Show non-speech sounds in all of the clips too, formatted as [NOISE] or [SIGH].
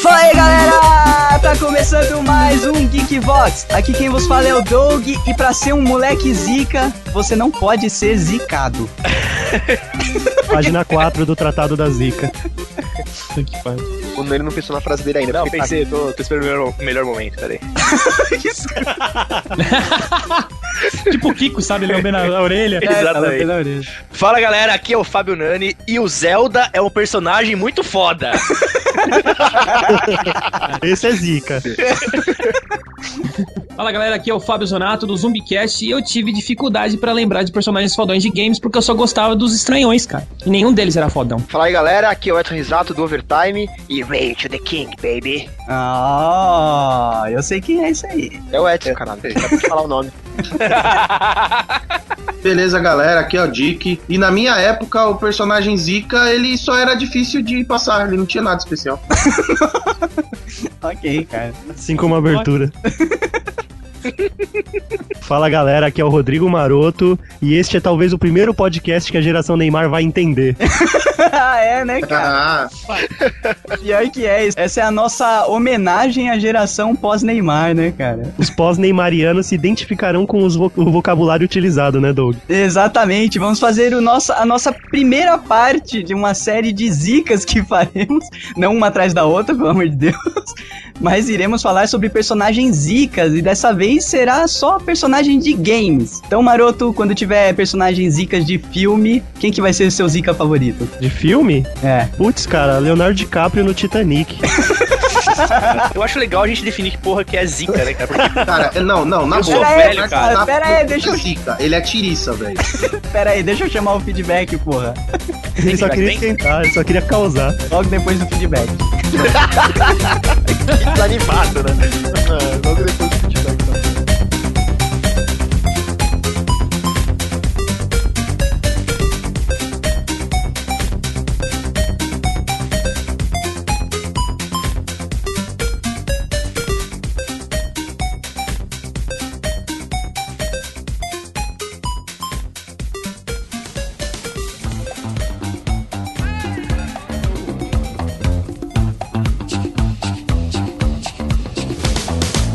Fala aí galera, tá começando mais um Geekvox. Aqui quem vos fala é o Doug e pra ser um moleque zica, você não pode ser zicado. Página 4 do Tratado da Zica. que pariu. O Nani não pensou na frase dele ainda. Não, porque pensei, tô, tô esperando o melhor, o melhor momento, peraí. Tipo o Kiko, sabe? né? Lambendo a a [LAUGHS] orelha. Exatamente. Lambendo a orelha. Fala galera, aqui é o Fábio Nani e o Zelda é um personagem muito [LAUGHS] foda. Esse é Zica. Fala galera, aqui é o Fábio Zonato do Zumbicast e eu tive dificuldade pra lembrar de personagens fodões de games porque eu só gostava dos estranhões, cara. E nenhum deles era fodão. Fala aí galera, aqui é o Edson Risato do Overtime e Raid to the King, baby. Ah, eu sei quem é isso aí. É o Edson, caralho. Acabei de falar o nome. [LAUGHS] Beleza, galera, aqui é o Dick. E na minha época, o personagem Zika, ele só era difícil de passar, ele não tinha nada especial. Ok, cara. [LAUGHS] Assim como a abertura. Fala galera, aqui é o Rodrigo Maroto e este é talvez o primeiro podcast que a geração Neymar vai entender. ah, é, né, cara? Ah, Pior que é isso. Essa é a nossa homenagem à geração pós-Neymar, né, cara? Os pós-neymarianos se identificarão com os vo- o vocabulário utilizado, né, Doug? Exatamente, vamos fazer o nosso, a nossa primeira parte de uma série de zicas que [LAUGHS] faremos, não uma atrás da outra, pelo amor de Deus, mas iremos falar sobre personagens zicas e dessa vez será só personagem de games. Então, Maroto, quando tiver personagens zicas de filme, quem que vai ser o seu zica favorito? De filme? É. Putz, cara, Leonardo DiCaprio no [LAUGHS] Titanic. Eu acho legal a gente definir que porra que é zica, né, cara? Porque cara, é- não, não, na Eu sou boa. velho, Mas cara. na- Pera aí, deixa eu- Zika, ele é tiriça, velho. Pera aí, deixa eu chamar o feedback, porra. Ele só queria Tem que- esquentar, ele só queria causar. Logo depois do feedback. Desanimado, né? Ah, Logo depois do feedback. então.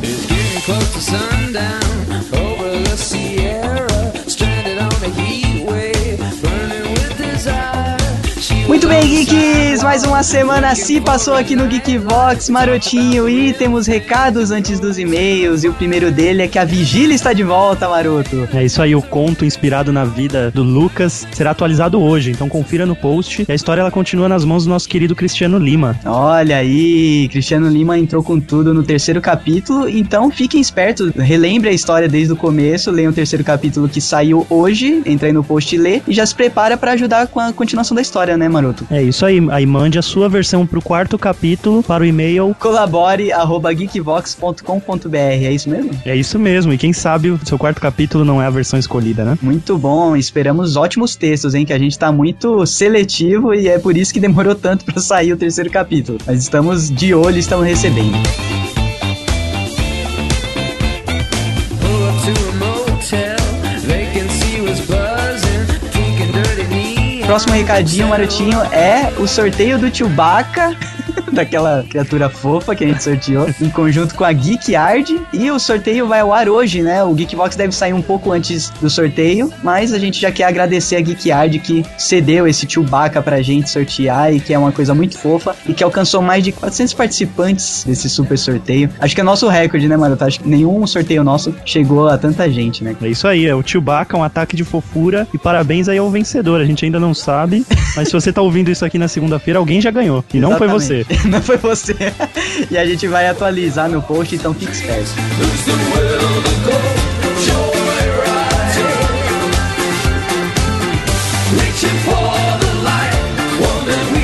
It's getting close to sundown over the Sierra, stranded on a heat wave, burning with desire. She Muito bem, Geeks! Mais uma semana se passou aqui no Geekvox, Marotinho, e temos recados antes dos e-mails, e o primeiro dele é que a Vigília está de volta, Maroto. É isso aí, o conto inspirado na vida do Lucas será atualizado hoje, então confira no post. E a história ela continua nas mãos do nosso querido Cristiano Lima. Olha aí, Cristiano Lima entrou com tudo no terceiro capítulo, então fiquem espertos, relembre a história desde o começo, leiam o terceiro capítulo que saiu hoje, entra aí no post e lê, e já se prepara pra ajudar com a continuação da história, né, Maroto? É isso aí, aí mande a sua versão pro quarto capítulo para o e-mail. Colabore, arroba geekvox.com.br, é isso mesmo? É isso mesmo, e quem sabe o seu quarto capítulo não é a versão escolhida, né? Muito bom, esperamos ótimos textos, hein? Que a gente tá muito seletivo e é por isso que demorou tanto pra sair o terceiro capítulo. Mas estamos de olho e estamos recebendo. pulled up to a motel, vacancy was buzzing, drinking dirty neon. Próximo recadinho, Marotinho, é o sorteio do Chewbacca, [LAUGHS] daquela criatura fofa que a gente sorteou, em conjunto com a Geek Yard. E o sorteio vai ao ar hoje, né? O Geekbox deve sair um pouco antes do sorteio, mas a gente já quer agradecer a Geek Yard que cedeu esse Chewbacca pra gente sortear e que é uma coisa muito fofa e que alcançou mais de 400 participantes desse super sorteio. Acho que é nosso recorde, né, Maroto? Acho que nenhum sorteio nosso chegou a tanta gente, né? É isso aí, é o Chewbacca, um ataque de fofura. E parabéns aí ao vencedor, a gente ainda não sabe, mas se você tá ouvindo isso aqui na segunda-feira, alguém já ganhou. E não foi você. Exatamente. [LAUGHS] não foi você. E a gente vai atualizar no post, então fique esperto.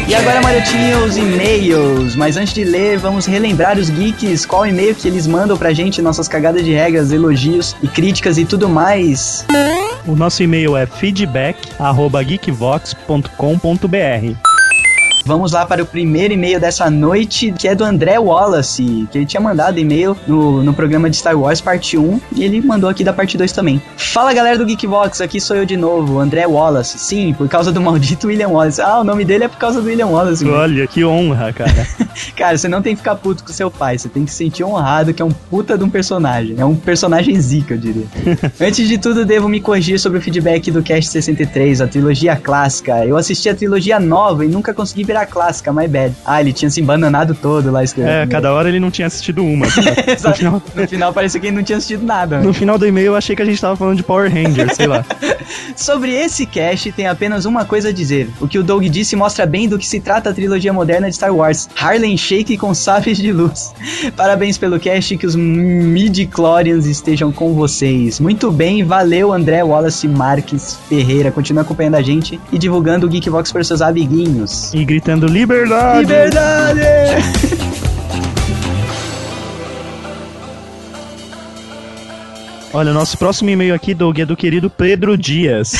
E agora, Marotinho, os e-mails. Mas antes de ler, vamos relembrar os geeks qual e-mail que eles mandam pra gente, nossas cagadas de regras, elogios e críticas e tudo mais. O nosso e-mail é feedback@geekvox.com.br. Vamos lá para o primeiro e-mail dessa noite, que é do André Wallace, que ele tinha mandado e-mail no, no programa de Star Wars Parte 1, e ele mandou aqui da Parte 2 também. Fala galera do Geekbox, aqui sou eu de novo, André Wallace. Sim, por causa do maldito William Wallace. Ah, o nome dele é por causa do William Wallace. mano. Olha, que honra, cara. Cara, você não tem que ficar puto com seu pai, você tem que se sentir honrado que é um puta de um personagem. É um personagem zica, eu [LAUGHS] diria. Antes de tudo, devo me corrigir sobre o feedback do Cast 63, a trilogia clássica. Eu assisti a trilogia nova e nunca consegui virar clássica, my bad. Ah, ele tinha se embananado todo lá escrevendo. É, cada hora ele não tinha assistido [LAUGHS] [LAUGHS] uma. Exato. No final, No final parecia que ele não tinha assistido nada. né? no final do e-mail eu achei que a gente tava falando de Power Rangers, sei lá. Sobre esse cast, tem apenas uma coisa a dizer. O que o Doug disse mostra bem do que se trata a trilogia moderna de Star Wars. Harlem Shake com sábios de luz. [LAUGHS] Parabéns pelo cast e que os midi-chlorians estejam com vocês. Muito bem, valeu André Wallace Marques Ferreira. Continua acompanhando a gente e divulgando o Geekbox para seus amiguinhos. E gritando liberdade! Liberdade! Olha, o nosso próximo e-mail aqui, Doug, é do querido Pedro Dias.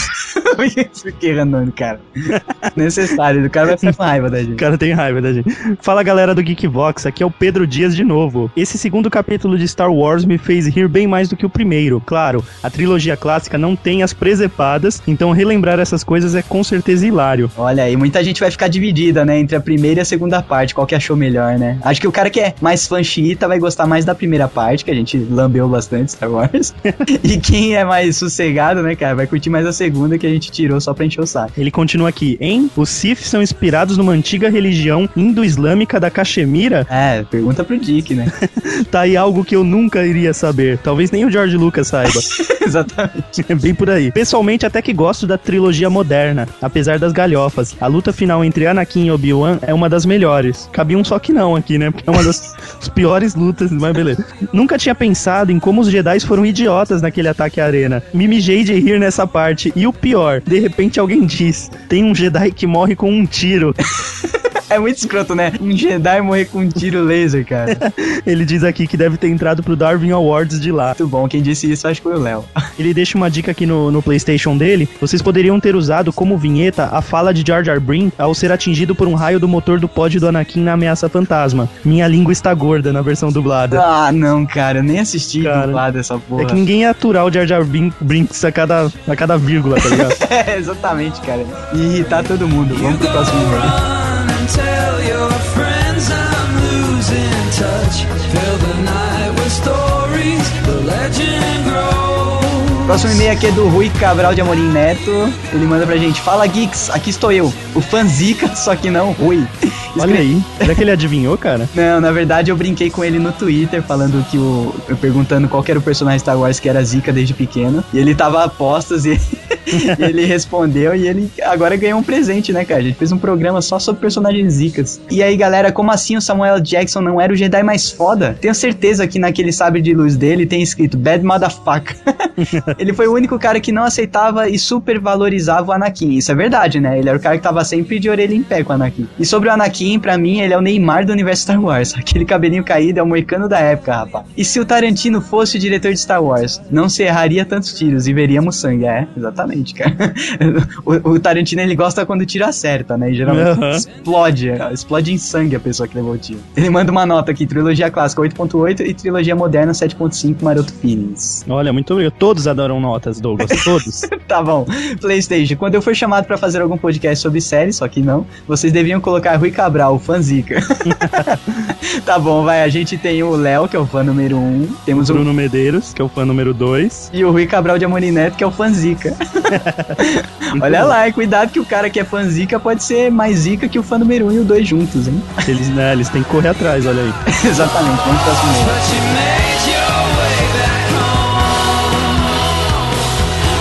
[LAUGHS] Fiquei randômico, cara. [LAUGHS] Necessário, o cara vai ficar com raiva da O gente. cara tem raiva da gente. Fala galera do Geekbox, aqui é o Pedro Dias de novo. Esse segundo capítulo de Star Wars me fez rir bem mais do que o primeiro. Claro, a trilogia clássica não tem as presepadas, então relembrar essas coisas é com certeza hilário. Olha aí, muita gente vai ficar dividida, né? Entre a primeira e a segunda parte, qual que achou melhor, né? Acho que o cara que é mais fã xiita vai gostar mais da primeira parte, que a gente lambeu bastante Star Wars. [LAUGHS] e quem é mais sossegado, né, cara, vai curtir mais a segunda que a gente tirou só pra encher o saco. Ele continua aqui, hein? Os Sith são inspirados numa antiga religião indo-islâmica da Caxemira? É, pergunta pro Dick, né? [LAUGHS] Tá aí algo que eu nunca iria saber. Talvez nem o George Lucas saiba. [LAUGHS] Exatamente. É bem por aí. Pessoalmente, até que gosto da trilogia moderna, apesar das galhofas. A luta final entre Anakin e Obi-Wan é uma das melhores. Cabia um só que não aqui, né? Porque é uma das [LAUGHS] das piores lutas, mas beleza. Nunca tinha pensado em como os Jedi foram idiotas naquele ataque à arena. Me mijei de rir nessa parte. E o pior, de repente alguém diz: tem um Jedi que morre com um tiro. [LAUGHS] É muito escroto, né? Um Jedi morrer com um tiro laser, cara. Ele diz aqui que deve ter entrado pro Darwin Awards de lá. Muito bom, quem disse isso acho que foi o Léo. Ele deixa uma dica aqui no, no PlayStation dele. Vocês poderiam ter usado como vinheta a fala de Jar Jar Brim ao ser atingido por um raio do motor do pod do Anakin na Ameaça Fantasma. Minha língua está gorda na versão dublada. Ah, não, cara, eu nem assisti Cara, dublado essa porra. É que ninguém ia aturar o Jar Jar Brim- Brinks a cada, a cada vírgula, tá ligado? [LAUGHS] É, exatamente, cara. E irritar todo mundo. Vamos pro próximo jogo. Run and tell your friends I'm losing touch. Fill the night with stories, the legend grows. Próximo e-mail aqui é do Rui Cabral de Amorim Neto. Ele manda pra gente: Fala Geeks, aqui estou eu, o fanzica, [LAUGHS] só que não Rui. [LAUGHS] Olha aí. Será que ele adivinhou, cara? Não, na verdade eu brinquei com ele no Twitter, falando que o. eu perguntando qual que era o personagem Star Wars que era zica desde pequeno. E ele tava a postas e. [LAUGHS] e ele respondeu e ele agora ganhou um presente, né, cara? A gente fez um programa só sobre personagens zicas. E aí, galera, como assim o Samuel Jackson não era o Jedi mais foda? Tenho certeza que naquele sabre de luz dele tem escrito Bad Motherfucker. ele foi o único cara que não aceitava e supervalorizava o Anakin. Isso é verdade, né? Ele era o cara que tava sempre de orelha em pé com o Anakin. E sobre o Anakin, pra mim, ele é o Neymar do universo Star Wars. [LAUGHS] Aquele cabelinho caído é o moicano da época, rapaz. E se o Tarantino fosse o diretor de Star Wars, não se erraria tantos tiros e veríamos sangue. É, exatamente, cara. [LAUGHS] o, o Tarantino, ele gosta quando o tiro acerta, né? E geralmente Aham. explode. Explode em sangue a pessoa que levou o tiro. Ele manda uma nota aqui, trilogia clássica 8.8 e trilogia moderna 7.5, Maroto Feelings. Olha, muito obrigado. Todos adoram notas, Douglas. Todos. [LAUGHS] Tá bom. PlayStation, quando eu for chamado pra fazer algum podcast sobre séries, só que não, vocês deviam colocar Rui Cabral, o fanzica. [LAUGHS] tá bom, vai. A gente tem o Léo, que é o fã número 1. Um. Temos o. [LAUGHS] Bruno Medeiros, que é o fã número 2. E o Rui Cabral de Amorim Neto, que é o fanzica. [LAUGHS] Olha lá, e cuidado que o cara que é fanzica pode ser mais zica que o fã número 1 um e o 2 juntos, hein? [LAUGHS] Eles, né, eles têm que correr atrás, olha aí. Exatamente, vamos pro próximo. e-mail. But you made your way back home.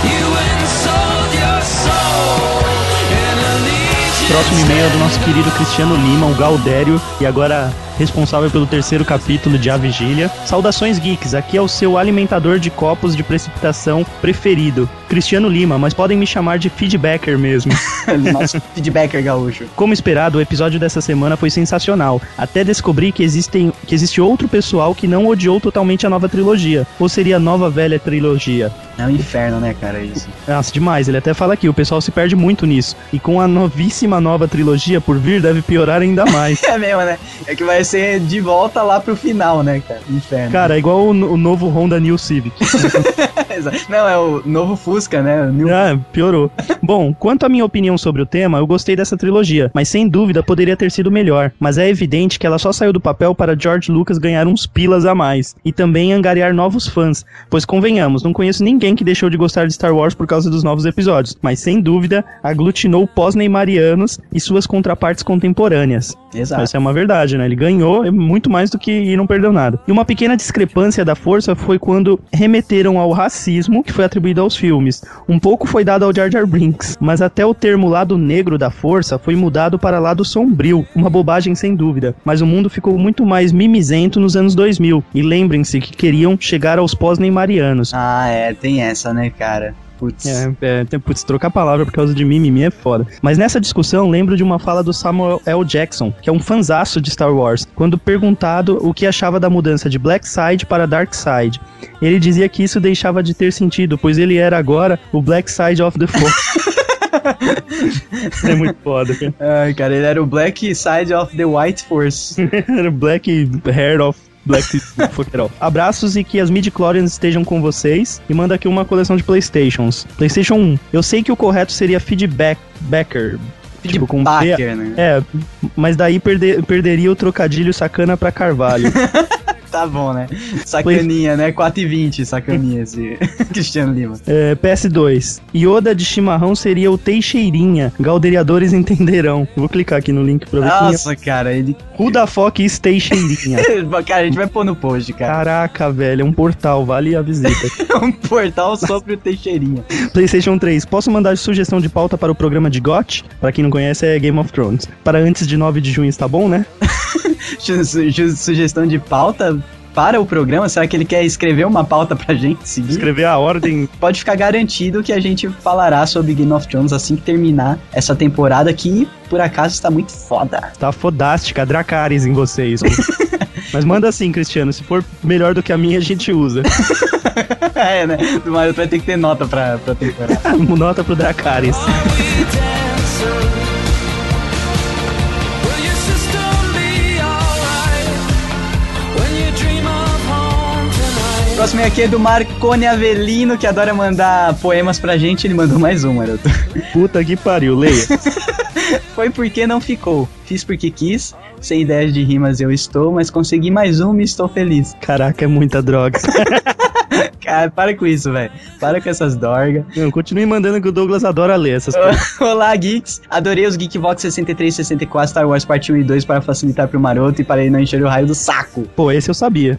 You went and sold your soul in allegiance. Próximo e-mail é do nosso querido Cristiano Lima, o Gaudério, e agora responsável pelo terceiro capítulo de A Vigília. Saudações geeks, aqui é o seu alimentador de copos de precipitação preferido, Cristiano Lima, mas podem me chamar de feedbacker mesmo. [LAUGHS] Nosso feedbacker gaúcho. Como esperado, o episódio dessa semana foi sensacional. Até descobri que, existem, que existe outro pessoal que não odiou totalmente a nova trilogia. Ou seria a nova velha trilogia. É um inferno, né, cara, isso. [LAUGHS] Nossa, demais. Ele até fala aqui, o pessoal se perde muito nisso. E com a novíssima nova trilogia por vir, deve piorar ainda mais. É mesmo, né? É que vai ser de volta lá pro final, né, cara? Inferno. Cara, é igual o, no- o novo Honda New Civic. Não, é o novo Fusca, né? O New- Ah, piorou. Bom, quanto à minha opinião sobre o tema, eu gostei dessa trilogia, mas sem dúvida poderia ter sido melhor. Mas é evidente que ela só saiu do papel para George Lucas ganhar uns pilas a mais e também angariar novos fãs. Pois convenhamos, não conheço ninguém que deixou de gostar de Star Wars por causa dos novos episódios, mas sem dúvida aglutinou pós-neymarianos e suas contrapartes contemporâneas. Exato. Essa é uma verdade, né? Ele ganhou é muito mais do que e não perdeu nada. E uma pequena discrepância da força foi quando remeteram ao racismo que foi atribuído aos filmes. Um pouco foi dado ao Jar Jar Brinks, mas até o termo lado negro da força foi mudado para lado sombrio, uma bobagem sem dúvida. Mas o mundo ficou muito mais mimizento nos anos 2000. E lembrem-se que queriam chegar aos pós-neymarianos. Ah, é, tem essa, né, cara? Putz. É, é, tem- putz, trocar a palavra por causa de mimimi é foda. Mas nessa discussão, lembro de uma fala do Samuel L. Jackson, que é um fanzaço de Star Wars, quando perguntado o que achava da mudança de Black Side para Dark Side. Ele dizia que isso deixava de ter sentido, pois ele era agora o Black Side of the Force. é muito foda, cara. Ai, cara, ele era o Black Side of the White Force. Era [LAUGHS] Black Hair of Black [LAUGHS] Fucker Off. Abraços e que as midi-chlorians estejam com vocês. E manda aqui uma coleção de Playstations. Playstation 1. Eu sei que o correto seria feedback backer. Tipo, com P. Backer, né? É, mas daí perde- perderia o trocadilho sacana pra Carvalho. Tá bom, né? Sacaninha, né? 4 e 20, sacaninha esse [LAUGHS] Cristiano Lima. É, PS2. Ioda de chimarrão seria o Teixeirinha. Galderiadores entenderão. Vou clicar aqui no link pra ver quem é. Nossa, cara, ele. [LAUGHS] Ruda Foque e Teixeirinha. Cara, a gente vai pôr no post, cara. Caraca, velho, é um portal, vale a visita. É um portal sobre o Teixeirinha. PlayStation 3, posso mandar sugestão de pauta para o programa de GOT? Pra quem não conhece, é Game of Thrones. Para antes de 9 de junho, está bom, né? Su- su- Sugestão de pauta para o programa? Será que ele quer escrever uma pauta pra gente seguir? Escrever a ordem. Pode ficar garantido que a gente falará sobre Game of Thrones assim que terminar essa temporada que, por acaso, está muito foda. [LAUGHS] Tá fodástica, Dracarys em [LAUGHS] vocês. Mas manda assim, Cristiano. Se for melhor do que a minha, a gente usa. [LAUGHS] é, né? Mas vai ter que ter nota pra, pra temporada. Nota pro Dracarys. O próximo aqui é do Marcone Avelino, que adora mandar poemas pra gente. Ele mandou mais um, Maroto. [LAUGHS] Puta que pariu, leia. Foi porque não ficou. Fiz porque quis. Sem ideias de rimas eu estou, mas consegui mais um e estou feliz. Caraca, é muita droga. [LAUGHS] Cara, para com isso, velho. Para com essas dorgas. Não, continue mandando que o Douglas adora ler essas coisas. Olá, geeks! Adorei os Geekbox 63 64 Star Wars Parte 1 e 2 para facilitar pro maroto e para ele não encher o raio do saco. Pô, esse eu sabia.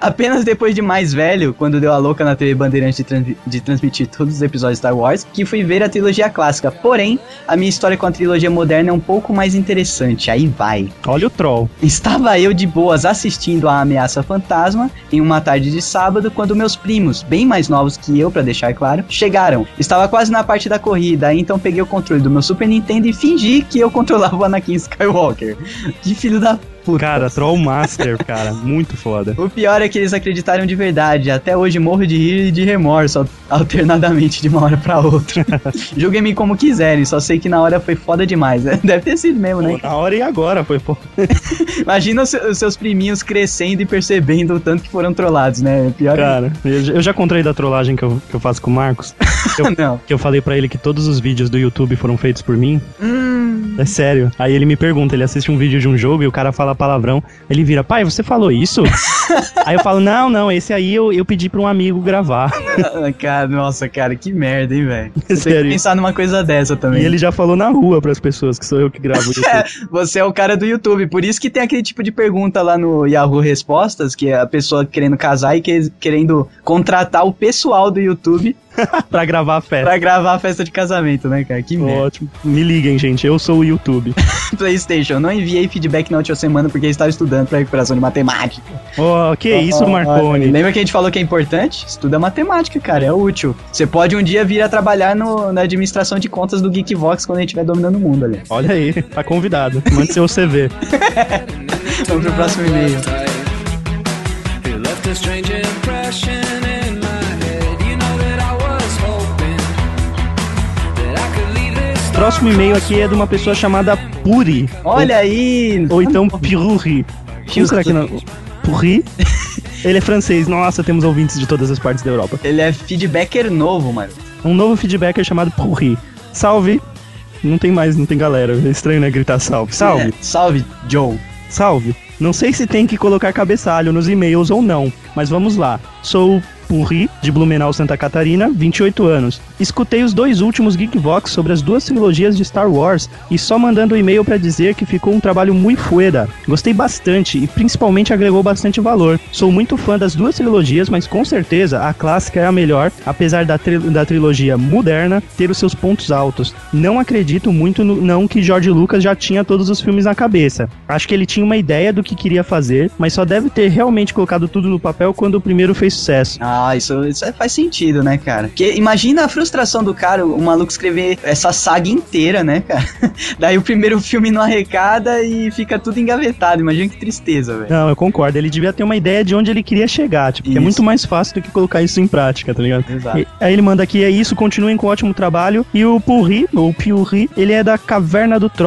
Apenas depois de mais velho, quando deu a louca na TV Bandeirantes de, tran- de transmitir todos os episódios Star Wars, que fui ver a trilogia clássica. Porém, a minha história com a trilogia moderna é um pouco mais interessante. Aí vai. Olha o troll. Estava eu de boas assistindo a Ameaça Fantasma em uma tarde de sábado quando meus primos, bem mais novos que eu, pra deixar claro, chegaram. Estava quase na parte da corrida, aí então peguei o controle do meu Super Nintendo e fingi que eu controlava o Anakin Skywalker. Que filho da puta. Cara, troll master, cara. Muito foda. O pior é que eles acreditaram de verdade. Até hoje morro de rir e de remorso, al- alternadamente de uma hora pra outra. Julguem-me como quiserem, só sei que na hora foi foda demais. [LAUGHS] né? Deve ter sido mesmo, né? Pô, na hora e agora, foi foda. Imagina os se- os seus priminhos crescendo e percebendo o tanto que foram trollados, né? Pior Cara, eu já- eu já contei da trollagem que eu, que eu faço com o Marcos. que [LAUGHS] não. Que eu falei pra ele que todos os vídeos do YouTube foram feitos por mim. Hum, É sério. Aí ele me pergunta, ele assiste um vídeo de um jogo e o cara fala palavrão. Ele vira, pai, você falou isso? [LAUGHS] aí eu falo, não, não, esse aí eu, eu pedi pra um amigo gravar. Ah, cara, nossa, cara, que merda, hein, velho? Você tem que Sério. pensar numa coisa dessa E também. ele já falou na rua pras pessoas que sou eu que gravo isso. [LAUGHS] Você é o cara do YouTube, por isso que tem aquele tipo de pergunta lá no Yahoo Respostas, que é a pessoa querendo casar e que- querendo contratar o pessoal do YouTube pra gravar a festa. Pra gravar a festa de casamento, né, cara? Que merda. Ótimo. Me liguem, gente. Eu sou o YouTube. PlayStation, não enviei feedback na última semana porque eu estava estudando pra recuperação de matemática. Oh, que isso, Ó, olha, Marconi. Lembra que a gente falou que é importante? Estuda matemática, cara, é útil. Você pode um dia vir a trabalhar no- na administração de contas do Geekvox quando a gente estiver dominando o mundo ali. Olha aí, tá convidado. Mande seu CV. Vamos pro próximo e-mail. You left a strange impression in my head. You know that I was hoping that I could leave this. Próximo e-mail aqui é de uma pessoa chamada Puri. Olha aí! Ou, ou então Piruri. Como será que não? Puri? Ele é francês. Nossa, temos ouvintes de todas as partes da Europa. Ele é feedbacker novo, mano. é Um novo feedbacker chamado Puri. Salve. Não tem mais, não tem galera. É estranho, né? Gritar salve. Salve. É, salve, Joe. Salve! Não sei se tem que colocar cabeçalho nos e-mails ou não, mas vamos lá. Sou o Purri, de Blumenau, Santa Catarina, 28 anos. Escutei os dois últimos Geekvox sobre as duas trilogias de Star Wars e só mandando um e-mail pra dizer que ficou um trabalho muito fueda. Gostei bastante e principalmente agregou bastante valor. Sou muito fã das duas trilogias, mas com certeza a clássica é a melhor, apesar da, tri- da trilogia moderna ter os seus pontos altos. Não acredito muito no não que George Lucas já tinha todos os filmes na cabeça. Acho que ele tinha uma ideia do que queria fazer, mas só deve ter realmente colocado tudo no papel quando o primeiro fez sucesso. Ah, isso, isso faz sentido, né, cara? Porque imagina a frustração do cara, o maluco escrever essa saga inteira, né, cara? [LAUGHS] Daí o primeiro filme não arrecada e fica tudo engavetado. Imagina que tristeza, velho. Não, eu concordo. Ele devia ter uma ideia de onde ele queria chegar. Tipo, que é Isso. muito mais fácil do que colocar isso em prática, tá ligado? Exato. E- aí ele manda aqui, é isso, continuem com um ótimo trabalho. E o Purri, ou Piurri, ele é da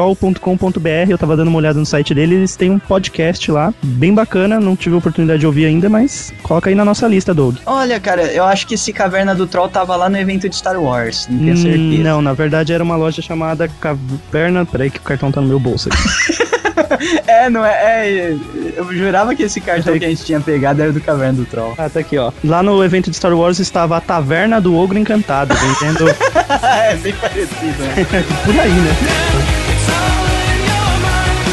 cavernadotroll.com.br. Eu tava dando uma olhada no site dele, eles têm um podcast lá, bem bacana. Não tive a oportunidade de ouvir ainda, mas coloca aí na nossa lista, Doug. Olha, cara, eu acho que esse Caverna do Troll tava lá no evento de Star Wars, não tenho Hum, certeza. Não, na verdade era uma loja chamada Caverna. Peraí, que o cartão tá no meu bolso aqui. É, não é, é, Eu jurava que esse cartão que a gente tinha pegado era do Caverna do Troll. [LAUGHS] ah, tá aqui, ó. Lá no evento de Star Wars estava a Taverna do Ogro Encantado, entendendo? [LAUGHS] [LAUGHS] é bem parecido, né? Por aí, né? It's all in your mind.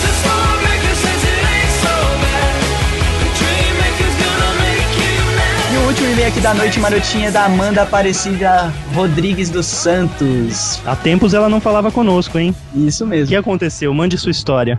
This won't make you say it ain't so bad. The dream maker's gonna make you mad. E o último e-mail aqui da noite marotinha é da Amanda Aparecida Rodrigues dos Santos. Há tempos ela não falava conosco, hein? Isso O mesmo. que aconteceu? Mande sua história.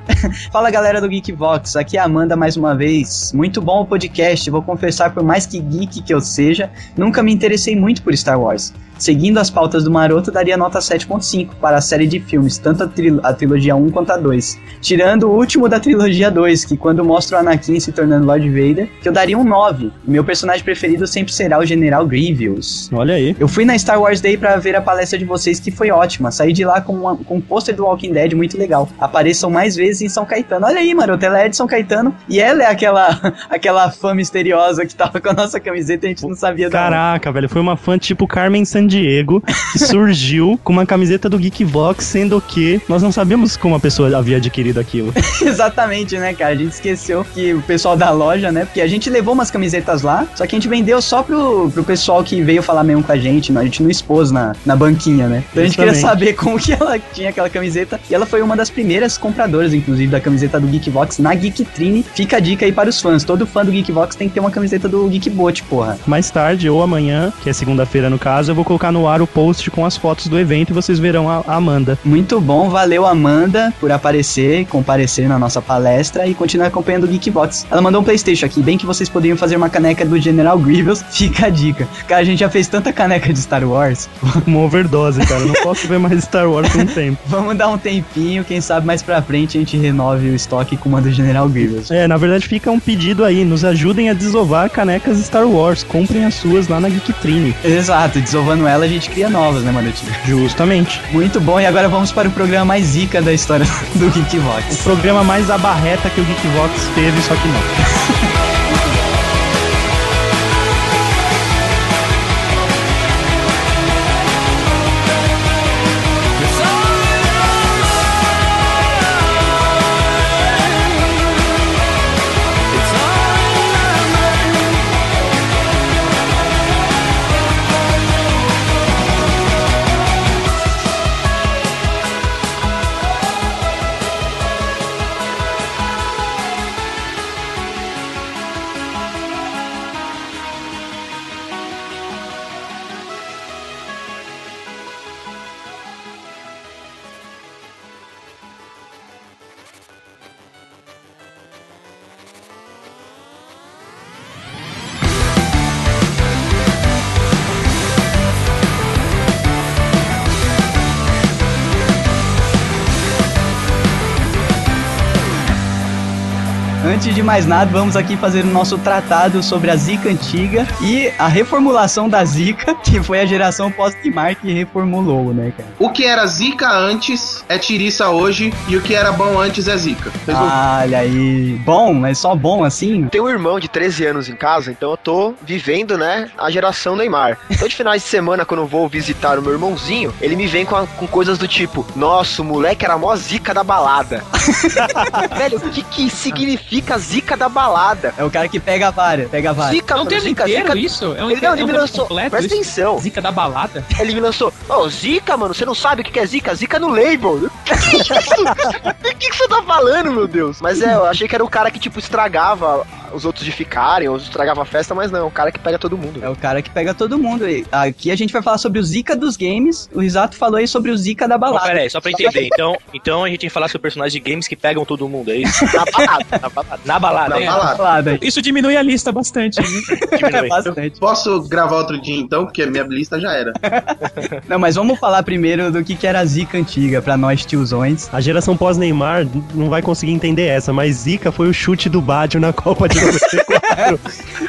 Fala galera do Geekbox, aqui é a Amanda mais uma vez. Muito bom o podcast, vou confessar, por mais que geek que eu seja, nunca me interessei muito por Star Wars. Seguindo as pautas do Maroto, daria nota 7.5 para a série de filmes, tanto a, tri- a trilogia 1 quanto a 2. Tirando o último da trilogia 2, que quando mostra o Anakin se tornando Lord Vader, que eu daria um 9. Meu personagem preferido sempre será o General Grievous. Olha aí. Eu fui na Star Wars Day pra ver a palestra de vocês, que foi ótima. Saí de lá com, uma, com um pôster do Walking Dead muito legal. Apareçam mais vezes em São Caetano. Olha aí, maroto, ela é de São Caetano e ela é aquela, [LAUGHS] aquela fã misteriosa que tava com a nossa camiseta e a gente não sabia da onde. Caraca, velho, foi uma fã tipo Carmen Sandiego [LAUGHS] que surgiu com uma camiseta do Geekbox, sendo que nós não sabemos como a pessoa havia adquirido aquilo. [LAUGHS] Exatamente, né, cara? A gente esqueceu que o pessoal da loja, né? Porque a gente levou umas camisetas lá, só que a gente vendeu só pro, pro pessoal que veio falar mesmo com a gente, né? a gente não expôs na, na banquinha, né? Então a gente queria Justamente. saber como que ela tinha aquela camiseta. E ela foi uma das primeiras compradoras, inclusive, da camiseta do Geekvox na Geektrine. Fica a dica aí para os fãs. Todo fã do Geekvox tem que ter uma camiseta do Geekbot, porra. Mais tarde ou amanhã, que é segunda-feira no caso, eu vou colocar no ar o post com as fotos do evento e vocês verão a a Amanda. Muito bom, valeu Amanda por aparecer, comparecer na nossa palestra e continuar acompanhando o Geekbox. Ela mandou um Playstation aqui, bem que vocês poderiam fazer uma caneca do General Grievous, [LAUGHS] fica a dica. Cara, a gente já fez tanta caneca de Star Wars, Uma overdose, cara. Eu Não posso ver mais Star Wars por um tempo. vamos dar um tempinho, quem sabe mais pra frente a gente renove o estoque com uma do General Grievous. É, na verdade fica um pedido aí. Nos ajudem a desovar canecas Star Wars. Comprem as suas lá na Geektrine. Exato, desovando ela a gente cria novas, né, Manutinho? Justamente. Muito bom, e agora vamos para o programa mais zica da história [LAUGHS] do Geekbox. Programa mais abarreta que o Geekvox teve, só que não. Antes de mais nada, vamos aqui fazer o nosso tratado sobre a Zika antiga e a reformulação da Zika, que foi a geração pós-Timar que reformulou, né, cara? O que era zica antes é tiriça hoje, e o que era bom antes é zica. Resolvi. Ah, Olha aí. Bom, mas só bom assim? Tenho um irmão de 13 anos em casa, então eu tô vivendo, né, a geração Neymar. Então, de finais de semana, quando eu vou visitar o meu irmãozinho, ele me vem com, a- com coisas do tipo: Nossa, o moleque era a mó zica da [LAUGHS] balada. Velho, o que que significa zica da balada? É o cara que pega a vara, pega a vara. Zica, É um mano, termo zica, inteiro zica. isso? Então, É um, Ele, não, é ele um me termo lançou, completo isso? presta atenção, Zica da balada? ele me lançou, ô, zica, mano, você não sabe o que que é zica? Zica no label. [LAUGHS] O que que isso- o que que você tá falando, meu Deus? Mas é, eu achei que era o cara que, tipo, estragava os outros de ficarem, ou estragava a festa, mas não, é o cara que pega todo mundo. É o cara que pega todo mundo. E Aqui a gente vai falar sobre o Zika dos games. O Risato falou aí sobre o Zika da Não, balada. pera aí, só pra entender. Então, então a gente tem que falar sobre personagens de games que pegam todo mundo, é isso? Na balada, na balada. Na balada, Na é. balada. Balada. [LAUGHS] Isso diminui a lista bastante. hein? É Diminui. bastante. Posso gravar outro dia então, porque a minha lista já [LAUGHS] era. Não, mas vamos falar primeiro do que, que era a Zika antiga pra nós tiozões. A geração pós-Neymar não vai conseguir entender essa, mas Zica foi o chute do Bádio na Copa de [LAUGHS] 94.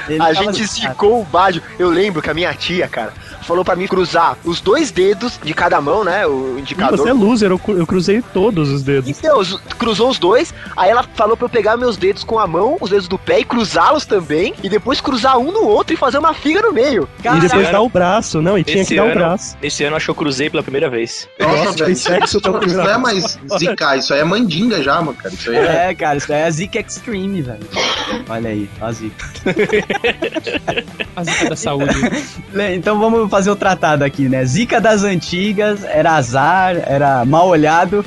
Ele A tava- gente esticou o Bajo. Eu lembro que a minha tia, cara, falou pra mim cruzar os dois dedos de cada mão, né? O indicador. Você é loser, eu, cru- eu cruzei todos os dedos. Então, os- cruzou os dois, aí ela falou pra eu pegar meus dedos com a mão, os dedos do pé e cruzá-los também, e depois cruzar um no outro e fazer uma figa no meio. e Caraca, depois ano- dá o braço, não, e tinha esse que dar o ano- braço. Esse ano eu acho que eu cruzei pela primeira vez. Nossa, velho. Isso, sexo pela não é primeira vez. mais zica, isso aí é mandinga já, mano, cara. Isso aí é. É, cara, isso daí é a Zika Extreme, velho. Olha aí, ó a Zika. A zica da saúde. Le- Então vamos fazer o tratado aqui, né? Zika das antigas, era azar, era mal olhado.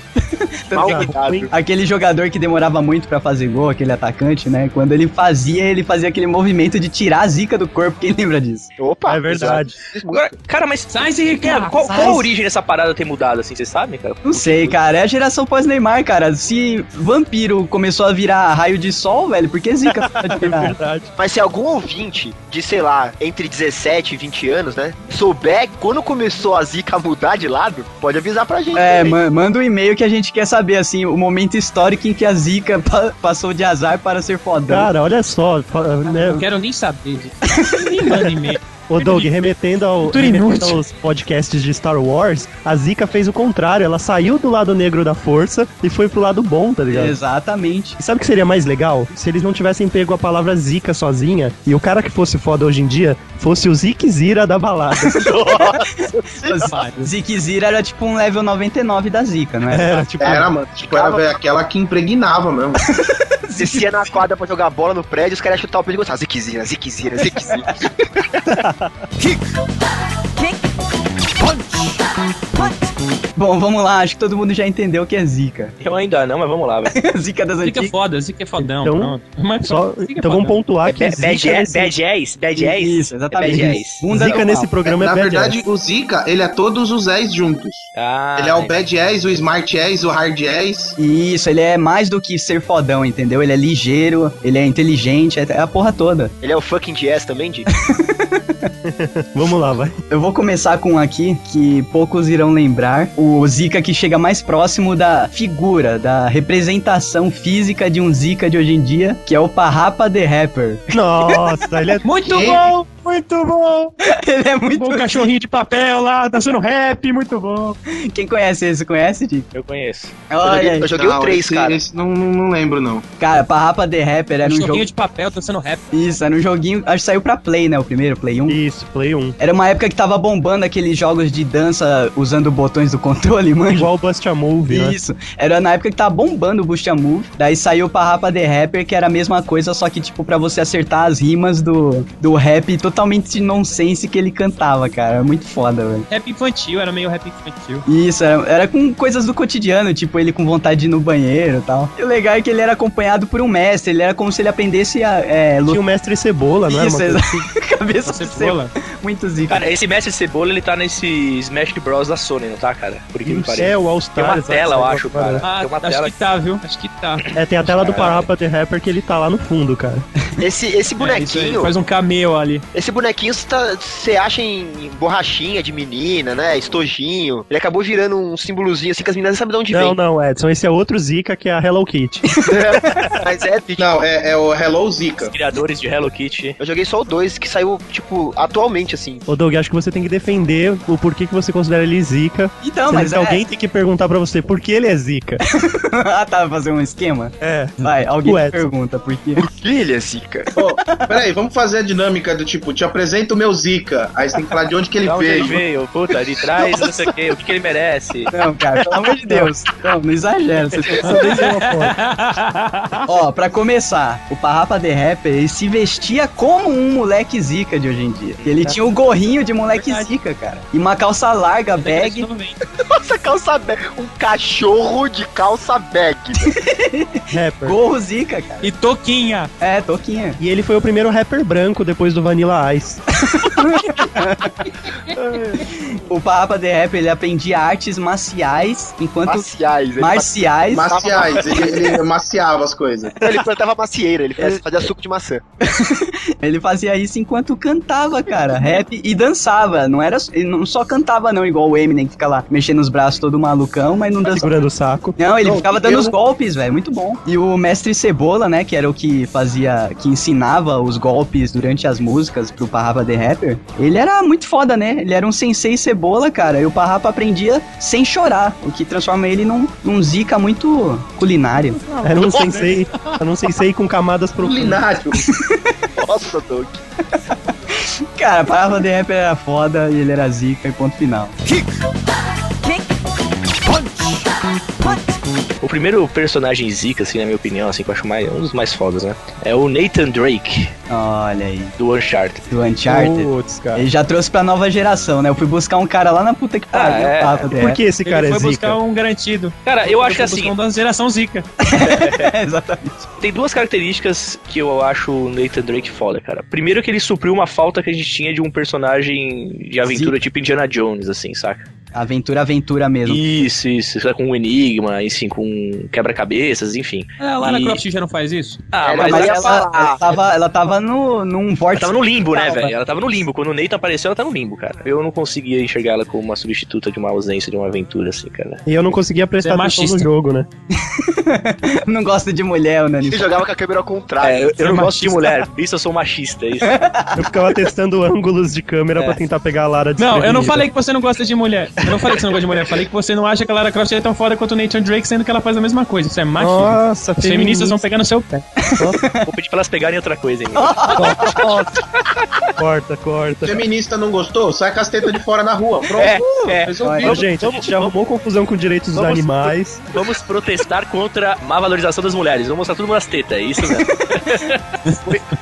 é Mal Tá, cuidado. ruim. Aquele jogador que demorava muito pra fazer gol, aquele atacante, né? Quando ele fazia, ele fazia aquele movimento de tirar a zica do corpo. Quem [LAUGHS] lembra disso? Opa, É verdade. Agora, cara, mas. Sai, Zika! Thiago, qual, sai. qual a origem dessa parada ter mudado assim? Vocês sabem, cara? Não sei, cara. É a geração pós-Neymar, cara. Se vampiro começou a virar raio de sol, velho, por que zica pode É [LAUGHS] virar? verdade. Mas se algum ouvinte de, sei lá, entre 17 e 20 anos, né, souber quando começou a zica a mudar de lado, pode avisar pra gente. É, [LAUGHS] né? ma- manda um e-mail que a gente quer saber, assim, o momento histórico em que a Zika pa- passou de azar para ser fodão. Cara, olha só, fa- Não né, quero nem saber. Zika. Nem manda e-mail. ô Doug, remetendo, ao, Cultura remetendo inútil. aos podcasts de Star Wars, a Zika fez o contrário, ela saiu do lado negro da força e foi pro lado bom, tá ligado? Exatamente. E Sabe o que seria mais legal? Se eles não tivessem pego a palavra zica sozinha e o cara que fosse foda hoje em dia fosse o Zique Zira da balada. Zikzira era tipo um level 99 da Zika, não é? Era, tipo, Era, mano. Tipo, era velho, aquela que impregnava mesmo. Descia na quadra pra jogar bola no prédio, os caras chutavam o Ah, pé e gostavam. Ziquezira, ziquezira, ziquezira. Bom, vamos lá, acho que todo mundo já entendeu o que é Zika. Eu ainda não, mas vamos lá, velho. [LAUGHS] Zika das Zica é antigas. foda, Zica é fodão. Então, pronto. Mas só- Zika é então vamos fodão. pontuar que é zica Bad Jazz, nesse, Bad Jazz, Bad Jazz. é Isso, exatamente. É bad jazz. Bunda zica normal. nesse programa é, Na Bad verdade, Jazz. o zica, ele é todos os Zés juntos. Ah, ele é o bad ass, o smart ass, o hard ass. Isso, ele é mais do que ser fodão, entendeu? Ele é ligeiro, ele é inteligente, é a porra toda. Ele é o fucking jazz também, Dick? Vamos lá, vai. [LAUGHS] Eu vou começar com um aqui que poucos irão lembrar. O Zika que chega mais próximo da figura, da representação física de um Zika de hoje em dia, que é o Parrapa The Rapper. [LAUGHS] Nossa, ele é Muito Que? bom, muito bom. Ele é muito. Bom cachorrinho de papel lá, dançando rap, muito bom. Quem conhece esse? Conhece, Dick? Eu conheço. Eu Olha joguei, aí. eu joguei o Não, 3, esse- cara. Esse não, não lembro, não. Cara, Parrapa The Rapper era um Cachorrinho jogo. de papel dançando rap. Isso, era um joguinho. Acho que saiu pra Play, né? O primeiro, Play 1. isso, Play 1. Era uma época que tava bombando aqueles jogos de dança usando botões do controle, [LAUGHS] manja. Igual o Bust a Move, né? Isso. Era na época que tava bombando o Boost a Move. Daí saiu o Parrapa The Rapper, que era a mesma coisa, só que, tipo, pra você acertar as rimas do, do rap totalmente nonsense que ele cantava, cara. Era Muito foda, velho. Rap infantil, era meio rap infantil. Isso, era, era com coisas do cotidiano, tipo, ele com vontade de ir no banheiro e tal. E o legal é que ele era acompanhado por um mestre, ele era como se ele aprendesse a é, Tinha lutar. o Mestre Cebola, não é? Isso, Uma coisa exato. cabeça Você de cebola. bola. Muito zica. Cara, esse mestre cebola, ele tá nesse Smash Bros da Sony, não tá, cara? Por que me É, pareça. o All Tem Star. uma sabe, tela, eu sabe, acho, agora. cara. Ah, Tem uma acho tela. que tá, viu? Acho que tá. É, tem a tela do Parapa The Rapper que ele tá lá no fundo, cara. Esse, esse É, isso aí, bonequinho, faz um cameo ali. esse bonequinho você tá- você acha em borrachinha de menina, né? Estojinho. Ele acabou virando um símbolozinho assim que as meninas não sabem de onde Não, vem. não, Edson, esse é outro Zika que é a Hello Kitty. [LAUGHS] [LAUGHS] Mas é, Não, é, é o Hello Zika. Criadores de Hello Kitty. eu joguei só o 2 que saiu, tipo, atualmente assim. Ô, Doug, acho que você tem que defender o porquê que você considera ele Zika. Então, Sendo mas que é. alguém tem que perguntar pra você por que ele é [LAUGHS] Zika. [LAUGHS] ah, tá, fazer um esquema? É. Vai, alguém O Edson. pergunta por quê. Filha, Zika. Ô, peraí, vamos fazer a dinâmica do tipo, te apresento o meu Zika. Aí você tem que falar de onde que ele Da onde ele veio. veio, puta, um de trás, não sei o que, o que que ele merece. Não, cara, pelo amor de Deus. Não, não exagera. Você só [LAUGHS] tem uma foto. Ó, pra começar, o Parrapa The Rapper ele se vestia como um moleque zica de hoje em dia. Ele tinha o gorrinho de moleque Verdade. zica, cara. E uma calça larga, bag. Nossa, calça bag. Um cachorro de calça bag. Rapper. Gorro zica, cara. E Toquinha. É, toquinha. E ele foi o primeiro rapper branco depois do Vanilla Ice. O Parrapa The Rapper ele aprendia artes marciais, enquanto... Marciais. Ele, Marciais. Maciais, ele, ele maciava as coisas. ele plantava macieira, ele fazia, fazia suco de maçã. Ele fazia isso enquanto cantava, [LAUGHS] cara, rap e dançava. Não era, ele não só cantava não, igual o Eminem que fica lá mexendo os braços todo malucão, mas não dançava. Segurando o saco. Não, ele Não, ficava eu- dando os golpes, velho, muito bom. E o mestre Cebola, né, que era o que fazia, que ensinava os golpes durante as músicas pro Parrapa The Rapper, ele era muito foda, né? Ele era um sensei cebola, cara, e o Parrapa aprendia sem chorar, o que transforma ele num, num zica muito culinário. Era um sensei. Era um sensei com camadas profundas. Culinário. Nossa, Doug. Cara, o Parrapa The Rapper era foda e ele era zica e ponto final. O primeiro personagem zica, assim, na minha opinião, assim, que eu acho mais, um dos mais fodas, né? É o Nathan Drake, Olha aí. do Uncharted. do Uncharted. Putz, cara. Ele já trouxe pra nova geração, né? Eu fui buscar um cara lá na puta que pariu. Ah, é? Papa, Por que esse Ele cara foi é buscar zica? um garantido. Cara, eu acho que Ele foi assim, buscar um da geração zica. É, [LAUGHS] exatamente. tem duas características que eu acho o Nathan Drake foda, cara. Primeiro que ele supriu uma falta que a gente tinha de um personagem de aventura tipo Indiana Jones, assim, saca? Aventura, aventura mesmo. Isso, isso, isso é com um enigma, assim, com quebra-cabeças, enfim. Ah, a Lara E- Croft já não faz isso? Ah, Era Mas mas ela, ela, mais- ia falar. ela tava, ela tava no, num ela vórtice. tava no limbo, né, Tava. velho? Ela tava no limbo. Quando o Nathan apareceu, ela tá no limbo, cara. Eu não conseguia enxergar ela como uma substituta de uma ausência de uma aventura, assim, cara. E eu não conseguia prestar Você é atenção no machista. jogo, né? Não gosta de mulher, o Nani. Ele jogava com a câmera ao contrário. É, eu, eu não é gosto de mulher, por isso eu sou machista, é [LAUGHS] isso. Eu ficava [LAUGHS] testando ângulos de câmera pra tentar pegar a Lara de É. Não, eu não falei que você não gosta de mulher. Eu não falei que você não gosta de mulher. Eu falei que você não acha que a Lara Croft é tão foda quanto o Nathan Drake, sendo que ela faz a mesma coisa. Isso é machismo. Nossa, Os feministas vão pegar no seu pé. Vou pedir pra elas pegarem outra [LAUGHS] coisa, hein? Corta, corta. Feminista não gostou? Sai com as tetas de [LAUGHS] fora na rua. Pronto, É, é. resolvido. Ô, gente, a gente já arrumou confusão com direitos dos Vamos- animais. Vamos protestar contra a má valorização das mulheres. Vamos mostrar tudo nas tetas, é isso [LAUGHS] mesmo.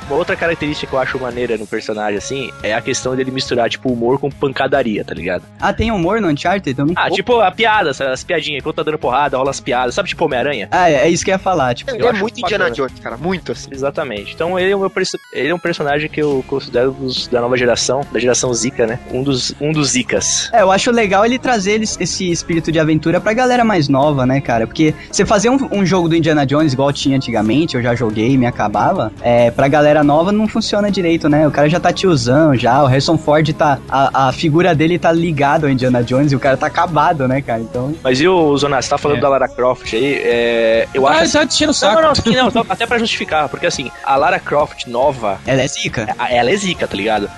Uma outra característica que eu acho maneira no personagem, assim, é a questão dele misturar, tipo, humor com pancadaria, tá ligado? Ah, tem humor no Uncharted? Eu não... Ah, tipo, a piada, sabe? as piadinhas, enquanto tá dando porrada, rola as piadas, sabe, tipo Homem-Aranha? Ah, é, é isso que eu ia falar. Tipo, Ele Eu é acho muito bacana. Indiana Jones, cara. Muito assim. Exatamente. Então ele é, um perso- ele é um personagem que eu considero um dos- da nova geração, da geração Zika, né? Um dos, um dos Zikas. É, eu acho legal ele trazer eles- esse espírito de aventura pra galera mais nova, né, cara? Porque você fazer um, um jogo do Indiana Jones igual tinha antigamente, eu já joguei e me acabava, é, pra galera nova não funciona direito, né? O cara já tá tiozão já, o Harrison Ford tá. A, a figura dele tá ligada ao Indiana Jones e o cara tá acabado, né, cara? Então. Mas e o Zonas, tá falando É. da Lara Croft aí? é, eu acho. Ah, assim- já tira o Não, saco. não, não, sim, não, [LAUGHS] só- até pra justificar, porque assim, a Lara Croft nova, Ela é [LAUGHS] zica. É Uhum. a- ela é zica, tá ligado?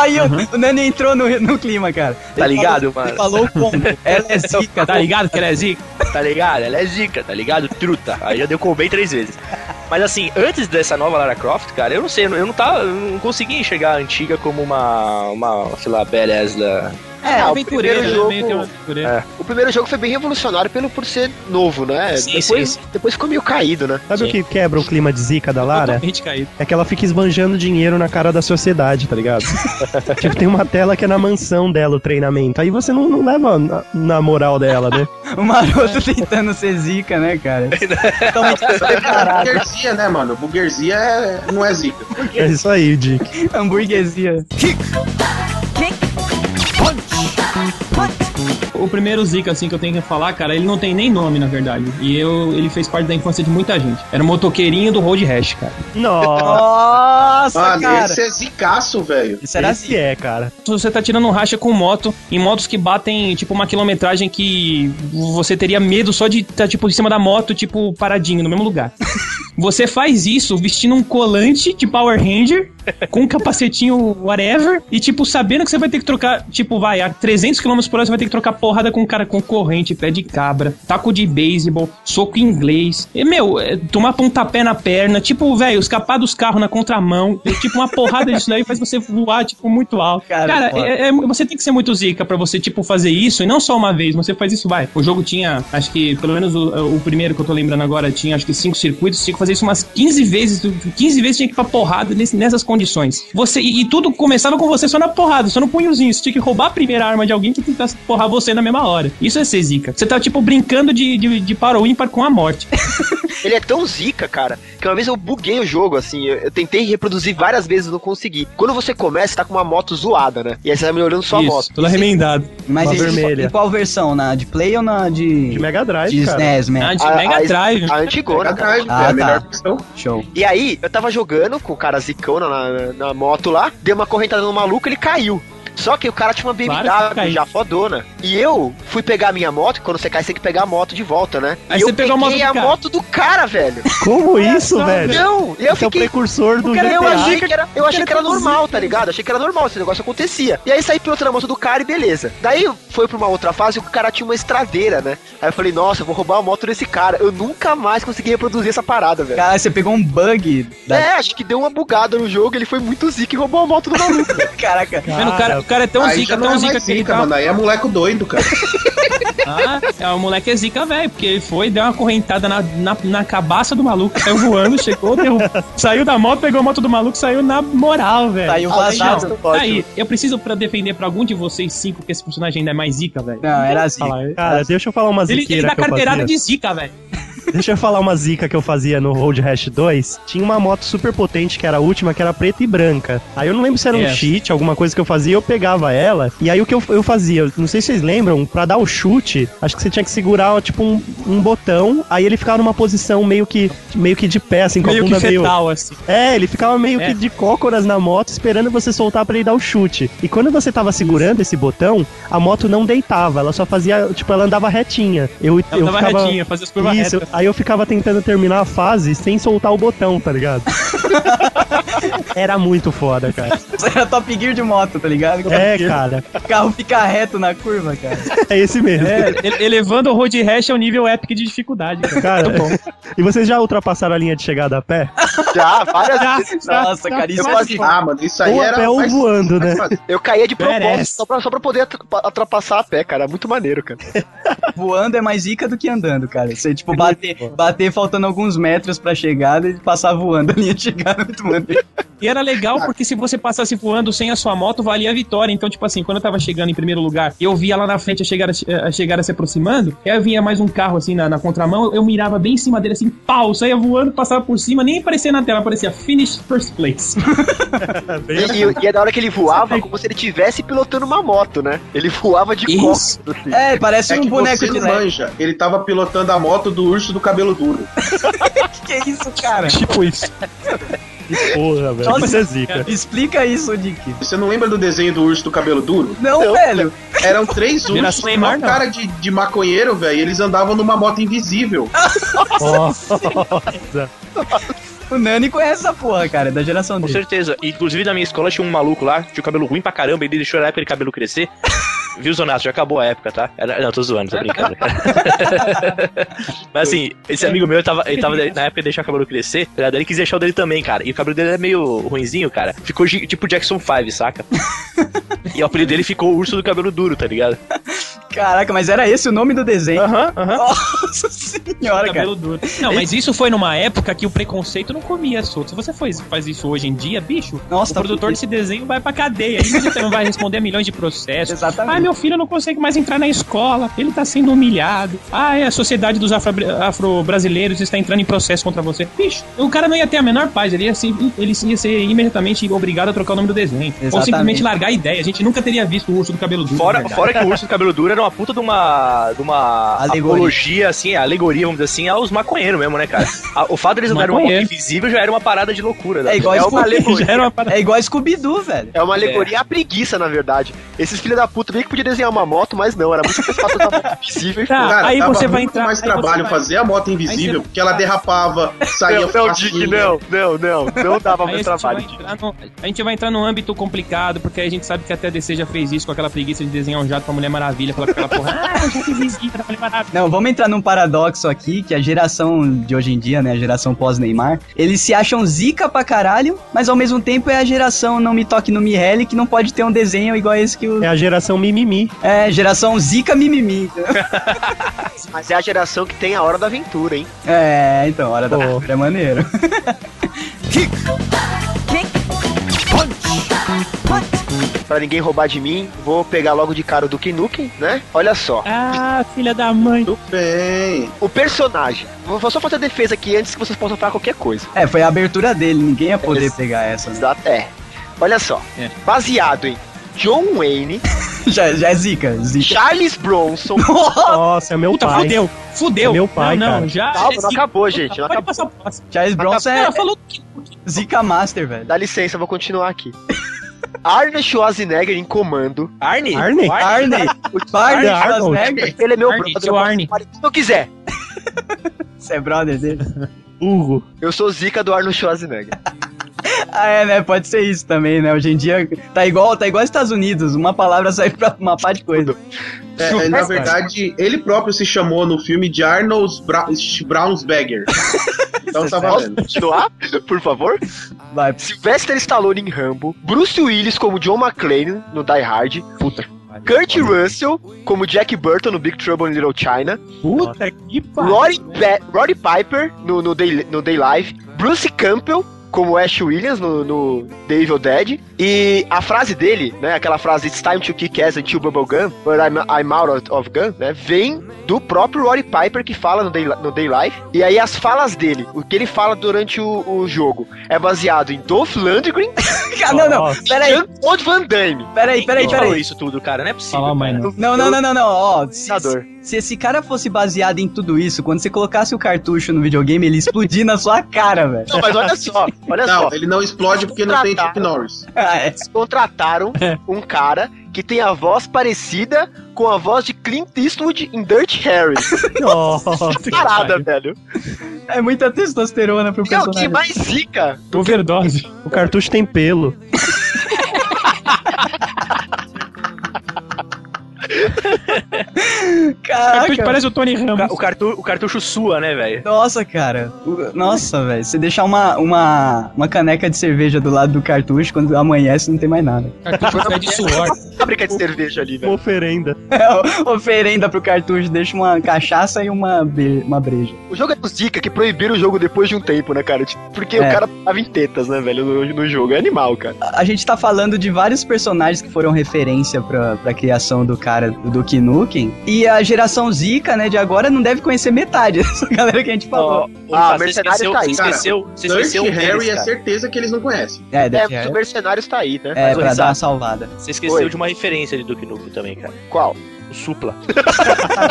Aí o, o Nani entrou no, no clima, cara. Tá Ele ligado, falou- mano? Ele falou o combo. Ela [LAUGHS] é zica. Tá ligado que ela é zica? Tá ligado? Ela é zica, tá ligado? Truta. Aí já deu combei três vezes. Mas assim, antes dessa nova Lara Croft, cara, eu não sei, eu não, eu não tava, eu não conseguia enxergar a antiga como uma, uma sei lá, badass da... É, o aventureira. primeiro né? jogo- Meio tem uma aventureira. O primeiro jogo foi bem revolucionário pelo por ser novo, né? Sim, depois, sim, depois ficou meio caído, né? Sabe o Sim. que quebra o clima de zica da Lara? Totalmente caído. É que ela fica esbanjando dinheiro na cara da sociedade, tá ligado? tipo, tem uma tela que é na mansão dela o treinamento. Aí você não, não leva na, na moral dela, né? O maroto tentando ser zica, né, [LAUGHS] cara? Totalmente preparado. Burguesia, né, mano? Burguesia é- não é zica. É isso aí, Dick. Hamburguesia. O primeiro Zika, assim, que eu tenho que falar, cara, ele não tem nem nome, na verdade. E eu, ele fez parte da infância de muita gente. Era o motoqueirinho do Road Rash, cara. Nossa, Nossa, Mano, cara. esse é zicaço, velho. Isso era esse assim. é, cara. Você tá tirando um racha com moto, em motos que batem, tipo, uma quilometragem que você teria medo só de estar, tipo, em cima da moto, tipo, paradinho, no mesmo lugar. Você faz isso vestindo um colante de Power Ranger, com um capacetinho whatever, e, tipo, sabendo que você vai ter que trocar, tipo, vai, a 300 km por hora você vai ter que trocar porrada com um cara com corrente, pé de cabra, taco de beisebol, soco inglês. E, meu, é, tomar pontapé na perna, tipo, velho, escapar dos carros na contramão, e, tipo, uma porrada disso daí faz você voar, tipo, muito alto. Cara, Cara, foda. é- é- você tem que ser muito zica pra você, tipo, fazer isso, e não só uma vez, você faz isso, vai. O jogo tinha, acho que, pelo menos o, o primeiro que eu tô lembrando agora, tinha acho que cinco circuitos, tinha que fazer isso umas 15 vezes, tu- 15 vezes tinha que ir pra porrada nesse- nessas condições. Você, e, e tudo começava com você só na porrada, só no punhozinho, você tinha que roubar a primeira arma de alguém que tentasse porrar você na mesma hora. Isso é ser zica. Você tá, tipo, brincando de, de, de par ou ímpar com a morte. Ele é tão zica, cara, que uma vez eu buguei o jogo, assim, eu, eu tentei reproduzir várias vezes, não consegui. Quando você começa, você tá com uma moto zoada, né? E aí você tá melhorando sua moto. toda remendada. Mas Uma isso, vermelha. em qual versão? Na de Play ou na de. De Mega Drive, de cara. SNES, man? Ah, de Mega Drive. A antigona, Caralho, cara. Ah, é tá. a melhor opção. Show. E aí, eu tava jogando com o cara zicona na, na moto lá, deu uma correntada no maluco, ele caiu. Só que o cara tinha uma BMW Claro que caiu. já fodona. E eu fui pegar a minha moto, quando você cai, você tem que pegar a moto de volta, né? Aí e você eu pegou a moto peguei do a cara. moto do cara, velho. Como isso, velho? Não, e eu um Esse é o fiquei precursor do é Cara, eu GTA. achei que era, eu achei que era normal, tá ligado? Achei que era normal, esse negócio acontecia. E aí saí pilotando a moto do cara e beleza. Daí foi pra uma outra fase e o cara tinha uma estradeira, né? Aí eu falei, nossa, eu vou roubar a moto desse cara. Eu nunca mais consegui reproduzir essa parada, [LAUGHS] velho. Cara, você pegou um bug. Da... É, acho que deu uma bugada no jogo, ele foi muito zica e roubou a moto do maluco. [LAUGHS] Caraca. Mano, o, cara, o cara é tão aí zica, já não tão é zica mais que ele zica, tá mano. Aí é moleque doido, cara. Ah, é, o moleque é zica, velho, porque ele foi, deu uma correntada na, na, na cabaça do maluco, saiu voando, chegou, derrubou, saiu da moto, pegou a moto do maluco, saiu na moral, velho. Saiu Aí, vazado. não, tá Aí, eu preciso pra defender pra algum de vocês cinco que esse personagem ainda é mais zica, velho. Não, era Olha assim. lá, ele- Cara, deixa eu falar uma Ele, ziqueira ele dá que eu carteirada fazia. de zica, velho. Deixa eu falar uma zica que eu fazia no Road Rash 2. Tinha uma moto super potente, que era a última, que era preta e branca. Aí eu não lembro se era um Yes. cheat, alguma coisa que eu fazia, eu pegava ela. E aí o que eu, eu fazia, eu não sei se vocês lembram, pra dar o chute, acho que você tinha que segurar, ó, tipo, um, um botão. Aí ele ficava numa posição meio que, meio que de pé, assim, com a Meio que bunda meio... fetal, assim. É, ele ficava meio É. que de cócoras na moto, esperando você soltar pra ele dar o chute. E quando você tava segurando esse botão, a moto não deitava, ela só fazia, tipo, ela andava retinha. Eu, Ela eu tava ficava... retinha, fazia as curvas Isso, retas. aí eu ficava tentando terminar a fase sem soltar o botão, tá ligado? Era muito foda, cara. Isso era Top Gear de moto, tá ligado? É, cara. O carro fica reto na curva, cara. É esse mesmo. É, ele- elevando o Road Rash ao nível épico de [LAUGHS] dificuldade, cara. [LAUGHS] Cara, e vocês já ultrapassaram a linha de chegada a pé? Já, Ah, várias vezes. Nossa, cara, isso Eu é quase- Ah, mano, isso aí Ou a era. um pé ou mais- voando, [LAUGHS] né? mais- Eu caía de propósito Merece. só pra, só pra poder atra- atrapassar a pé, cara. Muito maneiro, cara. voando é mais zica do que andando, cara. Você, tipo, bater, bater faltando alguns metros pra chegada e passar voando a linha de chegada. Muito maneiro. E era legal porque se você passasse voando sem a sua moto, valia a vitória. Então, tipo assim, quando eu tava chegando em primeiro lugar, eu via lá na frente a chegada, a chegada se aproximando, aí eu vinha mais um carro assim na, na contramão, eu mirava bem em cima dele assim, pau, saía voando, passava por cima, nem aparecia na tela, aparecia finish first place. E, e- e é da hora que ele voava como se ele estivesse pilotando uma moto, né? Ele voava de costas. assim. É, parece É um que boneco você de não leve. manja. Ele tava pilotando a moto do urso do cabelo duro. Que é isso, cara? tipo isso. Porra, velho. Nossa, Isso é zica. Explica isso, Dick. Você não lembra do desenho do urso do cabelo duro? Não, velho. Eram três ursos, Geração um Neymar, não. cara de, de maconheiro, velho, e eles andavam numa moto invisível. Nossa. O Nani conhece essa porra, cara, da geração Com dele. certeza. Inclusive na minha escola tinha um maluco lá, tinha o cabelo ruim pra caramba, ele deixou na época ele cabelo [LAUGHS] crescer. Viu, Zonato? Já acabou a época, tá? Era- Não, tô zoando, tô brincando. Mas assim, esse amigo meu, ele tava, ele tava na época de deixar o cabelo crescer, tá ligado? ele quis deixar o dele também, cara. E o cabelo dele era meio ruinzinho, cara. Ficou gi- tipo Jackson 5, [LAUGHS] saca? E o apelido dele ficou o urso do cabelo duro, tá ligado? Caraca, mas era esse o nome do desenho? Aham, aham. [LAUGHS] Nossa senhora. senhora, cara. cabelo duro. Não, mas isso foi numa época que o preconceito não comia solto. Se você faz, faz isso hoje em dia, bicho, Nossa, tá o produtor desse desenho vai pra cadeia. Aí você [LAUGHS] não vai responder a milhões de processos. Exatamente. Ah, meu filho não consegue mais entrar na escola, ele tá sendo humilhado. Ah, é a sociedade dos afro- afro-brasileiros está entrando em processo contra você. Bicho, o cara não ia ter a menor paz, ele ia ser, ele ia ser imediatamente obrigado a trocar o nome do desenho. Ou Exatamente. simplesmente largar a ideia. A gente nunca teria visto o urso do cabelo duro. na Fora, verdade. fora que o urso do cabelo duro era uma puta de uma. de uma Alegoria. apologia, assim, alegoria, vamos dizer assim, aos maconheiros mesmo, né, cara? A- o fato deles andarem uma Maconheiro. moto invisível já era uma parada de loucura. né? É igual, É Scooby- uma alegoria. [LAUGHS] Já era uma [LAUGHS] parada- é igual Scooby-Doo, velho. É uma alegoria à preguiça, na verdade. Esses filhos da puta bem que podia desenhar uma moto, mas não, era muito mais fácil da moto invisível e Tá, foda. aí dava você vai muito entrar- mais aí você trabalho vai- fazer a moto invisível, você- porque ela [LAUGHS] derrapava, saía Não, não, facinho. Dick, não, não, não, não dava Aí a meu gente trabalho. vai entrar no- a gente vai entrar num âmbito complicado, porque a gente sabe que até a DC já fez isso com aquela preguiça de desenhar um jato pra Mulher Maravilha, falar com aquela porra, ah, eu já fiz isso pra Mulher Maravilha. Não, vamos entrar num paradoxo aqui, que a geração de hoje em dia, né, a geração pós-Neymar, eles se acham zica pra caralho, mas ao mesmo tempo é a geração não me toque, não me rele, que não pode ter um desenho igual esse que o... É a geração mimimi. É, geração zica mimimi. entendeu? [LAUGHS] Mas é a geração que tem a hora da aventura, hein? É, então, hora da Pô. aventura é maneiro. Pra ninguém roubar de mim, vou pegar logo de cara o Duke Nukem, né? Olha só, Ah, filha da mãe. Tudo bem. o personagem. Vou vou só fazer a defesa aqui antes que vocês possam falar qualquer coisa. É, foi a abertura dele, ninguém ia poder Esse- pegar essa. [LAUGHS] né? Exato, é. Olha só, É. baseado em John Wayne, Já, já é zica, zica. Charles Bronson. Nossa, é meu Puta, pai. fudeu, fudeu. É meu pai, não, não, cara. já. Calma, já- não acabou, gente, não Pode acabou. passar o próximo. Charles tá Bronson é Cara, falou que. zica master, velho. Dá licença, eu vou [LAUGHS] continuar aqui. Arnold Schwarzenegger em comando. Arne? Arne? Barney, Barney Arnold. Schwarzenegger, Ele é meu Arne, brother. seu Eu posso Arne. falar Se eu quiser. você é brother dele? Hugo. Eu sou zica do Arnold Schwarzenegger. Ah, é, né? Pode ser isso também, né? Hoje em dia tá igual, tá igual Estados Unidos, uma palavra sai pra uma pá de coisa. É, é, na verdade, ele próprio se chamou no filme de Arnold Bra [LAUGHS] Brownsberger. então tá Posso valendo. continuar? Por favor? Vai. [LAUGHS] Sylvester Stallone em Rambo. Bruce Willis como John McClane no Die Hard. Puta. Kurt Russell como Jack Burton no Big Trouble in Little China. Puta que né? Roddy, Pe- Roddy Piper no, no, Day, no Day Live, Bruce Campbell como Ash Williams no, no The Evil Dead, e a frase dele, né, aquela frase It's time to kick ass until bubblegum, but I'm, I'm out of- of gun, né, vem do próprio Roddy Piper que fala no Day, no Day Live, e aí as falas dele, o que ele fala durante o, o jogo, é baseado em Dolph Lundgren Ah, não, não. Nossa. e Peraí, Jean-Claude Van Damme. peraí, peraí, Quem falou peraí. isso tudo, cara? Não é possível. Fala, mãe, cara. não. Não, não, não, não, não. Ó, se, Senador. se esse cara fosse baseado em tudo isso, quando você colocasse o cartucho no videogame, ele ia explodir na sua cara, velho. [LAUGHS] Não, mas olha só, olha só. Não, ele não explode porque não tem Chuck Norris. Ah, é. Eles contrataram um cara que tem a voz parecida com a voz de Clint Eastwood em Dirty Harry. Nossa. Parada, velho. É muita testosterona pro Não, que personagem. mais zica. Overdose. O cartucho tem pelo. Cartucho Caraca. parece o Tony O, Ramos. ca- o cartu- o cartucho sua, né, velho? Nossa, cara. O- Nossa, velho. Você deixar uma, uma, uma caneca de cerveja do lado do cartucho, quando amanhece, não tem mais nada. [LAUGHS] O cartucho é de suor. Fábrica de cerveja ali, Uma velho. oferenda. É, oferenda pro cartucho, deixa uma cachaça e uma, be- uma breja. O jogo é dos zica que proibiram o jogo depois de um tempo, né, cara? Tipo, Porque É. o cara tava em tetas, né, velho, no, no jogo. É animal, cara. A, a gente tá falando de vários personagens que foram referência pra, pra criação do cara do Duke Nukem. E a geração Zika, né, de agora não deve conhecer metade [LAUGHS] dessa galera que a gente falou. Ô, Ah, você mercenário esqueceu, tá aí, você cara. esqueceu, você Dirty esqueceu um Harry deles, é cara. certeza que eles não conhecem. É, É, deve mas o é, Mercenários tá aí, né? é, mas pra olha dar só. uma salvada. Você esqueceu Oi. de uma referência de Duke Nukem também, cara. Qual? O Supla.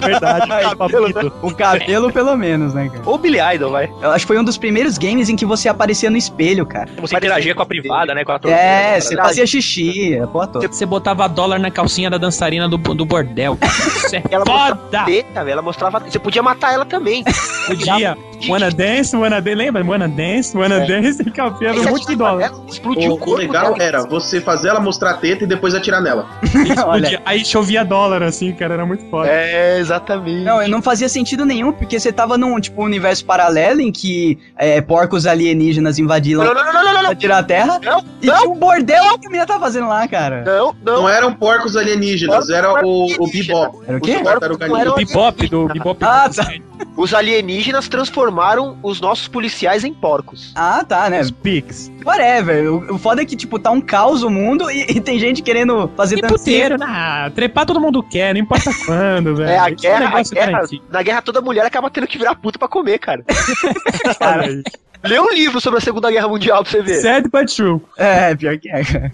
É Verdade, Cabelo, papito. O cabelo, pelo menos, né, cara? Ou Billy Idol, vai. Eu acho que foi um dos primeiros games em que você aparecia no espelho, cara. Você interagia com a privada, né, com a torcida. É, você cara. fazia xixi, é a porra toda. Você botava dólar na calcinha da dançarina do, do bordel. Isso é Ela foda! Teta, velho. Ela mostrava. Você podia matar ela também. Podia. Wanna dance, wanna dance. Lembra? Wanna dance, wanna dance. E calcinha Aí um você monte de atirava dólar. nela, Explodiu O, o, o corpo legal dela. era você fazer ela mostrar a teta e depois atirar nela. [LAUGHS] Olha, Podia. Aí chovia dólar, assim, cara. Era muito foda. É, exatamente. Não, eu não fazia sentido nenhum, porque você tava num, tipo, universo paralelo em que é, porcos alienígenas invadiram Não, não, não, não, não, não. invadiram a Terra. Não, e tinha um bordel que a menina tá fazendo lá, cara. Não, não. Não eram porcos alienígenas, era o, o Bebop. Era o quê? Os tartarugas Não era O o bebop do bebop. Ah, tá. Os alienígenas transformaram os nossos policiais em porcos. Ah, tá, né? Os Pix. Whatever. O, o foda é que, tipo, tá um caos o mundo e, e tem gente querendo fazer Que dancinha. puteiro, né? Trepar todo mundo quer, não importa quando, velho. É, a Isso um guerra, a negócio guerra- garantido. na guerra toda mulher acaba tendo que virar puta pra comer, cara. Cara, Lê um livro sobre a Segunda Guerra Mundial pra você ver. Sad but true. É, pior que é, cara.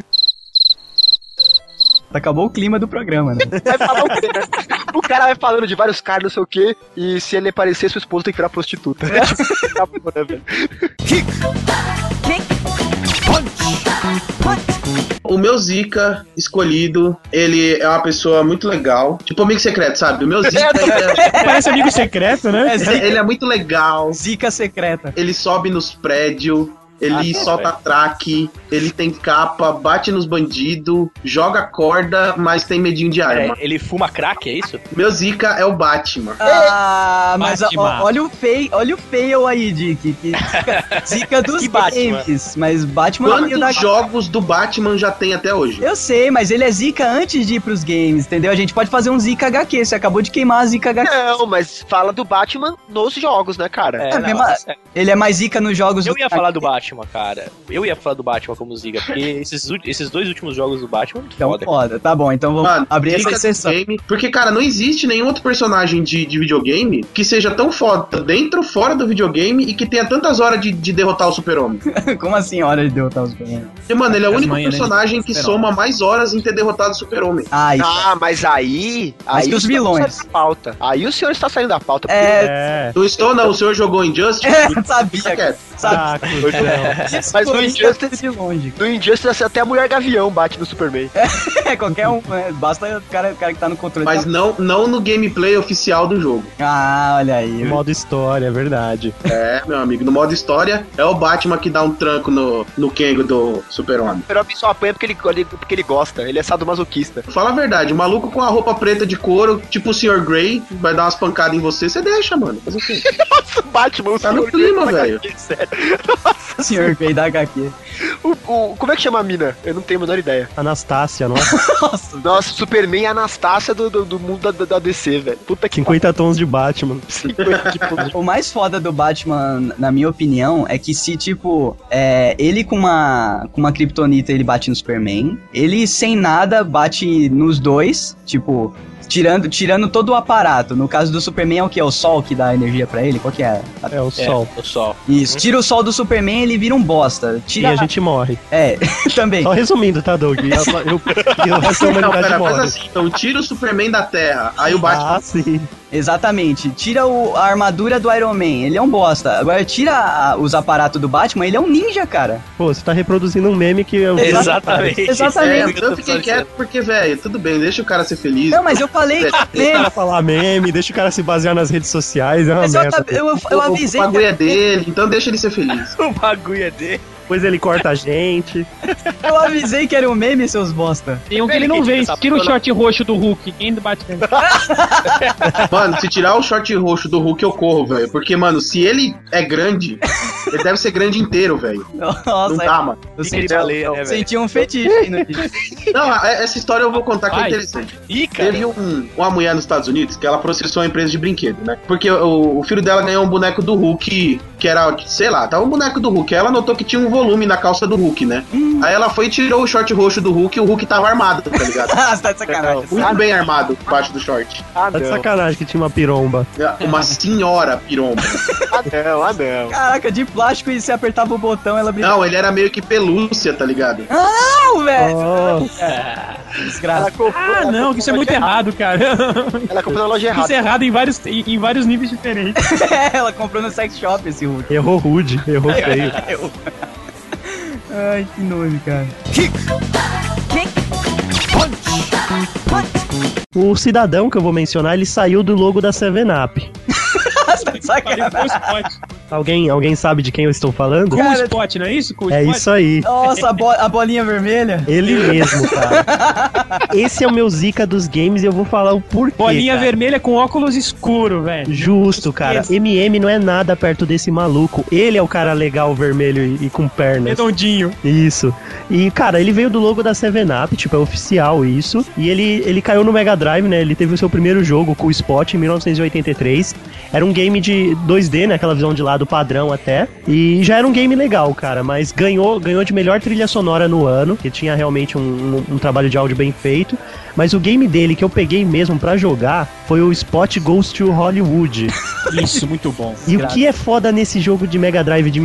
Acabou o clima do programa, né? Vai falar o quê, né? O cara vai falando de vários caras, não sei o quê, e se ele aparecer, sua esposa tem que virar prostituta. É tipo, tá bom, né, velho? O meu Zika escolhido, ele é uma pessoa muito legal. Tipo amigo secreto, sabe? O meu Zika, ele Parece amigo secreto, né? É é, zica, ele é muito legal. zica secreta. Ele sobe nos prédios. Ele Ah, não, solta traque, ele tem capa, bate nos bandidos, joga corda, mas tem medinho de arma. É, ele fuma crack, é isso? Meu Zika é o Batman. Ah, mas ó, Batman. olha o fail, olha o fail aí, Dick. Que zica, zica dos Que Batman? games. Mas Batman é o Quantos da- jogos do Batman já tem até hoje? Eu sei, mas ele é zica antes de ir pros games, entendeu? A gente pode fazer um zica HQ. Você acabou de queimar a zica HQ. Não, mas fala do Batman nos jogos, né, cara? É, mesmo- tá certo. Ele é mais zica nos jogos eu do- ia falar do Batman, cara. Eu ia falar do Batman como Ziga, porque esses, ú- esses dois últimos jogos do Batman, muito Então, foda. foda. Tá bom, então vamos Mano, abrir essa zica do sessão. game, porque, cara, não existe nenhum outro personagem de, de videogame que seja tão foda dentro ou fora do videogame e que tenha tantas horas de, de derrotar o super-homem. [LAUGHS] Como assim, hora de derrotar os problemas? Porque, mano, ele é o As único manhas, né, personagem que Super-Homem. soma mais horas em ter derrotado o super-homem. Ah, isso. Ah, mas aí. Mas aí que os o senhor vilões. tá saindo da pauta. Aí o senhor está saindo da pauta. porque É, É. Eu estou, não, o senhor jogou [LAUGHS] Injustice? é, Fica sabia, cara. quieto. Sabe? Saco, É, não. Mas o Injustice- um de longe. [LAUGHS] No Injustice assim, até a mulher gavião bate no Superman. É, qualquer um, né? Basta o cara, o cara que tá no controle. Mas da- não, não no gameplay oficial do jogo. Ah, olha aí. Modo história, é verdade. É, meu amigo, no modo história, é o Batman que dá um tranco no, no Kengo do super-homem. O Superman só apanha porque ele, ele- porque ele gosta. Ele é sadomasoquista. [LAUGHS] Fala a verdade, o maluco com a roupa preta de couro, tipo o Sr. Grey, vai dar umas pancadas em você, você deixa, mano. Mas enfim, Nossa, o Batman, o Tá no senhor- clima, velho. Sério. Senhor veio da HQ. O- o- como é que chama a mina? Eu não tenho a menor ideia. Anastácia, nossa. Nossa, Nossa, Superman e Anastácia do, do, do mundo da, da DC, velho. Puta que 50 tons de Batman. Tipo, o mais foda do Batman, na minha opinião, é que se, tipo, é, ele com uma, com uma kriptonita, ele bate no Superman. Ele sem nada bate nos dois, tipo... Tirando, tirando todo o aparato. No caso do Superman é o que? É o sol que dá energia pra ele? Qual que é? É o sol. É, o sol. Isso. Tira o sol do Superman, ele vira um bosta. E Tira a gente morre. É, [LAUGHS] também. Só resumindo, tá, Doug? Eu, eu, eu, essa Não, humanidade pera, faz morre. assim, então tira o Superman da Terra, aí o Batman... Ah, sim. Exatamente. Tira o- a armadura do Iron Man, ele é um bosta. Agora tira a- os aparatos do Batman, ele é um ninja, cara. Pô, você tá reproduzindo um meme que eu. Exatamente. É, Exatamente. eu fiquei quieto porque, velho, tudo bem, deixa o cara ser feliz. Não, mas eu falei que um Deixa o ele- cara falar meme, deixa o cara se basear nas redes sociais, é uma mas eu, merda. tá- eu, eu avisei. O bagulho é dele, então deixa ele ser feliz. O bagulho é dele. Depois ele corta a gente. Eu avisei que era um meme, seus bosta. Tem um que ele não vê. Tira o short roxo do Hulk. Quem bate nele? Mano, se tirar o short roxo do Hulk, eu corro, velho. Porque, mano, se ele é grande, ele deve ser grande inteiro, velho. Não Nossa, dá, né, mano. eu Ele senti, baleia, né, eu velho? senti um fetiche aí no vídeo. Não, a- essa história eu vou contar que é Vai. interessante. Ih, cara. Teve um- uma mulher nos Estados Unidos que ela processou a empresa de brinquedo, né? Porque o, o filho dela ganhou um boneco do Hulk, que era, sei lá, tava um boneco do Hulk. Aí Ela notou que tinha um volume na calça do Hulk, né? Aí ela foi e tirou o short roxo do Hulk e o Hulk tava armado, tá [LAUGHS] ligado? Ah, você tá de sacanagem. Muito bem armado embaixo do short. Ah, Tá de não. sacanagem que tinha uma piromba. Uma senhora piromba. Ah, não. Ah, não. Caraca, de plástico e se apertava o botão, ela brilhava. Não, ele era meio que pelúcia, tá ligado? Não, velho. Oh, Desgraça. Ah, não, que isso é muito errado, cara. Ela comprou na loja Isso errada. é errado em vários, em, em vários níveis [LAUGHS] diferentes. [LAUGHS] ela comprou no sex shop esse Hulk. errou rude, errou feio. Ai, que nojo, cara. O cidadão que eu vou mencionar, ele saiu do logo da Seven Up. Você tá de sacanagem. Pariu, foi o spot. Alguém, alguém sabe de quem eu estou falando? Com o Spot, não é isso? Com o É Spot? isso aí. Nossa, a, bo- a bolinha vermelha. Ele mesmo, cara. Esse é o meu zica dos games e eu vou falar o porquê. Bolinha cara. vermelha com óculos escuro, velho. Justo, cara. Esse. MM não é nada perto desse maluco. Ele é o cara legal, vermelho e, e com pernas. Redondinho. Isso. E, cara, ele veio do logo da 7-Up, tipo, é oficial isso. E ele, ele caiu no Mega Drive, né? Ele teve o seu primeiro jogo com o Spot em 1983. Era um game de 2D, né? Aquela visão de lado padrão até. E já era um game legal, cara. Mas ganhou, ganhou de melhor trilha sonora no ano, que tinha realmente um, um- um trabalho de áudio bem feito. Mas o game dele que eu peguei mesmo pra jogar foi o Spot Goes to Hollywood. Isso, muito bom. E o que é foda nesse jogo de Mega Drive de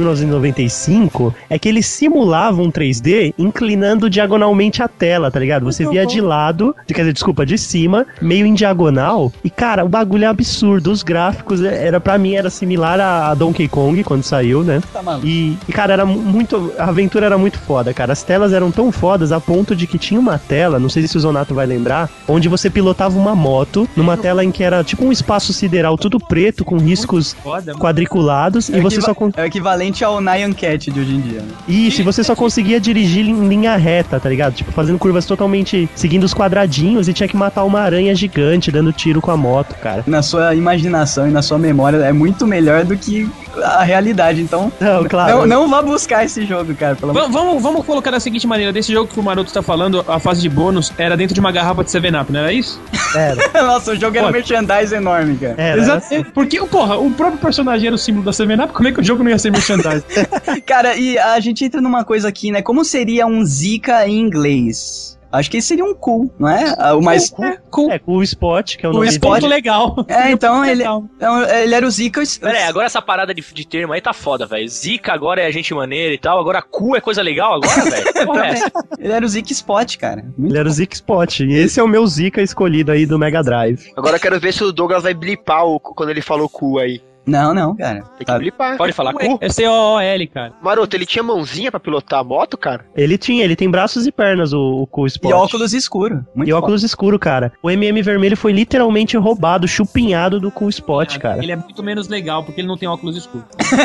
1995 é que ele simulava um 3D inclinando diagonalmente a tela, tá ligado? Você via de lado, quer dizer, desculpa, de cima, meio em diagonal. E cara, o bagulho é absurdo. Os gráficos é- era para mim era similar a a Donkey Kong quando saiu, né? Tá maluco. E, e, cara, era mu- muito. A aventura era muito foda, cara. As telas eram tão fodas a ponto de que tinha uma tela, não sei se o Zonato vai lembrar, onde você pilotava uma moto numa tela em que era tipo um espaço sideral tudo preto, com riscos Foda, mano. quadriculados, e você equiva- só. con- é o equivalente ao Nyan Cat de hoje em dia. né? Isso, e você só conseguia dirigir em linha reta, tá ligado? Tipo, fazendo curvas totalmente. seguindo os quadradinhos e tinha que matar uma aranha gigante dando tiro com a moto, cara. Na sua imaginação e na sua memória é muito melhor do que a realidade. Então, Não, claro. não, não vá buscar esse jogo, cara. Pelo amor Va- Vamos, vamos colocar da seguinte maneira: desse jogo que o Maroto tá falando, a fase de bônus era dentro de uma garrafa de 7-Up, não era isso? Era, [LAUGHS] Nossa, o jogo era um merchandise enorme, cara. era. Exato. Porque, porra, o próprio personagem era o símbolo da 7-Up, como é que o jogo não ia ser merchandising? [LAUGHS] Cara, e a gente entra numa coisa aqui, né? Como seria um Zika em inglês? Acho que seria um cool, não é? Ah, O mais. Com É, com o Spot, que é o O nome Spot dele. ponto legal. [LAUGHS] É, então ele, Legal. então, ele era o Zika. Pera aí, agora essa parada de, de termo aí tá foda, velho. Zica agora é gente maneira e tal, agora cu é coisa legal agora, velho. [LAUGHS] Que porra é essa? Ele era o Zika Spot, cara. Ele era o Zika Spot. E esse é o meu Zika escolhido aí do Mega Drive. Agora eu quero ver se o Douglas vai blipar o, quando ele falou cu aí. Não, não, cara. Tem que Tá- blipar. Ah, Pode falar cu? É C-O-O-L, cara. Maroto, ele tinha mãozinha pra pilotar a moto, cara? Ele tinha, ele tem braços e pernas, o, o Cool Spot. E óculos escuro. Muito E óculos escuro, cara. O MM vermelho foi literalmente roubado, chupinhado do Cool Spot, cara. Ele é muito menos legal porque ele não tem óculos escuros. [LAUGHS] foda.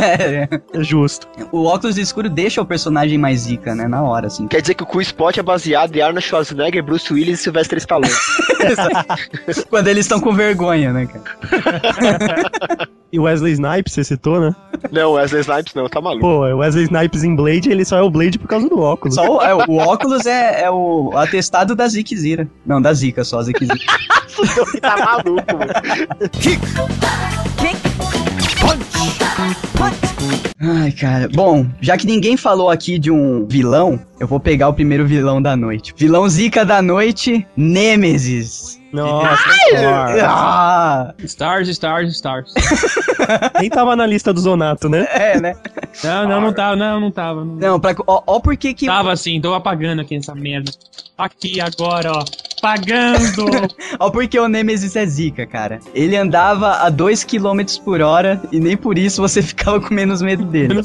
É Justo. É, o óculos escuro deixa o personagem mais zica, né? Na hora, assim. Quer dizer que o cu spot é baseado em Arnold Schwarzenegger, Bruce Willis e [LAUGHS] Sylvester Stallone. Quando eles estão com vergonha, né, cara? E Wesley Snipes, você citou, né? não, Wesley Snipes não, tá maluco. Pô, é Wesley Snipes em Blade, ele só é o Blade por causa do óculos. Só o, é, o óculos é, é o atestado da Zikzira. Não, da Zika só, [LAUGHS] Zikzira. Você tá maluco, mano. Ai, cara. Bom, já que ninguém falou aqui de um vilão, eu vou pegar o primeiro vilão da noite. Vilão zica da noite, Nemesis. Nossa, Ah, Stars, stars, stars. nem tava na lista do Zonato, né? é, né? Não, não, não tava, não, não tava. Não... Não, pra, ó, ó por que que... Tava assim, tô apagando aqui essa merda. Aqui agora, ó. Pagando! Ó por que o Nemesis é zica, cara. Ele andava a 2 km por hora e nem por isso você [LAUGHS] ficava com menos medo [LAUGHS] dele.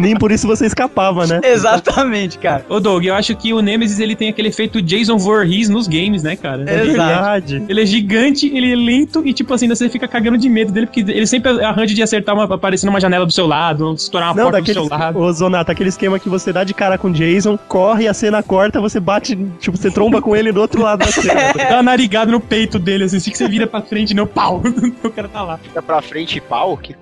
Nem por isso você escapava, né? Exatamente, cara. Ô Doug, eu acho que o Nemesis ele tem aquele efeito Jason Voorhees nos games, né, cara? É. Exato. Verdade. Ele é gigante, ele é lento e, tipo assim, ainda você fica cagando de medo dele, porque ele sempre arranja de acertar uma, aparecer numa janela do seu lado, ou estourar uma Não, porta do daquele. tipo seu lado. Ô, Zonato, aquele esquema que você dá de cara com o Jason, corre, a cena corta, você bate, tipo, você tromba com ele do outro lado da cena. É. Dá uma narigada no peito dele, assim, assim que você vira pra frente, não, pau! [LAUGHS] o cara tá lá. Fica pra frente e pau? Que...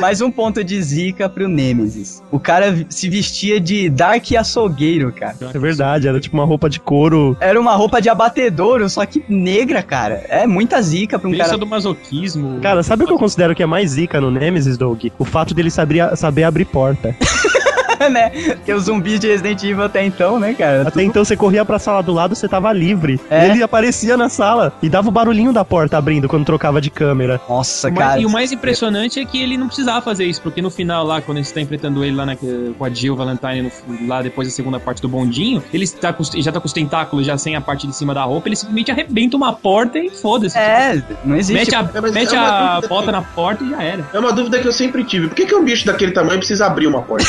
Mais um ponto de zica pro Nemesis. O cara vi- se vestia de Dark Açougueiro, cara. É verdade, era tipo uma roupa de couro. Era uma roupa de abatedouro, só que negra, cara. É muita zica pra um Pensa cara. do masoquismo. Cara, sabe o que eu considero que é mais zica no Nemesis, Doug? O fato dele saber, saber abrir porta. [LAUGHS] né? Porque os zumbis de Resident Evil até então, né, cara? Até então você corria pra sala do lado, você tava livre. É. Ele aparecia na sala e dava o barulhinho da porta abrindo quando trocava de câmera. Nossa, O mais- cara. e o mais impressionante é que ele não precisava fazer isso, porque no final lá, quando a gente tá enfrentando ele lá na- com a Jill Valentine, no- lá depois da segunda parte do bondinho, ele tá com os- já tá com os tentáculos já sem a parte de cima da roupa, ele simplesmente arrebenta uma porta e foda-se. É, não existe. Mete a, É, mas mete é uma a dúvida bota que- na porta e já era. É uma dúvida que eu sempre tive. Por que, que um bicho daquele tamanho precisa abrir uma porta?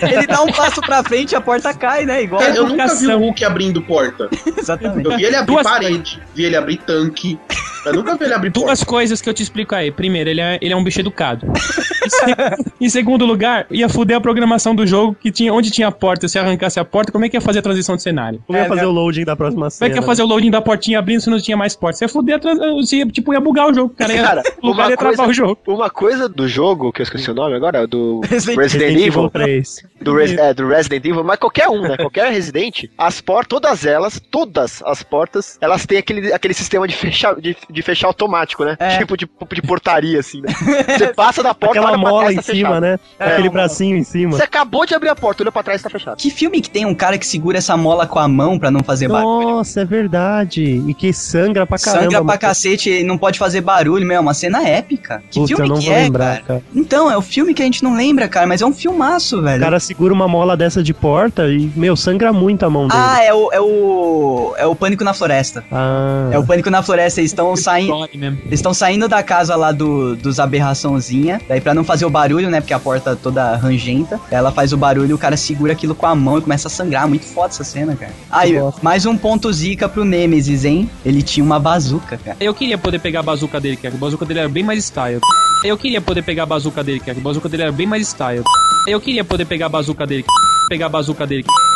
Ele dá um passo pra frente e a porta cai, né? [LAUGHS] Igual. Cara, eu nunca vi educação. o Hulk abrindo porta. Exatamente. Eu vi ele abrir Duas- parede, vi ele abrir tanque, Eu nunca vi ele abrir porta. Duas coisas que eu te explico aí. Primeiro, ele é, ele é um bicho [LAUGHS] educado. E se- em segundo lugar, ia fuder a programação do jogo que tinha, onde tinha a porta. Se arrancasse a porta, como é que ia fazer a transição de cenário? É, Como ia fazer o loading da próxima Como cena? é que ia fazer o loading da portinha abrindo se não tinha mais porta? Você ia fuder a transição. Tipo, ia bugar o jogo. O cara é ia, Cara, o lugar uma ia travar coisa- o jogo. Uma coisa do jogo, que eu esqueci o nome agora, do Resident- Resident Resident Evil Evil, 3. do, Res- é, do Resident Evil, mas qualquer um, né? Qualquer [LAUGHS] Resident, as portas, todas elas, todas as portas, elas têm aquele, aquele sistema de fechar, de, de fechar automático, né? É. Tipo de, de portaria, assim, [LAUGHS] né? Você passa da porta, Aquela olha pra mola trás, em tá cima, fechado. né? É, Aquele uma- bracinho em cima. Você acabou de abrir a porta, olhou pra trás e tá fechado. Que filme que tem um cara que segura essa mola com a mão pra não fazer barulho? Nossa, é verdade. E que sangra pra caramba. Sangra pra mano. cacete e não pode fazer barulho, meu. É uma cena épica. Que Puta, filme eu não que vou é, lembrar, cara? Então, é o filme que a gente não lembra, cara, mas é um filmaço, O velho. cara segura uma mola dessa de porta e, meu, sangra muito a mão dele. ah, é o, é o. É o Pânico na Floresta. Ah. É o Pânico na Floresta, eles estão saindo. Dói mesmo. Eles estão saindo da casa lá do, dos aberraçãozinha, daí pra não fazer o barulho, né, porque a porta toda rangenta, ela faz o barulho, o cara segura aquilo com a mão e começa a sangrar, muito foda essa cena, cara. Aí, Eu gosto. mais um ponto zica pro Nemesis, hein? Ele tinha uma bazuca, cara. Eu queria poder pegar a bazuca dele, que a bazuca dele era bem mais style. Eu queria poder pegar a bazuca dele, que a bazuca dele era bem mais style. Eu queria poder pegar a bazuca dele, que- pegar a bazuca dele. que-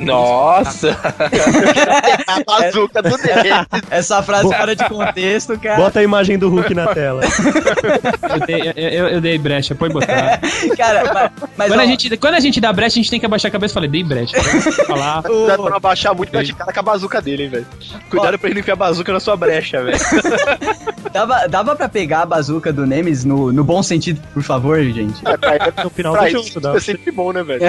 Nossa! A bazuca do dele. Essa frase fora de contexto, cara. Bota a imagem do Hulk na [LAUGHS] tela. Eu dei, eu- eu- eu dei brecha, pode botar. Cara, mas- mas Quando ó, a, gente, quando a gente dá brecha, a gente tem que abaixar a cabeça e falar, dei brecha. falar. [LAUGHS] Dá pra baixar muito pra de cara com a bazuca dele, hein, velho. Cuidado pra ele não enfiar a bazuca na sua brecha, velho. dava, dava pra pegar a bazuca do Nemesis no, no bom sentido, por favor, gente. É, pra ele, No final pra do ele jogo, dá. é sempre bom, né, velho?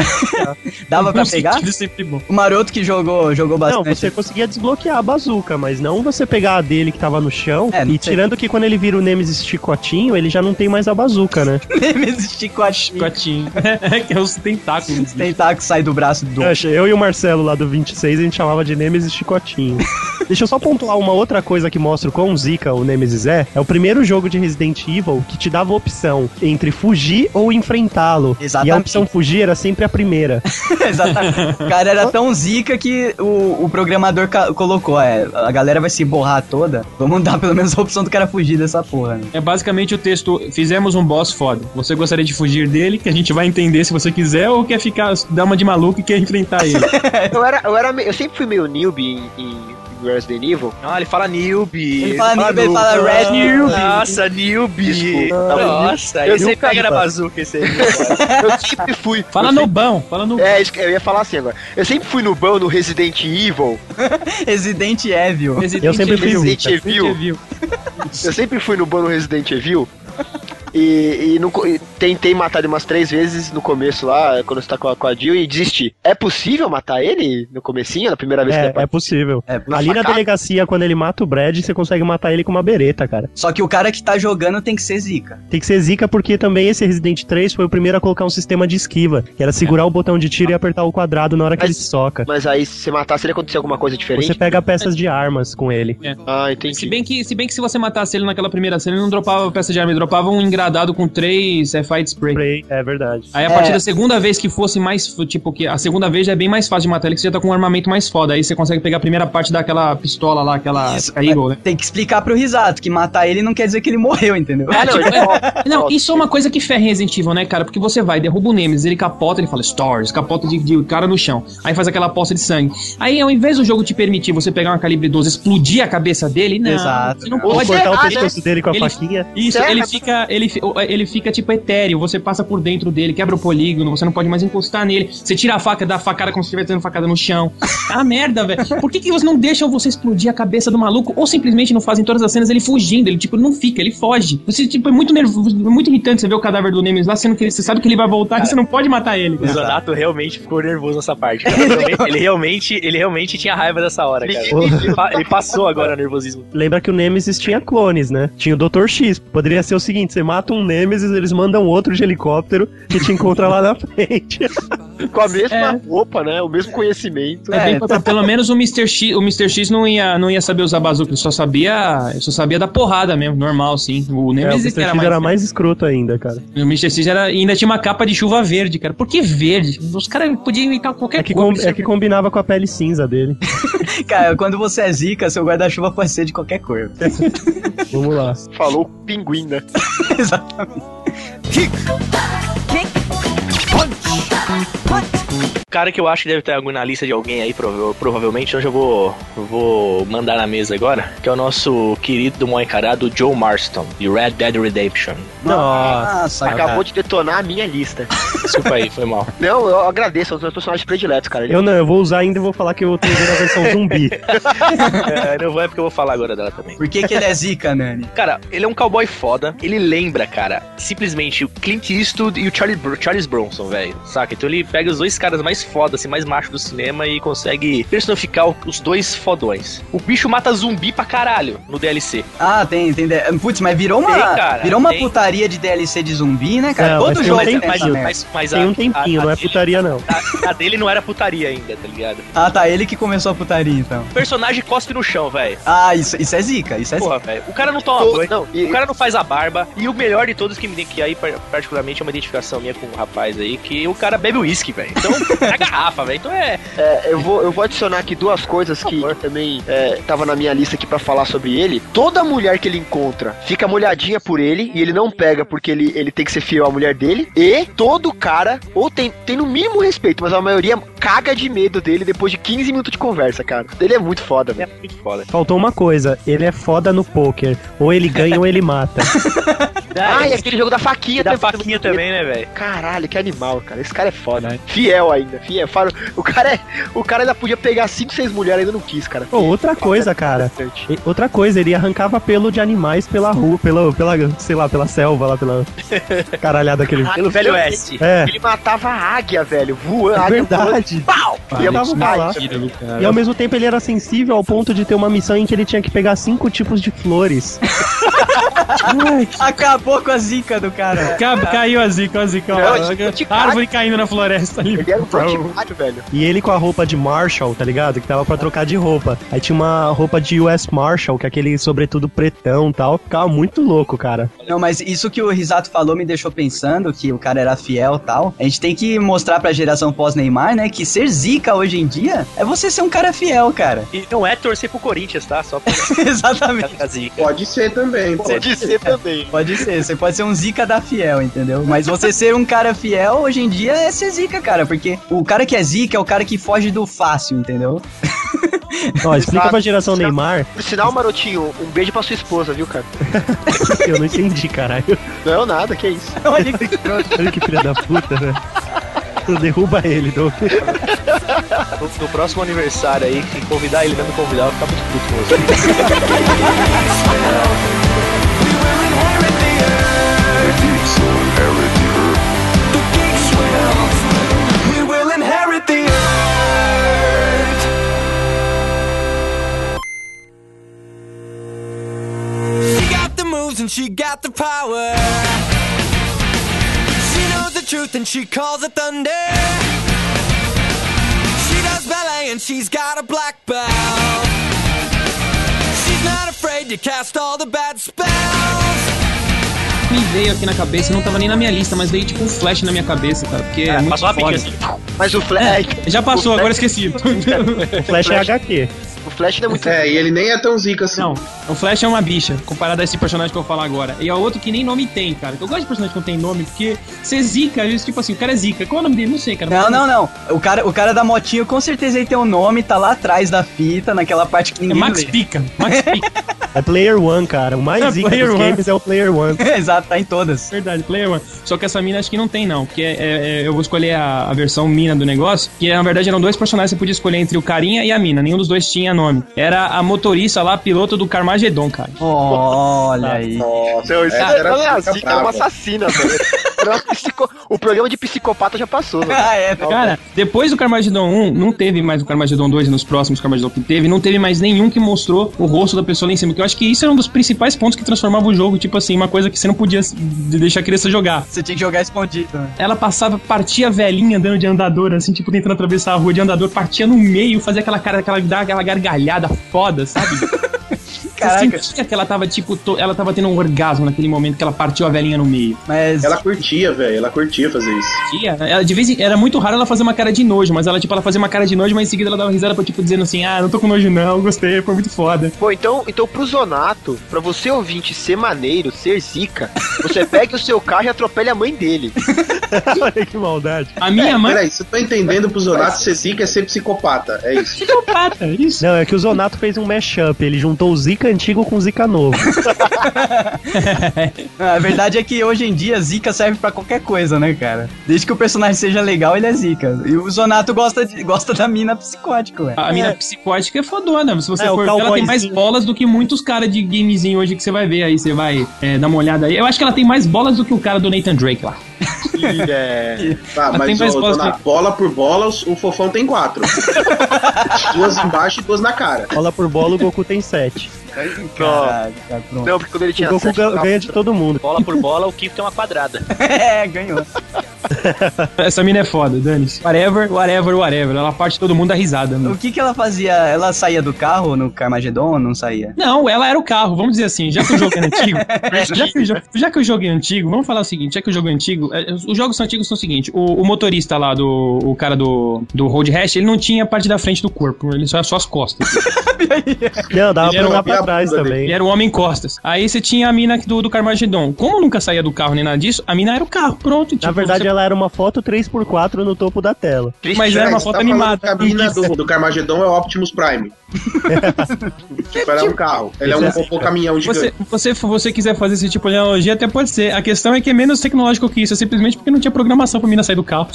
Dava pra Um pegar? sentido sempre bom. O maroto que jogou, jogou Não, bastante. você conseguia desbloquear a bazuca, mas não você pegar a dele que tava no chão. É, não e sei. tirando que quando ele vira o Nemesis chicotinho, ele já não tem mais a bazuca, né? [LAUGHS] Nemesis chicotinho. Cotinho. [LAUGHS] que é os tentáculos. bicho. Tentar que sai do braço do. [LAUGHS] É, Eu, achei- eu e o Marcelo lá do 26, a gente chamava de Nemesis Chicotinho. [LAUGHS] Deixa eu só pontuar uma outra coisa que mostra o quão zica o Nemesis é. É o primeiro jogo de Resident Evil que te dava a opção entre fugir ou enfrentá-lo. E a Exatamente. opção fugir era sempre a primeira. [LAUGHS] Exatamente. O cara era tão zica que o, o programador ca- colocou, é, a galera vai se borrar toda, vamos dar pelo menos a opção do cara fugir dessa porra. Né? [LAUGHS] É basicamente o texto, fizemos um boss foda. Você gostaria de fugir dele, que a gente vai entender se você quiser, ou quer ficar, dar uma de maluco e quer enfrentar ele. Eu, era, eu, era, me- eu sempre fui meio newbie em, em Resident Evil. Não, Ah, ele fala newbie. Ele fala newbie, ele fala red newbie. Nossa, newbie. Desculpa. Nossa, Eu ele sempre nunca pega vi, na mano. bazuca esse aí. [LAUGHS] Eu sempre fui. Fala eu no bão, fala no. sempre- É, isso que eu ia falar assim agora. Eu sempre fui no bão no Resident Evil. Resident Evil. Resident Eu sempre fui Evil. o Resident Zica. Evil. Eu sempre fui no bom no Resident Evil. E, e não co- e tentei matar ele umas três vezes no começo lá, quando você tá com a, com a Jill, e desisti. É possível matar ele no comecinho, na primeira vez que É, ele é possível. É, Ali na facada. delegacia, quando ele mata o Brad, você consegue matar ele com uma bereta, cara. Só que o cara que tá jogando tem que ser zica. Tem que ser zica porque também esse Resident 3 foi o primeiro a colocar um sistema de esquiva, que era segurar o botão de tiro e apertar o quadrado na hora que Mas- ele soca. Mas aí, se você matasse ele, acontecia alguma coisa diferente? Você pega peças de armas com ele. Ah, Se entendi. bem, que, se bem que se você matasse ele naquela primeira cena, ele não dropava peça de arma, ele dropava um engradado com três é, fight spray. Spray, É verdade. Aí a É. partir da segunda vez que fosse mais, f- tipo, que a segunda vez já é bem mais fácil de matar ele, que você já tá com um armamento mais foda. Aí você consegue pegar a primeira parte daquela pistola lá, aquela Isso, a Eagle, né? Tem que explicar pro Risato que matar ele não quer dizer que ele morreu, entendeu? [LAUGHS] Ah, não, ele volta. é, [LAUGHS] Não, Nossa. isso é uma coisa que ferra em Resident Evil, né, cara? Porque você vai, derruba o Nemesis, ele capota, ele fala Stars, capota de, de cara no chão. Aí faz aquela poça de sangue. Aí ao invés do jogo te permitir você pegar uma calibre 12 explodir a cabeça dele, não. Exato, Você não Ou pode. cortar o errar, né? pescoço dele com a é Ele- faquinha. Isso, Certo. ele fica, ele, fi- ele fica tipo etéreo, você passa por dentro dele, quebra o polígono, você não pode mais encostar nele, você tira a faca, dá a facada como se estivesse dando facada no chão. Ah, merda, velho. Por que, que eles não deixam você explodir a cabeça do maluco? Ou simplesmente não fazem todas as cenas ele fugindo, ele tipo, não fica, ele foge. Você, tipo, é muito nervoso, é muito irritante você ver o cadáver do Nemesis lá, sendo que ele- você sabe que ele vai voltar e você não pode matar ele. É, O Zonato realmente ficou nervoso nessa parte. cara. Ele realmente- ele, realmente, ele realmente tinha raiva dessa hora, cara. Ele, pa- ele passou agora o nervosismo. Lembra que o Nemesis tinha clones, né? Tinha o Dr. X. Poderia ser o seguinte: você mata um Nemesis, eles mandam outro de helicóptero que te encontra lá na [LAUGHS] frente. Com a mesma É. roupa, né? O mesmo conhecimento. É, bem É, contra- pelo menos o Mr. X, o Mr. X não ia, não ia saber usar bazuca, ele só sabia, só sabia da porrada mesmo, normal sim. É, O o Mr. Nemesis X mais era mais escroto ainda, cara. E O Mr. X era, e ainda tinha uma capa de chuva verde, cara. Por que verde? Os caras podiam inventar qualquer É que, com- coisa. é que combinava com a pele cinza dele. Cara, quando você é zica, seu guarda-chuva pode ser de qualquer cor. [LAUGHS] Vamos lá. Falou pinguim, né? Exato. cara que eu acho que deve ter algum na lista de alguém aí, prova- provavelmente, então eu já vou, vou mandar na mesa agora, que é o nosso querido mal encarado Joe Marston, de Red Dead Redemption. Nossa. Ah, Nossa, cara. tá. Acabou de detonar a minha lista. Desculpa aí, foi mal. Não, eu agradeço, é um dos meus personagens prediletos, cara. Ele- Eu não, eu vou usar ainda e vou falar que eu tô usando a versão zumbi. É, não é porque eu vou falar agora dela também. Por que, que ele é zica, Nani? Cara, ele é um cowboy foda. Ele lembra, cara, simplesmente o Clint Eastwood e o Charlie Br- Charles Bronson, velho. Saca? Então ele pega os dois caras mais foda, assim, mais macho do cinema e consegue personificar o- os dois fodões. O bicho mata zumbi pra caralho no DLC. Ah, tem, tem. de- Putz, mas virou uma, Tem, cara, virou uma tem. putaria de DLC de zumbi, né, cara? Não, Todo mas tem jogo um tem mas, tempinho, essa mas, merda. mas, mas Tem um tempinho, não é dele- putaria não. a- a dele não era putaria ainda, tá ligado? Ah, tá, ele que começou a putaria, então. O personagem cospe no chão, velho. Ah, isso, isso é zica, isso é zica. Porra, velho. O cara não toma Tô- banho. não, e- O cara não faz a barba. E o melhor de todos que me que aí, par- particularmente, é uma identificação minha com um rapaz aí, que o cara bebe uísque, velho. Então, [LAUGHS] na garrafa, velho. Então é. É, eu, vou, eu vou adicionar aqui duas coisas que, que também é, tava na minha lista aqui pra falar sobre ele. Toda mulher que ele encontra fica molhadinha por ele e ele não pega porque ele, ele tem que ser fiel à mulher dele. E todo cara, ou tem, tem no mínimo respeito, mas a maioria caga de medo dele depois de 15 minutos de conversa, cara. Ele é muito foda, velho. É muito foda. Faltou uma coisa, ele é foda no poker. Ou ele ganha ou ele [LAUGHS] mata. Ah, e aquele jogo da faquinha E da faquinha também, né, velho? Caralho, que animal, cara. Esse cara é foda. Fiel ainda, fiel. Fala- O cara, é, o cara ainda podia pegar 5, 6 mulheres, ainda não quis, cara. Pô, outra coisa, cara. E- Outra coisa, ele arrancava pelo de animais pela rua, pela, pela sei lá, pela selva lá, [LAUGHS] pela caralhada aquele. Pelo velho oeste. É, Ele matava a águia, velho. Voando, é águia voando. verdade. Pau! Ele tava pra lá. Tira do cara. E ao mesmo tempo ele era sensível ao ponto de ter uma missão em que ele tinha que pegar cinco tipos de flores. [LAUGHS] Acabou com a zica do cara. Ca- Caiu a zica, a zica. ó. Não, gente, árvore caindo na floresta ali. Ele era um botimário, velho. E ele com a roupa de Marshall, tá ligado? Que tava pra trocar de roupa. Aí tinha uma roupa de US Marshall, que é aquele sobretudo pretão e tal. Ficava muito louco, cara. Não, mas isso que o Risato falou me deixou pensando que o cara era fiel e tal. A gente tem que mostrar pra geração pós-Neymar, né, que ser zica hoje em dia é você ser um cara fiel, cara. [LAUGHS] E não é torcer pro Corinthians, tá? Só pra Exatamente. ficar zica. Pode ser também. pô. Pode ser também. Pode ser, você pode ser um zica da fiel, entendeu? Mas você ser um cara fiel hoje em dia é ser zica, cara, porque o cara que é zica é o cara que foge do fácil, entendeu? [LAUGHS] Ó, explica Exato. pra geração Neymar, Por sinal, Marotinho, um beijo pra sua esposa, viu, cara? que eu não entendi, [LAUGHS] caralho. Não, nada, que isso. Olha que Olha que filha da puta, né? Derruba ele, [LAUGHS] Doug. No, no próximo aniversário aí, se convidar ele, não me convidar, eu vou ficar muito puto com você. She got the moves and she got the power. She knows the truth and she calls it thunder. She does ballet and she's got a black belt. She's not afraid to cast all the bad spells. Me veio aqui na cabeça, não tava nem na minha lista, mas veio tipo um flash na minha cabeça, cara. Porque é muito Passou rapidinho foda. assim. Mas o Flash. Já passou, o agora Flash, esqueci. Flash é HQ. O Flash não é muito. É, e ele nem é tão zica assim. [LAUGHS] Não, o Flash é uma bicha, comparado a esse personagem que eu vou falar agora. E é outro que nem nome tem, cara. Eu gosto de personagem que não tem nome, porque você zica, às vezes, tipo assim, o cara é zica. Qual é o nome dele? Não sei, Não, cara. não, não. O cara, o cara da motinha, com certeza ele tem um nome, tá lá atrás da fita, naquela parte que É ninguém Max lê. Pica. Max Pica, É Player One, cara. O É mais zica Player dos One. games é o Player [LAUGHS] One. [LAUGHS] Exato, tá em todas. verdade, player one. Só que essa mina acho que não tem, não. Porque é- é- é- eu vou escolher a, a versão mina do negócio, que na verdade eram dois personagens que você podia escolher entre o carinha e a mina. Nenhum dos dois tinha nome. Era a motorista lá, piloto do Carmageddon, cara. Olha aí. Nossa, Não, isso essa não, não é zica assim, é brava. uma assassina, velho. Era uma psico- O programa de psicopata já passou, [LAUGHS] velho. [LAUGHS] Ah, é. Cara, depois do Carmageddon 1, não teve mais o Carmageddon 2 e nos próximos Carmageddon que teve, não teve mais nenhum que mostrou o rosto da pessoa lá em cima. Que eu acho que isso era um dos principais pontos que transformava o jogo, tipo assim, uma coisa que você não podia s- de- deixar a criança jogar. Você tinha que jogar escondido. né? Ela passava, partia a velhinha andando de andador, assim, tipo, tentando atravessar a rua de andador, partia no meio, fazia aquela cara, aquela, dava aquela gargalhada foda, sabe? Caraca. Eu sentia que ela tava, tipo, to- ela tava tendo um orgasmo naquele momento que ela partiu a velhinha no meio. Mas Ela curtia, velho. Ela curtia fazer isso. Tia, ela, de vez em, era muito raro ela fazer uma cara de nojo, mas ela, tipo, ela fazia uma cara de nojo, mas em seguida ela dava risada pra, tipo, dizendo assim, ah, não tô com nojo não, gostei, foi muito foda. Bom, então, então pro Zonato, pra você ouvinte ser maneiro, ser zica, você pega o seu carro e atropela a mãe dele. Olha que maldade. A minha mãe Peraí, você tá entendendo pro Zonato ser zica é ser psicopata. É isso. [LAUGHS] é psicopata, isso. Não, é que o Zonato fez um mashup, ele juntou o Zika antigo com o Zika novo. a verdade é que hoje em dia zica serve pra qualquer coisa, né, cara? Desde que o personagem seja legal, ele é zica. E o Zonato gosta, de- [LAUGHS] gosta da mina psicótica, ué. A mina psicótica é fodona. Se você É, o for ver, ela tem mais cowboyzinho. bolas do que muitos caras de gamezinho hoje que você vai ver aí. Você vai é, dar uma olhada aí. Eu acho que ela tem mais bolas do que o cara do Nathan Drake lá. é. Tá, Mas tem mas, mais ô, bolas Zonato, bola por bola, os- o fofão tem [LAUGHS] quatro. duas embaixo e duas na cara. Bola por bola, o Goku tem 7. Caralho, cara, pronto. Não, porque quando ele O tinha Goku sete, ga- tava- ganha de todo mundo. Bola por bola, o Kiko tem uma quadrada. [LAUGHS] É, ganhou. [LAUGHS] Essa mina é foda, dane-se. Whatever, whatever, whatever. Ela parte todo mundo da risada. né? O que que ela fazia? Ela saía do carro no Carmageddon ou não saía? Não, ela era o carro, vamos dizer assim, já que o jogo é [LAUGHS] antigo. já, que o jo- já que o jogo é antigo, vamos falar o seguinte: já que o jogo é antigo, é, os jogos antigos são o seguinte: o, o motorista lá, do, o cara do, do Road Rash, ele não tinha a parte da frente do corpo, ele só, só as costas. Não, dava Ele pra era andar uma pra trás piabunda Ele também. era o homem costas. Aí você tinha a mina do, do Carmageddon. Como nunca saía do carro nem nada disso, a mina era o carro. Pronto, Na tipo, verdade, é um você- ela era uma foto 3x4 no topo da [LAUGHS] tela. Triste mas era Peraí, É, uma você foto tá falando que animada. A mina do, do Carmageddon é o Optimus [LAUGHS] Prime. tipo, ela é um carro. Ele é um robô caminhão gigante. assim, Você, você, você quiser fazer esse tipo de analogia, até pode ser. A questão é que é menos tecnológico que isso, é simplesmente porque não tinha programação pra mina sair do carro.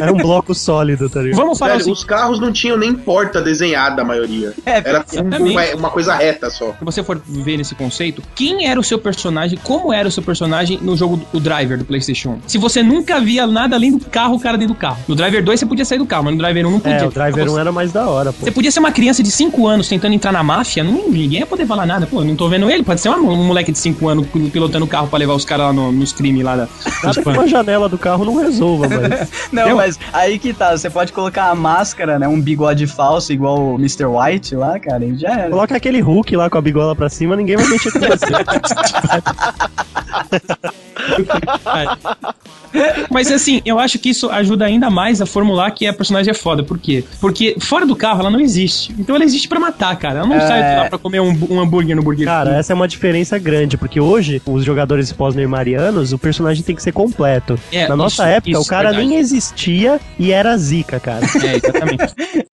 Era um bloco sólido, tá ligado? Vamos falar Velho, assim. os carros não tinham nem porta desenhada, a maioria. É, Era um- exatamente. uma coisa reta só. Se você for ver nesse conceito, quem era o seu personagem, como era o seu personagem no jogo do- o Driver do PlayStation 1? Se você nunca via nada além do carro, o cara dentro do carro. No Driver 2 você podia sair do carro, mas no Driver 1 não podia. É, o Driver 1 era mais da hora, pô. Você podia ser uma criança de 5 anos tentando entrar na máfia, não, ninguém ia poder falar nada. Pô, não tô vendo ele. Pode ser uma- um moleque de 5 anos pilotando o carro pra levar os caras lá no- nos crimes lá da. [LAUGHS] dos Nada que pan- uma janela do carro não resolva, [LAUGHS] mas... Não, Eu- mas aí que tá, você pode colocar a máscara, né? Um bigode falso igual o Mr. White lá, cara, e já era. Coloca aquele Hulk lá com a bigola pra cima, ninguém vai mexer com você. Mas assim, eu acho que isso ajuda ainda mais a formular que a personagem é foda. Por quê? Porque fora do carro ela não existe. Então ela existe pra matar, cara. Ela não É. sai lá pra comer um, um hambúrguer no Burger Cara, King. essa é uma diferença grande, porque hoje, os jogadores pós-neymarianos, o personagem tem que ser completo. É, Na nossa isso- época, isso, o cara verdade. nem existia e era zica, cara. É, [LAUGHS] exatamente.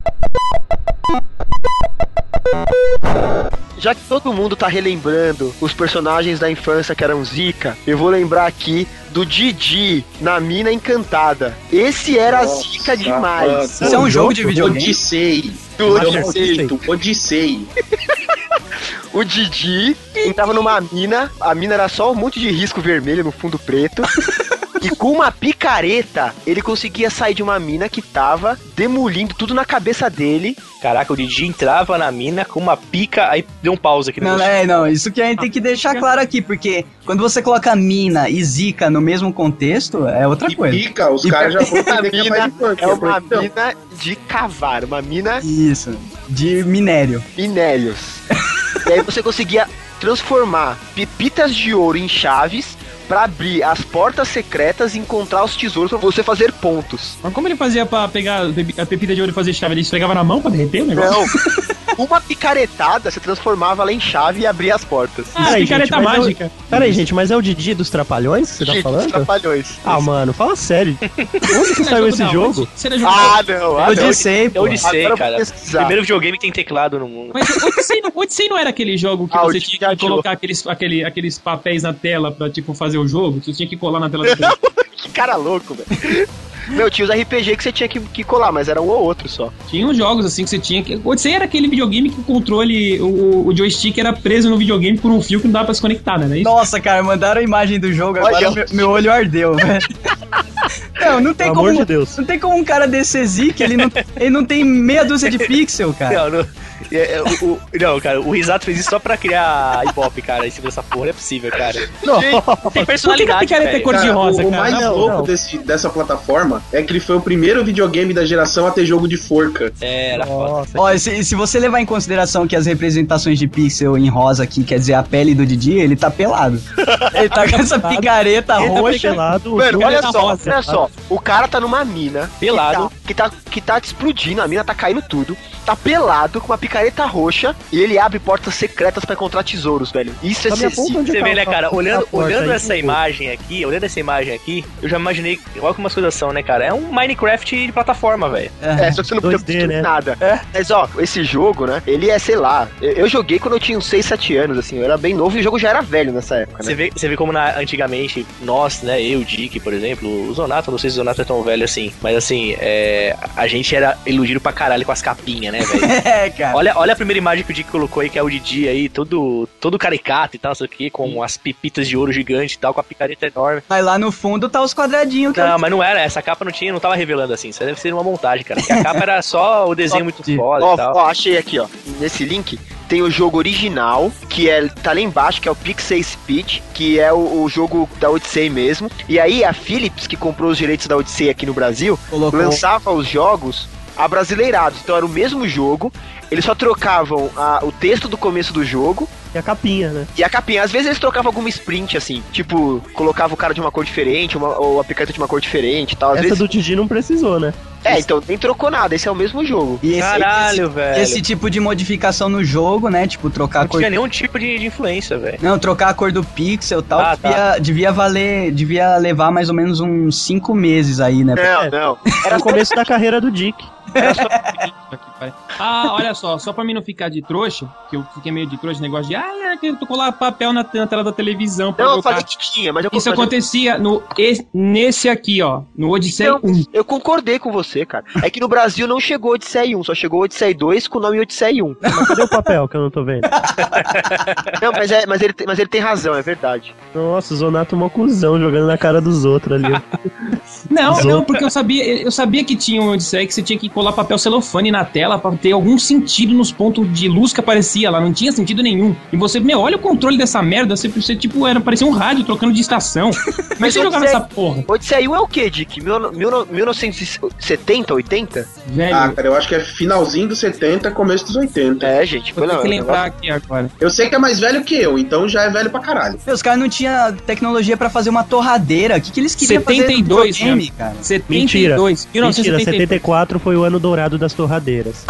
Já que todo mundo tá relembrando os personagens da infância que eram zica, eu vou lembrar aqui do Didi na Mina Encantada. Esse era Nossa, zica demais. Isso é um jogo de videogame? Odissei. Odissei. Odissei. Odissei. O Didi entrava numa mina, a mina era só um monte de risco vermelho no fundo preto. E com uma picareta, ele conseguia sair de uma mina que tava demolindo tudo na cabeça dele. Caraca, o Didi entrava na mina com uma pica, aí deu um pause aqui no Não, negócio. é, não, isso que a gente tem que deixar claro aqui, porque quando você coloca mina e zica no mesmo contexto, é outra E coisa. pica, os E caras já vão A entender que é mais mina infância. é uma então. mina de cavar, uma mina Isso, de minério. minérios. e aí você conseguia transformar pepitas de ouro em chaves pra abrir as portas secretas e encontrar os tesouros pra você fazer pontos. Mas como ele fazia pra pegar a pepi- a pepita de ouro e fazer chave? Ele esfregava na mão pra derreter o negócio? Não, Então, uma picaretada você transformava ela em chave e abria as portas. Ah, Peraí, picareta gente, mas eu- mágica. Pera aí, gente, mas é o Didi dos Trapalhões que você tá Gente, falando? Trapalhões. Ah, mano, fala sério. Onde que Será saiu jogo esse da jogo? onde? Será jogo da Ah, não. Ah, Eu não. disse, É pô. Odissei, Agora eu vou cara. pesquisar. Primeiro videogame que tem teclado no mundo. Mas Odyssey não, Odyssey não era aquele jogo que Ah, você Odyssey tinha que achou. colocar aqueles, aquele, aqueles papéis na tela pra, tipo, fazer o jogo? Você tinha que colar na tela da tela. Que cara louco, velho. Meu, tinha os RPG que você tinha que, que colar, mas era um ou outro só. Tinha uns jogos, assim, que você tinha que... Odyssey era aquele videogame que o controle... O, o joystick era preso no videogame por um fio que não dava pra se conectar, né? Não é isso? Nossa, cara, mandaram a imagem do jogo, Olha, agora eu- meu, meu olho ardeu, velho. Não, não tem Pelo como. amor de Deus. Não tem como um cara descer zica, ele não, ele não tem meia dúzia de pixel, cara. Não, não, É, é, o- o- não, cara, o Risato fez isso só pra criar ibope, cara, em cima dessa porra. Não é possível, cara. Tem Por que que a personalidade, picareta é velho. cor-de-rosa, o, o cara? Tá mais Não, louco não. desse- dessa plataforma é que ele foi o primeiro videogame da geração a ter jogo de forca. É, era foda. Nossa, Ó, se, se você levar em consideração que as representações de pixel em rosa aqui quer dizer a pele do Didi, ele tá pelado. Ele tá com essa picareta ele tá roxa. pelado, Mano, olha olha tá só, rosa. olha só. O cara tá numa mina. Pelado. Que tá, que, tá, que tá explodindo, a mina tá caindo tudo. Tá pelado, com uma picareta roxa. E ele abre portas secretas pra encontrar tesouros, velho. Isso é Tá me excessivo. apontando. Você vê, né, cara? Olhando, Tá forte olhando aí, essa hein? imagem aqui, olhando essa imagem aqui, eu já imaginei. Olha como as coisas são, né, cara? É um Minecraft de plataforma, velho. É, só que você não precisa 2D, construir né? nada. Mas ó, esse jogo, né? Ele é, sei lá. Eu, eu joguei quando eu tinha uns 6, 7 anos, assim. Eu era bem novo e o jogo já era velho nessa época, né? Você vê, você vê como na- antigamente nós, né, eu, Dick, por exemplo, o Zonato, não sei se o Zonato é tão velho assim, mas assim, é, a gente era iludido pra caralho com as capinhas, né, velho? É, [LAUGHS] cara. Olha, olha a primeira imagem que o Dick colocou aí, que é o Didi aí, todo, todo caricato e tal, não sei o quê, com as pipitas de ouro gigante e tal, com a picareta enorme. Mas lá no fundo tá os quadradinhos que Não, mas não era, essa capa não tinha, não tava revelando assim, isso deve ser uma montagem, cara. Porque a capa era só o desenho muito Só- foda Ó, e tal. ó, achei aqui, ó. Nesse link tem o jogo original, que é tá lá embaixo, que é o Pixel Speed, que é o, o jogo da Odyssey mesmo. E aí a Philips, que comprou os direitos da Odyssey aqui no Brasil, colocou. lançava os jogos abrasileirados. Então era o mesmo jogo, eles só trocavam a- o texto do começo do jogo e a capinha, né? e a capinha. Às vezes eles trocavam alguma sprint, assim, tipo, colocava o cara de uma cor diferente, uma- ou a picareta de uma cor diferente e tal. Às Essa vezes... do Didi não precisou, né? É, então nem trocou nada, esse é o mesmo jogo. E esse, Caralho, velho. esse tipo de modificação no jogo, né? Tipo, trocar a Não cor. tinha nenhum tipo de, de influência, velho. Não, trocar a cor do pixel e tal, Ah, tá. devia, devia valer. Devia levar mais ou menos uns 5 meses aí, né? É, Não, não. Era o começo da carreira do Dick. Ah, olha só, só pra mim não ficar de trouxa, que eu fiquei meio de trouxa, negócio de, ah, que eu tô colar papel na na tela da televisão pra Não, eu jogar. falei que tinha, mas eu Isso mas eu- acontecia no, e- nesse aqui, ó, no um. Odyssey Então, 1. Eu concordei com você, cara. É que no Brasil não chegou Odisseia 1, só chegou Odisseia 2 com o nome Odisseia 1. Mas cadê o papel que eu não tô vendo? Não, mas, é- mas ele, tem- mas ele tem razão, é verdade. Nossa, o Zonato é mó cuzão jogando na cara dos outros ali. Não, Zou- não, porque eu sabia, eu sabia que tinha um Odyssey que você tinha que colar papel celofane na tela pra ter algum sentido nos pontos de luz que aparecia lá, não tinha sentido nenhum. E você, meu, olha o controle dessa merda, você, você tipo, era parecia um rádio trocando de estação. Como é que você Mas jogava Odyssey- essa porra, Odisseia 1 é o quê, Dick? Mil- mil- 1970, 80? velho? Ah, cara, eu acho que é finalzinho dos 70, começo dos 80. É, gente, Vou foi ter lá. que negócio- lembrar aqui agora. Eu sei que é mais velho que eu, então já é velho pra caralho. Meu, os caras não tinham tecnologia pra fazer uma torradeira. O que, que eles queriam fazer 72, no videogame, cara? 72, Mentira, 1972. 74 foi o ano dourado das torradeiras.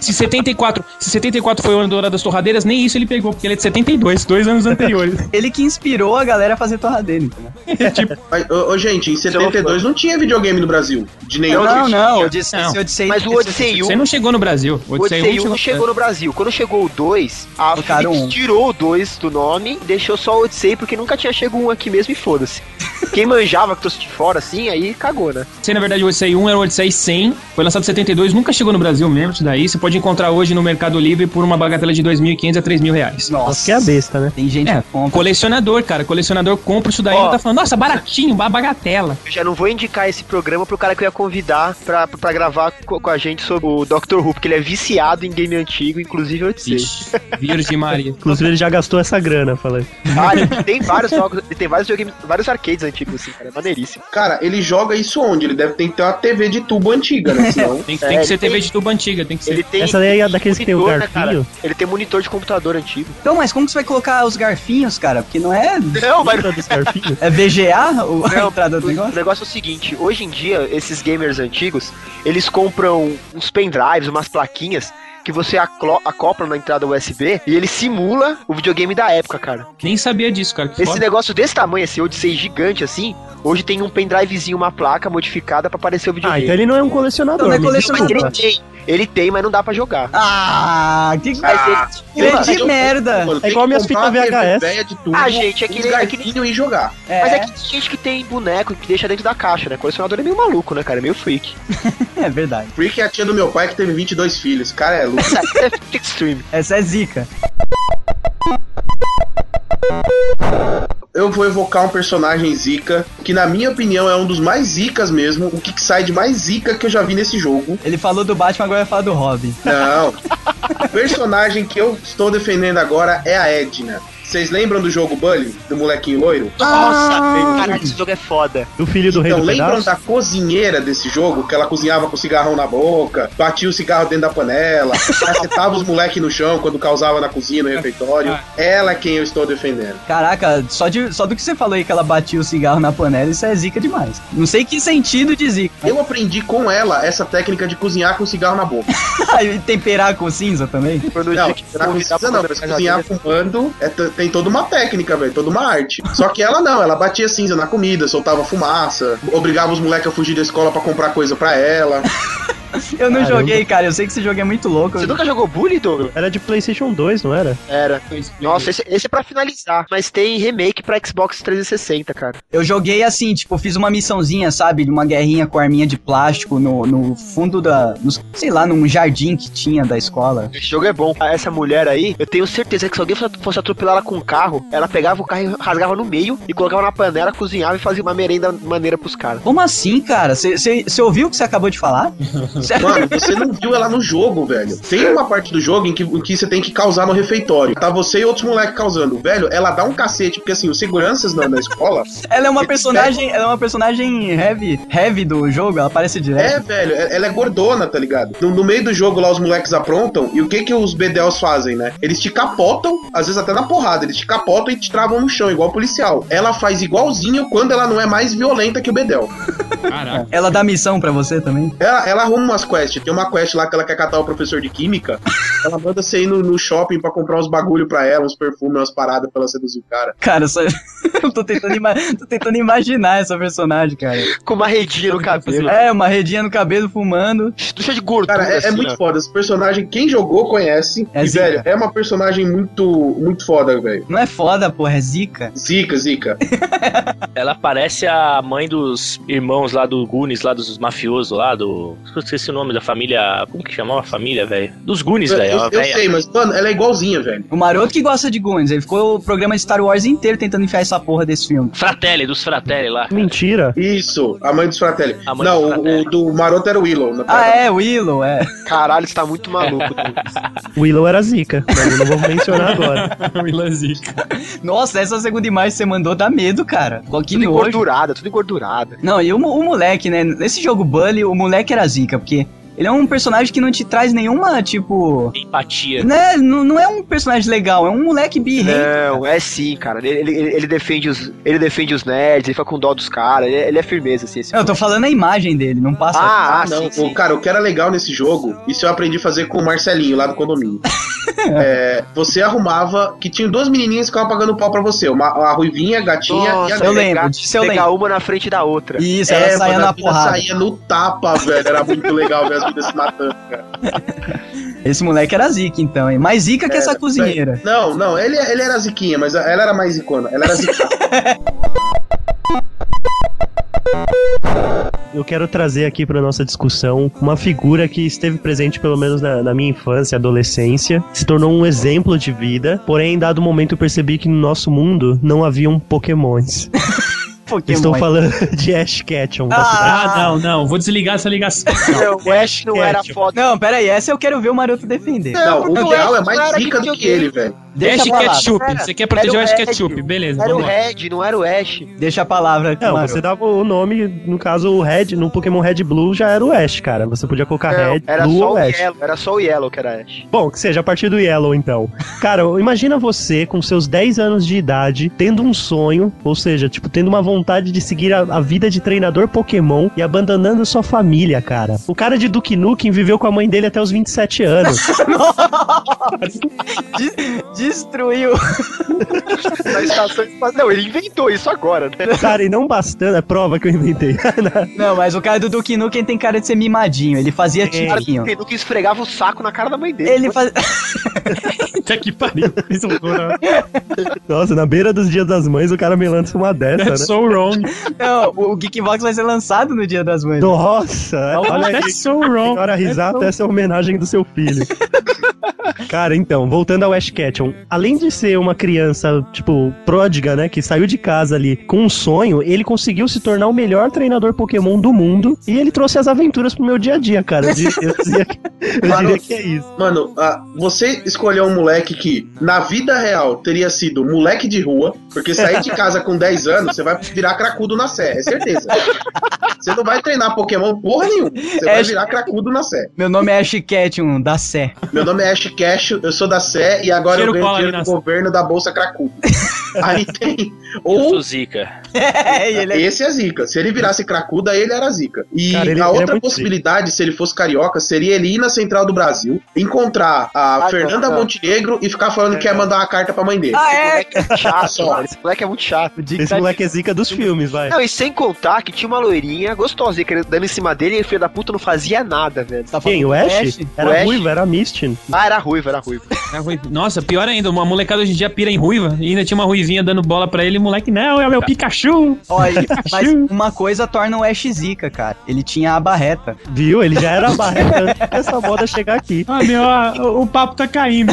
Se 74, se 74 foi o ano do Hora das Torradeiras, nem isso ele pegou, porque ele é de 72, dois anos [LAUGHS] anteriores. Ele que inspirou a galera a fazer torradeira, entendeu? Mas, ô, ô, gente, em 72 não tinha videogame no Brasil. De nenhum Não, outro- não, eu Não. disse, eu disse Mas o Odisseia 1, Você não chegou no Brasil. um O o Odisseia 1 não não chegou no Brasil. Quando chegou o 2, a Botaram Philips um. tirou o 2 do nome e deixou só o Odisseia porque nunca tinha chego um aqui mesmo e foda-se. Quem manjava que trouxe de fora assim, aí cagou, né? Sei, na verdade, o Odyssey 1 era o Odyssey 100, foi lançado em 72, nunca chegou no Brasil mesmo, isso daí. Você pode encontrar hoje no Mercado Livre por uma bagatela de 2.500 a 3.000 reais. Nossa, Nossa, que é a besta, né? Tem gente É, que compra. Colecionador, cara, colecionador compra isso daí Ó. e tá falando, nossa, baratinho, ba- bagatela. Eu já não vou indicar esse programa pro cara que eu ia convidar pra, pra gravar co- com a gente sobre o Doctor Who, porque ele é viciado em game antigo, inclusive eu sei. Ixi, Virgem [LAUGHS] Maria. Inclusive, ele já gastou essa grana, falei. Ah, ele tem vários jogos, ele tem vários, videogames- vários arcades antigos, assim, cara, é maneiríssimo. Cara, ele joga isso onde? Ele deve ter que ter uma TV de tubo antiga, né? Senão. Tem, tem É, que ser ele TV de tubo antiga, tem que ser. Ele tem Essa daí é daqueles que tem o monitor, né, cara? garfinho. Ele tem monitor de computador antigo. Então, mas como que você vai colocar os garfinhos, cara? Porque não é. [LAUGHS] Não, mas Lembra dos garfinhos? É VGA o- a [LAUGHS] Não, entrada do o negócio? negócio é o seguinte, hoje em dia, esses gamers antigos, eles compram uns pendrives, umas plaquinhas, que você aclo- acopla na entrada USB e ele simula o videogame da época, cara. Nem sabia disso, cara. Que Esse foda. negócio desse tamanho, esse Odyssey gigante assim, hoje tem um pendrivezinho, uma placa modificada pra aparecer o Ah, videogame. então ele não é um colecionador. Não, não é me colecionador. desculpa. Mas ele tem, ele tem, mas não dá pra jogar. Ah, que Mas ele grande simula. eu- merda! Mano, É tem igual que minhas comprar fitas uma VHS. velha de tubo, Ah, gente, é que uns nem- é que nem- garfinho e jogar. É, Mas é que tem gente que tem boneco que deixa dentro da caixa, né? Colecionador é meio maluco, né, cara? É meio freak. é verdade. Freak é a tia do meu pai que teve 22 filhos. Cara, é [LAUGHS] louco. Essa- essa é é freak extreme. Essa é zica. eu vou evocar um personagem zica, que na minha opinião é um dos mais zicas mesmo, o Kickside mais zica que eu já vi nesse jogo. Ele falou do Batman, agora vai falar do Robin. [LAUGHS] Não. o personagem que eu estou defendendo agora é a Edna. Vocês lembram do jogo Bully, do molequinho loiro? Nossa, caralho, esse jogo é foda. O filho do rei Então, do lembram pedaço? da cozinheira desse jogo? Que ela cozinhava com cigarrão na boca, batia o cigarro [LAUGHS] dentro da panela, acertava os moleques no chão quando causava na cozinha, no Ah. refeitório. Ela é quem eu estou defendendo. Caraca, só, de, só do que você falou aí que ela batia o cigarro na panela, isso é zica demais. Não sei que sentido de zica. [LAUGHS] Eu aprendi com ela essa técnica de cozinhar com cigarro na boca. e temperar com cinza também? Foi no Não, dia que não precisa não, mas cozinhar fumando é t- tem toda uma técnica, velho, toda uma arte. Só que ela não, ela batia cinza na comida, soltava fumaça, obrigava os moleques a fugir da escola pra comprar coisa pra ela. Eu não Caramba. joguei, cara. Eu sei que esse jogo é muito louco. Você nunca jogou Bully, Douglas? Era de PlayStation 2, não era? Era. Nossa, esse, esse é pra finalizar. Mas tem remake pra Xbox 360, cara. Eu joguei assim, tipo, fiz uma missãozinha, sabe? De uma guerrinha com arminha de plástico no, no fundo da. no- sei lá, num jardim que tinha da escola. Esse jogo é bom. Ah, Essa mulher aí, eu tenho certeza que se alguém fosse- fosse atropelar ela com um carro, ela pegava o carro e rasgava no meio e colocava na panela, cozinhava e fazia uma merenda maneira pros caras. Como assim, cara? Você ouviu o que você acabou de falar? Cê- [LAUGHS] Mano, você não viu ela no jogo, velho. Tem uma parte do jogo em que, em que você tem que causar no refeitório. Tá você e outros moleques causando. Velho, ela dá um cacete, porque assim, os seguranças na, na escola. Ela é uma personagem. Ela é uma personagem heavy, heavy do jogo, ela aparece direto. É, velho, é- ela é gordona, tá ligado? No, no meio do jogo lá, os moleques aprontam. E o que que os BDLs fazem, né? Eles te capotam, às vezes até na porrada. Eles te capotam e te travam no chão, igual policial. Ela faz igualzinho quando ela não é mais violenta que o Bedel. Caraca. [LAUGHS] Ela dá missão pra você também? Ela, ela arruma umas quests. Tem uma quest lá que ela quer catar o professor de [LAUGHS] química. Ela manda você ir no, no shopping pra comprar uns bagulho pra ela, uns perfumes, umas paradas pra ela seduzir o cara. Cara, só... [LAUGHS] eu tô tentando, ima- tô tentando imaginar essa personagem, cara. Com uma redinha no cabelo. É, uma redinha no cabelo fumando. Deixa de gordura. Cara, é, é assim, muito ó. foda. Esse personagem, quem jogou, conhece. É e, zica. velho, é uma personagem muito, muito foda, velho. Não é foda, porra, é zica. Zica, zica. [LAUGHS] Ela parece a mãe dos irmãos lá do Goonies, lá dos mafiosos lá do. Eu esqueci o nome da família. Como que chamava a família, velho? Dos Goonies, eu velho. eu Ela, velho, sei, mas, mano, ela é igualzinha, velho. O maroto que gosta de Goonies, ele ficou o programa de Star Wars inteiro tentando enfiar essa porra desse filme. Fratelli, dos Fratelli lá. cara. Mentira. Isso, a mãe dos Fratelli. A mãe Não, dos o- Fratelli. o do Maroto era o Willow. Na Ah, é, Willow, é. Caralho, você tá muito [LAUGHS] maluco. Douglas. Willow era zica, mas eu não vou mencionar agora. Willan Zica. Nossa, essa segunda imagem que você mandou dá medo, cara. Pô, Que tudo nojo. engordurada, tudo engordurada. Não, e o, mo- o moleque, né? Nesse jogo Bully, o moleque era zica, porque ele é um personagem que não te traz nenhuma, tipo. Empatia. Né? Não, não é um personagem legal, é um moleque birrento. Não, é sim, cara. Ele, ele, ele- ele defende os, ele defende os nerds, ele fica com dó dos caras, ele, ele é firmeza, assim. Esse Eu tô falando a imagem dele, não passa. Ah, ah, não, sim, o- sim. cara, o que era legal nesse jogo, isso eu aprendi a fazer com o Marcelinho lá do [LAUGHS] condomínio. É, você arrumava que tinha duas menininhas que ficavam pagando pau pra você, uma, a ruivinha, a gatinha e a Nossa, eu negra. lembro, pegar- disso eu pegar lembro. uma na frente da outra. Isso, ela É, saía mano, a na mina porrada. saía no tapa, velho. Era muito legal ver as meninas se matando, cara. Esse moleque era zica, então, hein? Mais zica que É, essa cozinheira. Não, não, ele, ele era ziquinha, mas ela era mais zicona. Ela era [LAUGHS] zica. Eu quero trazer aqui para nossa discussão uma figura que esteve presente pelo menos na, na minha infância, adolescência, se tornou um exemplo de vida. Porém, em dado momento eu percebi que no nosso mundo não haviam pokémons. Eu Pokémon. estou falando [LAUGHS] de Ash Ketchum. da cidade. Ah, não, não. Vou desligar essa ligação. Não, o Ash não era Ketchum. foda. Não, pera aí, essa eu quero ver o Maroto defender. Não, o Não, Bial é não mais era zica do que videogame. ele, velho. Deixa Ash a palavra, Ketchup. Era- Você quer proteger o era o Ash Red. Ketchup. Beleza, Era o vamos lá. Red, não era o Ash. deixa a palavra. pro Não, Maroto. você dava o nome, no caso, o Red, no Pokémon Red Blue já era o Ash, cara. Você podia colocar Não, Red, era Blue só ou o Ash. Yellow, era só o Yellow que era Ash. Bom, que seja a partir do Yellow, então. Cara, imagina você com seus 10 anos de idade, tendo um sonho, ou seja, tipo, tendo uma vontade de seguir a, a vida de treinador Pokémon e abandonando sua família, cara. O cara de Duke Nukem viveu com a mãe dele até os 27 anos. [LAUGHS] De- [LAUGHS] Destruiu. Na estação espacial. Não, ele inventou isso agora, né? Cara, e não bastando, é prova que eu inventei. Não, mas o cara do Duke Nukem tem cara de ser mimadinho. Ele fazia Cara, tirinho. ele nunca esfregava o saco na cara da mãe dele. Ele faz... [LAUGHS] Puta que pariu. Isso mudou, não. Nossa, na beira dos dias das mães, o cara me lança uma dessa, That's né? so wrong. Não, o Geekbox vai ser lançado no Dia das Mães. Nossa, é. olha aí. That's so [LAUGHS] wrong. Senhora Risata, essa é a homenagem do seu filho. Cara, então, voltando ao Ash Ketchum, além de ser uma criança, tipo, pródiga, né, que saiu de casa ali com um sonho, ele conseguiu se tornar o melhor treinador Pokémon do mundo e ele trouxe as aventuras pro meu dia a dia, cara. Eu diria, eu diria que, eu diria que é isso. Mano, ah, você escolheu um moleque que, na vida real, teria sido moleque de rua, porque sair de casa com 10 anos, você vai virar cracudo na Sé, é certeza. Você não vai treinar Pokémon porra nenhuma. Você vai É, virar cracudo na Sé. Meu nome é Ash Ketchum, da Sé. [LAUGHS] Meu nome é Ash Cash, eu sou da Sé e agora Cheiro eu ganho cola dinheiro aí do na governo da Bolsa Cracudo. Aí tem. Eu Ou sou zica. É, e ele é... Esse é zica. Se ele virasse cracuda, ele era zica. E Cara, ele- a ele é outra muito possibilidade, se ele fosse carioca, seria ele ir na central do Brasil, encontrar a Ah, Fernanda não, não. Montenegro e ficar falando que ia mandar uma carta pra mãe dele. Ah, é? [LAUGHS] Chato, mano. Esse moleque é muito chato. O Dick Esse tá- moleque é zica dos filmes, vai. Não, e sem contar que tinha uma loirinha gostosinha querendo dando em cima dele e o filho da puta não fazia nada, velho. tá falando Quem? O do Ash? Era O Ash? ruivo, era Mistin. Ah, era ruivo, era ruivo. É ruivo. Nossa, pior ainda, uma molecada hoje em dia pira em ruiva e ainda tinha uma ruivinha dando bola pra ele, moleque, não, é o meu Pikachu. [LAUGHS] Olha, mas uma coisa torna o Ash zica, cara. Ele tinha a barreta. Viu? Ele já era barreta antes dessa moda chegar aqui. Ah, meu, ó, o papo tá caindo.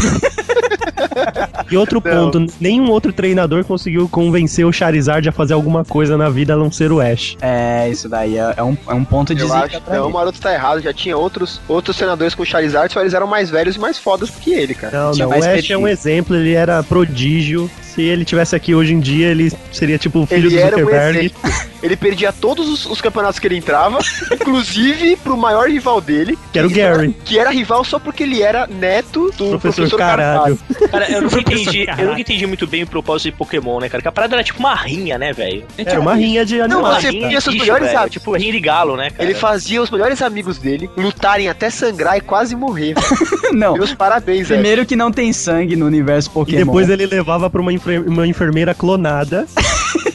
E outro ponto, nenhum outro treinador conseguiu convencer o Charizard a fazer alguma coisa na vida a não ser o Ash. É, isso daí é, é um, é um ponto de Eu zica acho. pra Não, o mim. Maroto tá errado. Já tinha outros, outros senadores com Charizard, só eles eram mais velhos e mais fodas do que ele, cara. Não, Tinha não, o mais Ash é perfil. um exemplo, ele era prodígio. Se ele tivesse aqui hoje em dia, ele seria tipo o filho Ele do era um Zuckerberg. exemplo. Ele perdia todos os, os campeonatos que [LAUGHS] ele entrava, inclusive pro maior rival dele, Que era o Gary. que era um rival só porque ele era neto do Professor, professor, Caralho. Carvalho. Cara, eu nunca Professor entendi, eu Caralho. nunca entendi muito bem o propósito de Pokémon, né, cara? Que a parada era tipo uma rinha, né, velho? Era uma rinha de Não, animais. você rinha podia ser os bicho, melhores velho. amigos. Tipo rinha de galo, né, cara? Ele fazia os melhores amigos dele lutarem até sangrar e quase morrer. velho. Não, Meus parabéns, velho. primeiro que não tem sangue no universo E Pokémon. depois ele levava pra uma, enfer- uma enfermeira [LAUGHS] clonada.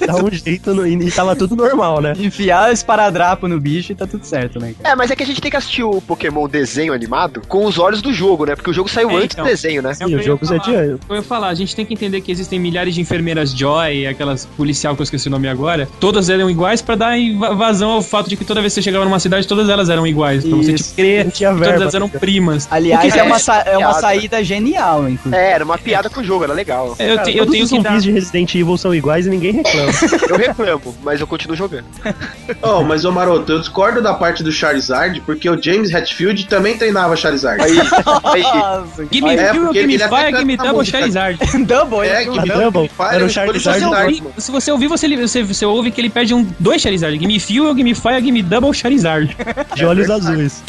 Dá um jeito no, e tava tudo normal, né? Enfiar esse paradrapo no bicho e tá tudo certo, né? É, mas é que a gente tem que assistir o Pokémon desenho animado com os olhos do jogo, né? Porque o jogo saiu É, antes então. do desenho, né? É o que Sim, eu os ia jogos é de falar. [LAUGHS] Eu ia falar, a gente tem que entender que existem milhares de enfermeiras Joy, aquelas policial que eu esqueci o nome agora. Todas eram iguais pra dar va- vazão ao fato de que toda vez que você chegava numa cidade, todas elas eram iguais. Pra você Isso. tipo, crer Não que tinha todas verba. elas eram primas. Aliás, que é é uma, sa- é uma piada? saída genial, inclusive. É, era uma piada com o jogo, era legal. Eu, Cara, te- eu todos tenho os que zumbis dar. de Resident Evil são iguais e ninguém reclama. Eu reclamo, mas eu continuo jogando. é. Oh, mas ô Maroto, eu discordo da parte do Charizard, porque o James Hatfield também treinava Charizard. Aí, aí. Nossa, Give me, É, give me, porque give me ele até fire, canta give me a double música. tá [LAUGHS] Charizard. Double, né? É, um ele- que me A Double Fire, era o ele escolheu Se você Charizard ouvir, mano. se você, ouvir você, você, você ouve que ele perde um, dois Charizard. Give me Fuel, Give me Fire, Give me Double Charizard. De olhos [LAUGHS] É azuis.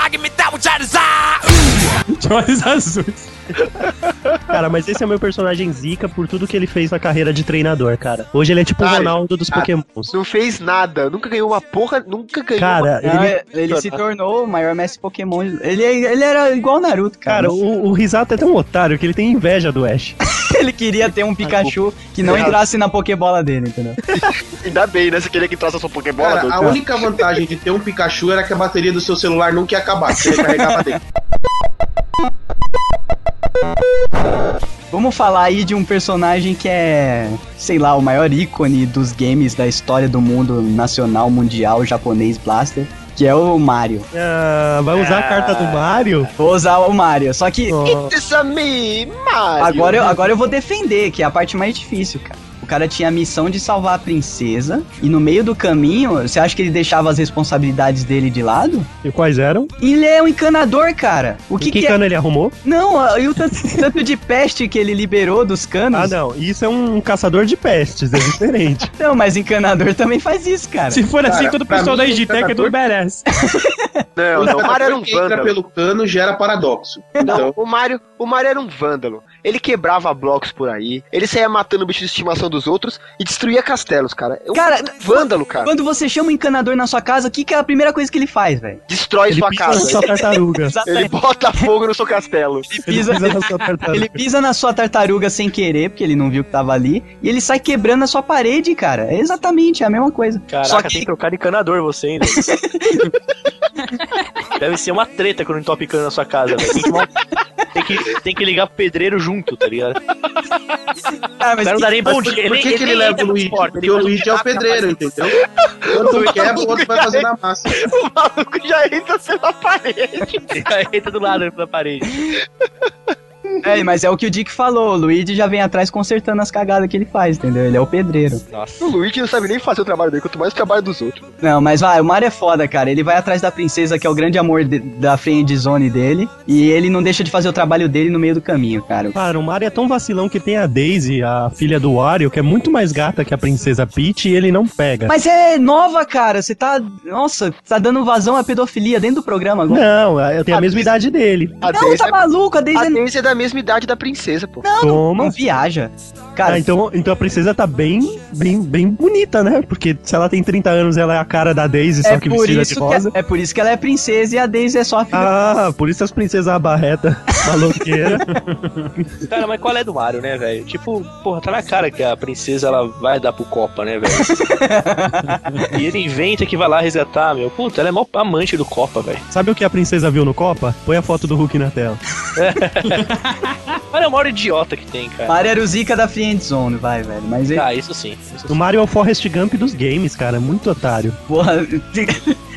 [LAUGHS] De olhos azuis. Cara, mas esse é o meu personagem zica por tudo que ele fez na carreira de treinador, cara. Hoje ele é tipo o Ai. Ronaldo dos Ah. Pokémons. Não fez nada, nunca ganhou uma porra, nunca ganhou. uma... Cara, Ah, ele. Ele, se tornou o maior mestre Pokémon. Ele, ele era igual o Naruto, cara. Cara, o, o Risato é tão otário que ele tem inveja do Ash. [LAUGHS] ele queria ter um Pikachu que não entrasse na Pokébola dele, entendeu? Ainda bem, né? Você queria que entrasse a sua Pokébola, Cara, doido. a única vantagem de ter um Pikachu era que a bateria do seu celular nunca ia acabar, você carregava dentro. Vamos falar aí de um personagem que é, sei lá, o maior ícone dos games da história do mundo nacional, mundial, japonês, blaster, que é o Mario. Ah, vai usar a carta do Mario? Vou usar o Mario, só que Oh. It's a me, Mario. agora eu, agora eu vou defender, que é a parte mais difícil, cara. O cara tinha a missão de salvar a princesa, e no meio do caminho, você acha que ele deixava as responsabilidades dele de lado? E quais eram? Ele é um encanador, cara. O Que, que, que que é cano ele arrumou? Não, ah, e o tan- [LAUGHS] tanto de peste que ele liberou dos canos. Ah, não. Isso é um caçador de pestes, é diferente. Não, mas encanador também faz isso, cara. Se for assim, Cara, todo o pra pessoal mim, da Digitec é encanador- tudo merece. Não, não, o Mario era um Então, que [LAUGHS] entra vândalo. pelo cano gera paradoxo. Não, Então, o Mario, o Mario era um vândalo. Ele quebrava blocos por aí, ele saía matando bicho de estimação dos outros e destruía castelos, cara. É um Cara, vândalo, cara. Quando você chama um encanador na sua casa, o que, que é a primeira coisa que ele faz, velho? Destrói Ele sua pisa na casa. sua [LAUGHS] tartaruga. Ele Exatamente. bota fogo no seu castelo. Ele Ele pisa, pisa na sua ele tartaruga. pisa na sua tartaruga sem querer, porque ele não viu que tava ali, e ele sai quebrando a sua parede, cara. É exatamente a mesma coisa. Caraca, Só tem que, que trocar de encanador você ainda. [LAUGHS] Deve ser uma treta quando entope cano na sua casa, velho. Tem que tomar um- Tem que, tem que ligar pro pedreiro junto, tá ligado? Ah, Mas não dá nem bom Por, dia. por que, que ele leva o Luigi? [LAUGHS] Porque o Luigi é o pedreiro, entendeu? Quando um quebra, o outro vai fazendo a massa. O maluco já entra pela parede. Entra do lado da parede. É, mas é o que o Dick falou. O Luigi já vem atrás consertando as cagadas que ele faz, entendeu? Ele é o pedreiro. Nossa. O Luigi não sabe nem fazer o trabalho dele, quanto mais o trabalho dos outros. Não, mas vai, o Mario é foda, cara. Ele vai atrás da princesa, que é o grande amor de- da friend zone dele. E ele não deixa de fazer o trabalho dele no meio do caminho, cara. Cara, o Mario é tão vacilão que tem a Daisy, a filha do Wario, que é muito mais gata que a princesa Peach e ele não pega. Mas é nova, cara. Você tá. Nossa, tá dando vazão à pedofilia dentro do programa agora. Não, eu tenho a mesma idade dele. A Não, tá maluco? A Daisy A é- Daisy é da mesma idade da princesa, pô. Toma. não viaja. Cara, Ah, então, então a princesa tá bem, bem, bem bonita, né? Porque se ela tem 30 anos, ela é a cara da Daisy, é, só que por vestida isso que de rosa. é, é por isso que ela é princesa e a Daisy é só a filha. Ah, por isso as princesas abarreta, [LAUGHS] maloqueira. Cara, mas qual é do Mario, né, velho? Tipo, porra, tá na cara que a princesa ela vai dar pro Copa, né, [LAUGHS] velho? e ele inventa que vai lá resgatar, meu. Puta, ela é mó amante do Copa, velho. Sabe o que a princesa viu no Copa? Põe a foto do Hulk na tela. Olha o maior idiota que tem, Ah. cara. Mario era o Zika da Friend Zone, vai, velho. Mas ele, Ah, isso sim. Isso O sim. Mario é o Forrest Gump dos games, cara. é Muito otário. porra.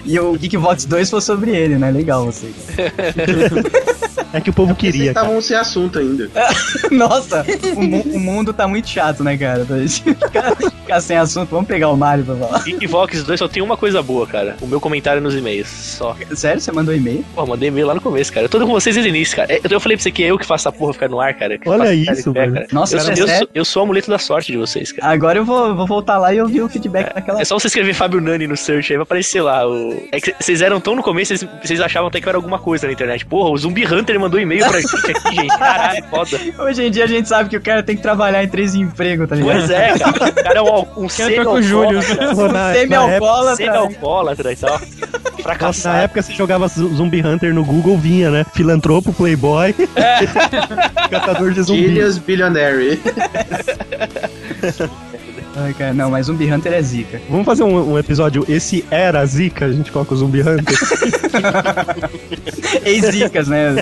e o Geekbox 2 foi sobre ele, né? Legal você. É que o povo Vocês queria, cara. estavam um sem assunto ainda. [LAUGHS] Nossa, o, mu- o mundo tá muito chato, né, cara? Pra gente ficar, [LAUGHS] ficar sem assunto, vamos pegar o Mario pra falar. Evox 2 só tem uma coisa boa, cara. O meu comentário nos e-mails. Só. Sério, você mandou e-mail? Pô, mandei e-mail lá no começo, cara. Eu tô com vocês desde o início, cara. Eu eu falei pra você que é eu que faço a porra ficar no ar, cara. Que Olha faço isso, cara de pé, velho. cara. Nossa, eu, isso sou, é eu, sério? sou, eu sou o amuleto da sorte de vocês, cara. Agora eu vou, vou voltar lá e ouvir o feedback daquela. É só você escrever Fábio Nani no search aí, vai aparecer lá. O... É que vocês eram tão no começo, vocês- vocês achavam até que eu era alguma coisa na internet. Porra, o Zumbi Hunter mandou e-mail pra gente aqui, gente. Caralho, foda. [LAUGHS] Hoje em dia a gente sabe que o cara tem que trabalhar em três empregos, tá ligado? Pois é, cara. O cara é um, um Entra com o Júlio. semi-alcoólatra. [LAUGHS] Pô, na- na época- Um Semi-alcoólatra. Semi-alcoólatra e tal. Nossa, na Fracassado. época você jogava Zu- Zumbi Hunter no Google, vinha, né? Filantropo, Playboy, É. [LAUGHS] catador de zumbi. Gillias Billionaire. [LAUGHS] Ai, cara, não, mas Zumbi Hunter é zica. Vamos fazer um, um episódio. Esse era a Zika, a gente coloca o Zumbi Hunter. Ex-zicas, né?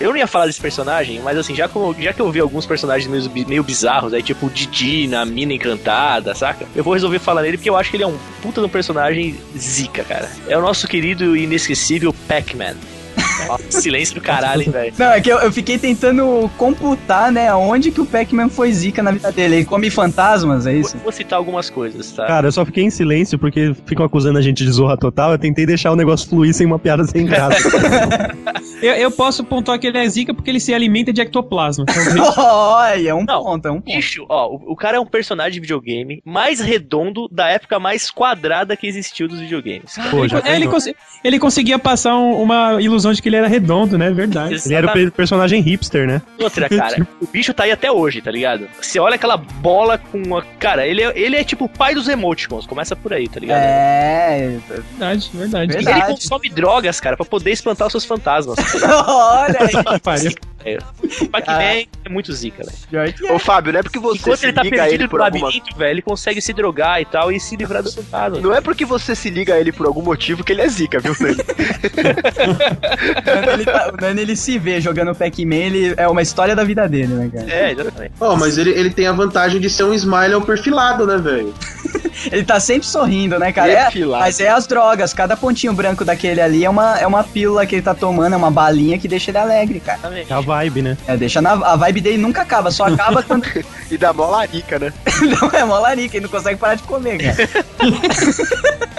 Eu não ia falar desse personagem, mas assim, já, como, já que eu vi alguns personagens meio, bi- meio bizarros, aí tipo o Didi na Mina Encantada, saca? Eu vou resolver falar nele porque eu acho que ele é um puta de um personagem zica, cara. É o nosso querido e inesquecível Pac-Man. Nossa, silêncio do caralho, hein, velho. Não, é que eu, eu fiquei tentando computar, né, onde que o Pac-Man foi zica na vida dele. Ele come fantasmas, é isso? Vou- Vou citar algumas coisas, tá? Cara, eu só fiquei em silêncio porque ficam acusando a gente de zorra total. Eu tentei deixar o negócio fluir sem uma piada sem graça. Eu, eu posso pontuar que ele é zica porque ele se alimenta de [LAUGHS] ectoplasma. [LAUGHS] Olha, é um Não. ponto, é um ponto. Bicho, ó, o, o cara é um personagem de videogame mais redondo da época mais quadrada que existiu dos videogames. cara. Pô, já É, ele, ganhou. consi- ele conseguia passar um- uma ilusão de que ele era redondo, né? Verdade. Ele era o pe- personagem hipster, né? Outra, cara, o bicho tá aí até hoje, tá ligado? Você olha aquela bola com a. Cara, ele é, ele é tipo o pai dos emoticons, começa por aí, tá ligado? [LAUGHS] É. Verdade, verdade. E Verdade. ele consome drogas, cara, pra poder espantar os seus [LAUGHS] fantasmas. Olha aí, Que pariu. O Pac-Man é muito zica, velho. pior que é. Ô, Fábio, não é porque Ah. você Enquanto se ele tá liga a ele perdido no por alguma labirinto, velho, ele consegue se drogar e tal e se livrar dos fantasmas. Não é porque você se liga a ele por algum motivo que ele é zica, viu, [LAUGHS] Nani? O Nani, ele tá- o Nani, ele se vê jogando Pac-Man, ele é uma história da vida dele, né, cara? É, exatamente. Ó, mas ele, ele tem a vantagem de ser um smile perfilado, né, velho? Ele tá sempre sorrindo, né, cara? É, Perfilado. mas é as drogas, cada pontinho branco daquele ali é uma, é uma pílula que ele tá tomando, é uma balinha que deixa ele alegre, cara. exatamente. É a vibe, né? É, deixa na, a vibe dele nunca acaba, só [LAUGHS] acaba quando [LAUGHS] E dá mó larica, né? [LAUGHS] Não, é mó larica, ele não consegue parar de comer, cara.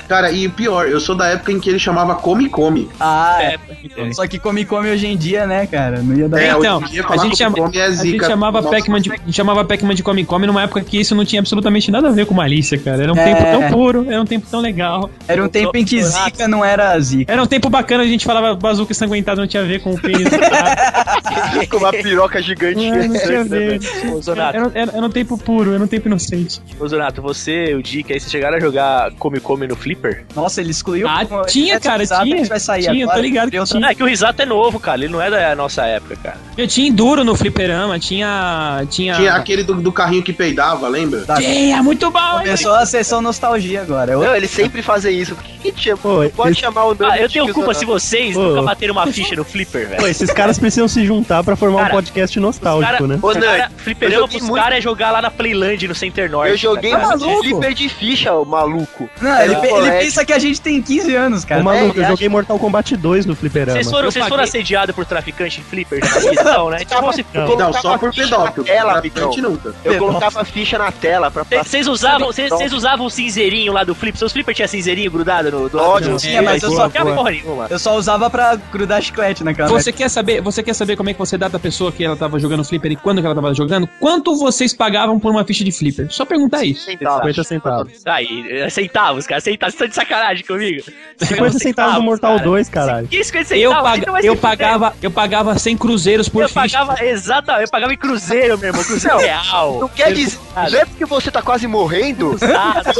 Cara, e pior, eu sou da época em que ele chamava Come Come. Ah, é. é. Só que come come hoje em dia, né, cara? Não ia dar. É, Então, hoje em dia a falar gente Come chama- Come é A gente zica. chamava Nossa, Pac-Man de, a gente chamava Pac-Man de Come Come numa época que isso não tinha absolutamente nada a ver com malícia, cara. Era um É. tempo tão puro, era um tempo tão legal. Era um tempo em que zica não era zica. Era um tempo bacana, a gente falava bazuca ensanguentado, não tinha a ver com [LAUGHS] o pênis. do cara. Com uma piroca gigante. Né? não, não [LAUGHS] tinha a ver. Ô, Zonato, Era, era- era um tempo puro, era um tempo inocente. ô, Zonato, você, o Dick, aí vocês chegaram a jogar Come Come no Flip? Reaper. Nossa, ele excluiu. Ah, Como- tinha, essa cara, bizarra, tinha. a gente vai sair Tinha, agora. tô ligado que Eu- tinha. É que o Risato é novo, cara. Ele não é da nossa época, cara. Eu tinha Enduro no fliperama, tinha... Tinha... Tinha aquele do, do carrinho que peidava, lembra? Tá, Tinha, muito bom! hein? Começou a sessão nostalgia agora. Eu- Não, ele sempre fazem isso. Por que, que tinha? Pô, Não pode esse- chamar o nome Ah, eu de tenho tiozão, culpa não. se vocês Ô. nunca bateram uma ficha no Flipper, Pô, velho. esses caras precisam se juntar pra formar Cara, um podcast nostálgico, cara- né? Ô, Os cara, Nani, eu fliperama joguei pros muito- caras é jogar lá na Playland, no Center Norte. tá Eu joguei Cara. muito flipper de ficha, ô maluco. Não, ele, Era um pe- ele é moleque. pensa que a gente tem 15 anos, cara. Ô, maluco, é, eu acho- joguei Mortal Kombat 2 no fliperama. Vocês foram, Eu vocês paguei. foram assediados por traficante de Flipper? Não, não né? Então, vocês- Não. Não, colocava só por ficha na pedófilo. Tela, Vitão. traficante nunca. eu colocava a ficha na tela pra vocês- passar. Vocês usavam, vocês, vocês usavam o cinzeirinho lá do Flipper? Seus Flipper tinha cinzeirinho grudado no... Do Ótimo, no- tinha, mas eu Não só- tinha porra nenhuma. Eu só usava pra grudar chiclete naquela Você quer saber, você quer saber como é que você data a pessoa que ela tava jogando flipper e quando que ela tava jogando? Quanto vocês pagavam por uma ficha de flipper? Só perguntar isso. 50 centavos. Aí, é, centavos, cara. Centavos, vocês estão de sacanagem comigo. 50 centavos no Mortal 2, caralho. Que 50 Eu, centavos? paga- Então vai eu se fuder. pagava, eu pagava 100 cruzeiros por eu ficha. pagava, exatamente, eu pagava em cruzeiro, meu irmão, cruzeiro Não real. quer dizer. Não é porque você tá quase morrendo. é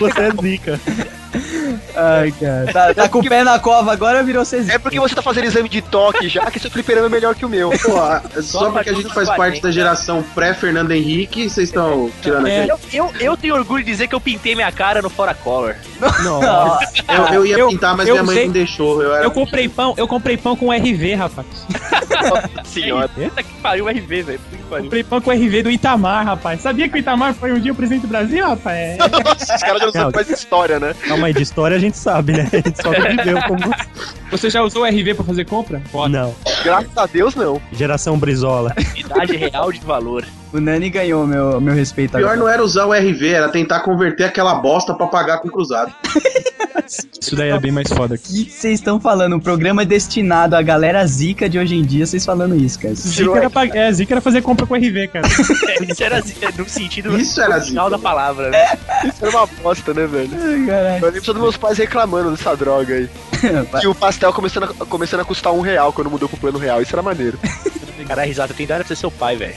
Você é zica. Ai, cara. Tá, tá com o pé na cova agora, virou vocês. É porque você tá fazendo exame de toque já, que seu fliperama é melhor que o meu. Pô, a- só porque a gente faz parte da geração pré-Fernando Henrique, vocês estão tirando É. aqui. Eu, eu, eu tenho orgulho de dizer que eu pintei minha cara no Fora Color. Eu, eu ia Eu- pintar, mas eu minha mãe usei- não deixou. Eu era Eu comprei pão, eu comprei pão com RV, rapaz. Senhora. É Puta que pariu, RV, velho. Puta que pariu. Comprei pão com RV do Itamar, rapaz. Sabia que o Itamar foi um dia o presidente do Brasil, rapaz? Os caras já não sabem mais história, né? Calma aí, de história a gente sabe, né? A gente só viveu como... Você já usou o RV pra fazer compra? Pode. Não. Graças a Deus, não. Geração Brizola. Idade real de [LAUGHS] valor. O Nani ganhou meu, meu respeito Pior agora. não era usar o RV, era tentar converter aquela bosta pra pagar com cruzado. Isso daí é bem mais foda. O que vocês estão falando? Um programa destinado à galera zica de hoje em dia, vocês falando isso, cara. Zica era, pra- é, Zica era fazer compra com RV, cara. É, Isso era assim, é, no sentido Isso era assim. É. original zica. da palavra. Né? Isso era uma bosta, né, velho? Ai, caralho. Eu lembro só dos meus pais reclamando dessa droga aí. [LAUGHS] Que o pastel começando a, começando a custar um real quando mudou pro plano real. Isso era maneiro. Caralho, risada, tem idade pra ser seu [LAUGHS] pai, velho.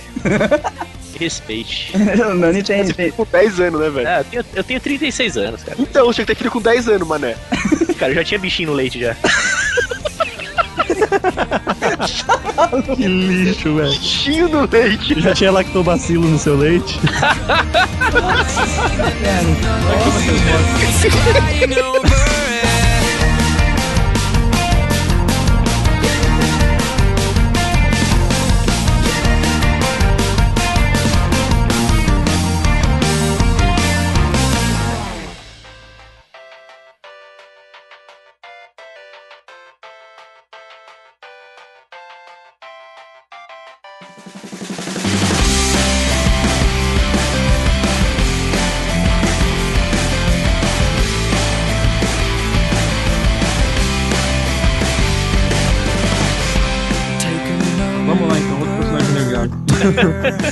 Me Respeite. o Nani tem, tem- Com 10 anos, né, velho? É, eu, tenho, eu tenho 36 anos, cara. Então, você tinha que ter filho com 10 anos, mané. Cara, eu já tinha bichinho no leite já. Que lixo, velho. Tinho no leite. Já tinha lactobacilo no seu leite? Crying [LAUGHS] over it. Vamos lá então, outro personagem legal.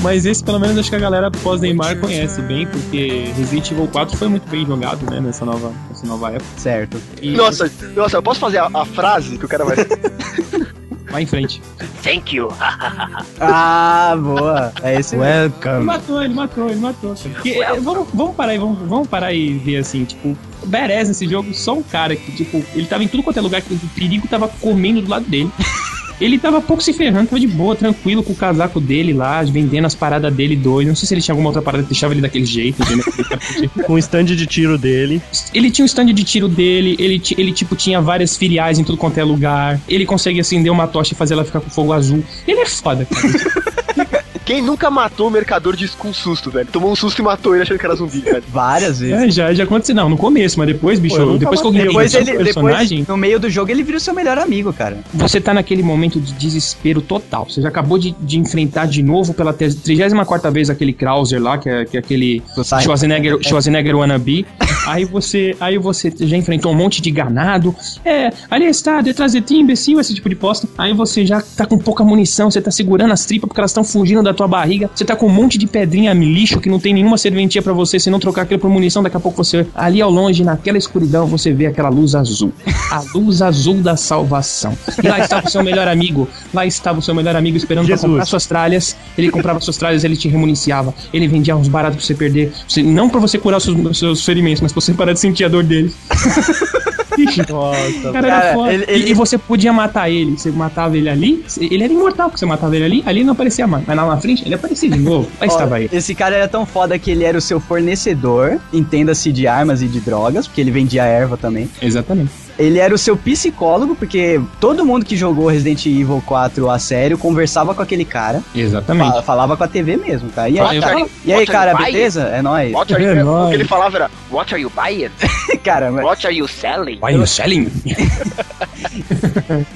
[LAUGHS] Mas esse, pelo menos, acho que a galera pós-Neymar conhece bem, porque Resident Evil 4 foi muito bem jogado, né, nessa nova, nessa nova época. Certo. E Nossa, nossa, eu posso fazer a, a frase que o [LAUGHS] cara vai. vai em frente. Thank you. Ah, boa. É esse mesmo. Ele Welcome. matou, ele matou, ele matou. cara. Porque, é, vamos, vamos parar e vamos, vamos parar e ver assim, tipo, o Beres nesse jogo, só um cara que, tipo, ele tava em tudo quanto é lugar que o perigo tava comendo do lado dele. Ele tava pouco se ferrando, tava de boa, tranquilo com o casaco dele lá, vendendo as paradas dele doido. Não sei se ele tinha alguma outra parada que deixava ele daquele jeito, [LAUGHS] entendeu? Com o stand de tiro dele. Ele tinha o stand de tiro dele, ele, ti- ele tipo tinha várias filiais em tudo quanto é lugar. Ele consegue acender uma tocha e fazer ela ficar com fogo azul. Ele é foda, cara. Quem nunca matou o mercador de com susto, velho? Tomou um susto e matou ele achando que era zumbi, velho. Várias vezes. [LAUGHS] É, já, já aconteceu. Não, no começo, mas depois, bicho, Pô, eu nunca depois que eu matei. ganhei Depois o ele, depois, personagem, no meio do jogo, ele vira o seu melhor amigo, cara. você tá naquele momento de desespero total. Você já acabou de, de enfrentar de novo pela te- 34 vez aquele Krauser lá, que é, que é aquele Do Simon. Schwarzenegger, Schwarzenegger wannabe. aí você aí você já enfrentou um monte de ganado. É, assim, ali está, detrás de ti, imbecil, esse tipo de posta. Aí você já tá com pouca munição, você tá segurando as tripas porque elas estão fugindo da tua barriga, você tá com um monte de pedrinha lixo que não tem nenhuma serventia pra você, se não trocar aquilo por munição, daqui a pouco você, ali ao longe, naquela escuridão, você vê aquela luz azul. A luz azul da salvação. E lá estava o seu melhor amigo, lá estava o seu melhor amigo esperando pra Jesus. comprar suas tralhas, ele comprava suas tralhas, ele te remuniciava, ele vendia uns baratos pra você perder, Você- não pra você curar os seus, os seus ferimentos, mas pra você parar de sentir a dor dele. Nossa, Cara, era Cara, é foda. ele- E- ele- E, você podia matar ele. Você matava ele ali. Ele era imortal, porque você matava ele ali. Ali ele não aparecia mais. Mas lá na frente, ele aparecia de novo. Aí Ó, estava ele. Esse cara era tão foda que ele era o seu fornecedor, entenda-se de armas e de drogas, porque ele vendia erva também. Exatamente. Ele era o seu psicólogo, porque todo mundo que jogou Resident Evil 4 a sério conversava com aquele cara, Exatamente. fa- falava com a TV mesmo, tá? E aí, Eu- cara, e aí, cara beleza? É nóis. What are you- É nóis. o que ele falava era, what are you buying? [LAUGHS] cara, mas- What are you selling? Why you selling?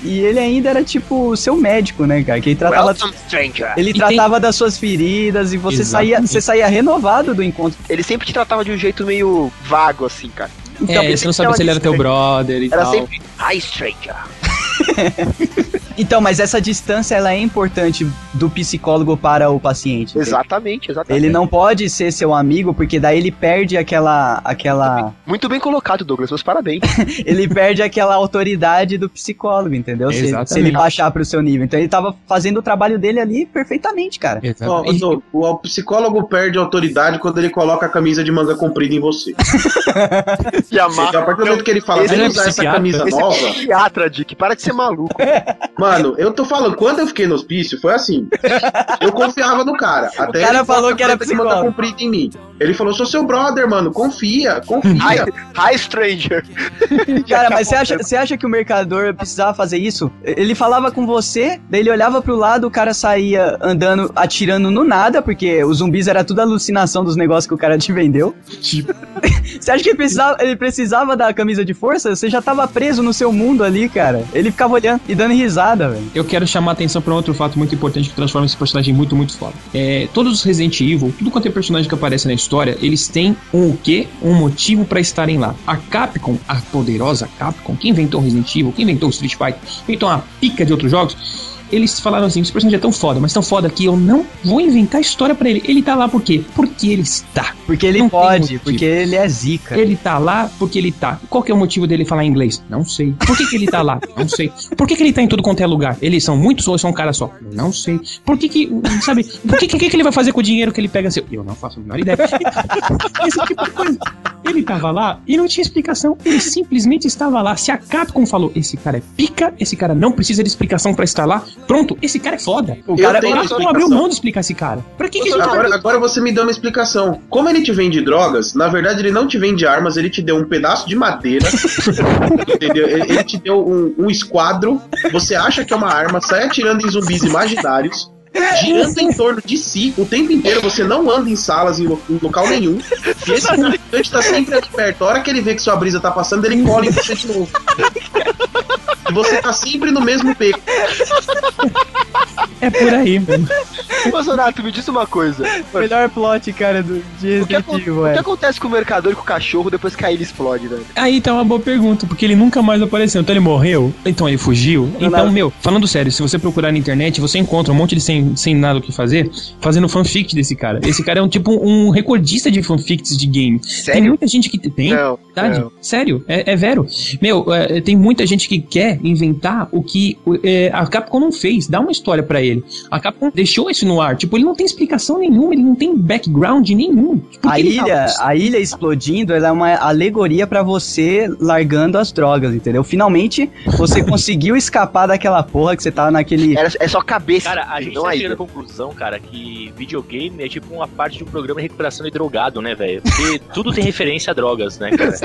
e ele ainda era tipo o seu médico, né, cara? Que ele tratava. Welcome, stranger. Ele E tratava das suas feridas e você saía, Exatamente. você saía renovado do encontro. Ele sempre te tratava de um jeito meio vago, assim, cara. Então, É, ele você não sempre sabia tava se ele era teu distante. brother e Era tal. sempre, hi, stranger. Então, mas essa distância ela é importante do psicólogo para o paciente. entende? Exatamente, exatamente. Ele não pode ser seu amigo, porque daí ele perde aquela. [LAUGHS] aquela. Muito bem colocado, Douglas, [LAUGHS] meus parabéns. ele perde aquela autoridade do psicólogo, entendeu? Se, Exatamente. se ele baixar pro seu nível. Então ele tava fazendo o trabalho dele ali perfeitamente, cara. Ó, Exatamente. Doug, o, o psicólogo perde autoridade quando ele coloca a camisa de manga comprida em você. E Então, a amar. partir do momento que ele fala, Esse vem é usar essa psiquiatra. camisa Esse nova. [LAUGHS] é psiquiatra, Dick. Para de ser maluco. Mano, eu tô falando, quando eu fiquei no hospício, foi assim. Eu confiava no cara. Até cara falou ele falou que era que mandar psicólogo. cumprido em mim. Ele falou, sou seu brother, mano. Confia, Hi, confia. hi, stranger. Cara, mas você né? acha, você acha que o mercador precisava fazer isso? Ele falava com você, daí ele olhava pro lado, o cara saía andando, atirando no nada, porque os zumbis era tudo alucinação dos negócios que o cara te vendeu. [LAUGHS] Tipo. Você acha que ele precisava, ele precisava da camisa de força? Você já tava preso no seu mundo ali, cara. Ele ficava olhando e dando risada, velho. Eu quero chamar a atenção pra um outro fato muito importante que transforma esse personagem muito, muito foda. É, todos os Resident Evil, tudo quanto é personagem que aparece na história, eles têm um o quê? Um motivo pra estarem lá. A Capcom, a poderosa Capcom, que inventou o Resident Evil, que inventou o Street Fighter, que inventou uma pica de outros jogos, eles falaram assim, esse personagem é tão foda, mas tão foda que eu não vou inventar história pra ele. Ele tá lá por quê? Porque ele está. Porque ele Não tem pode, motivo. porque ele é zica. Ele tá lá porque ele tá. Qual que é o motivo dele falar inglês? Não sei. Por que, que ele tá lá? Não sei. Por que, que ele tá em tudo quanto é lugar? Eles são muitos ou são um cara só? Não sei. Por que que, sabe, por que que, que que ele vai fazer com o dinheiro que ele pega seu? Eu não faço a menor ideia. [LAUGHS] Esse tipo de coisa. Ele tava lá e não tinha explicação. Ele simplesmente estava lá. Se a Capcom falou, esse cara é pica, esse cara não precisa de explicação pra estar lá, pronto, esse cara é foda. O Eu cara, tenho Agora não explicação. abriu mão de explicar esse cara. Pra que, que a gente Agora, agora você me deu uma explicação. Como ele te vende drogas, na verdade ele não te vende armas, ele te deu um pedaço de madeira. [LAUGHS] entendeu? Ele, ele te deu um, um esquadro. Você acha que é uma arma, sai atirando em zumbis imaginários. Girando em torno de si o tempo inteiro, você não anda em salas, em, lo- em local nenhum. E esse traficante tá sempre aqui perto. A hora que ele vê que sua brisa tá passando, ele cola em você de novo. E você tá sempre no mesmo peco. é por aí, mano? Ô, Zonato, me diz uma coisa. melhor plot, cara, do, de O que, Resident acon- Evil, o que velho. acontece com o mercador e com o cachorro depois que a ilha explode, velho? Aí tá uma boa pergunta, porque ele nunca mais apareceu. Então ele morreu? Então ele fugiu? então, nada. meu, falando sério, se você procurar na internet, você encontra um monte de sem, sem nada o que fazer, fazendo fanfic desse cara. Esse cara é um tipo um recordista de fanfics de game. Tem muita gente que tem. Não, Verdade, não. sério, é, é vero. Meu, é, tem muita gente que quer inventar o que é, a Capcom não fez. Dá uma história pra ele. A Capcom deixou isso no ar. Tipo, ele não tem explicação nenhuma, ele não tem background nenhum. Por que A ele tá ilha, lá? a ilha explodindo, ela é uma alegoria pra você largando as drogas, entendeu? Finalmente [LAUGHS] você conseguiu escapar daquela porra que você tava naquele. Era, é só cabeça. Cara, a gente não tá a chegando à ilha. conclusão, cara, que videogame é tipo uma parte de um programa de recuperação de drogado, né, velho? Porque tudo tem referência a drogas, né, cara?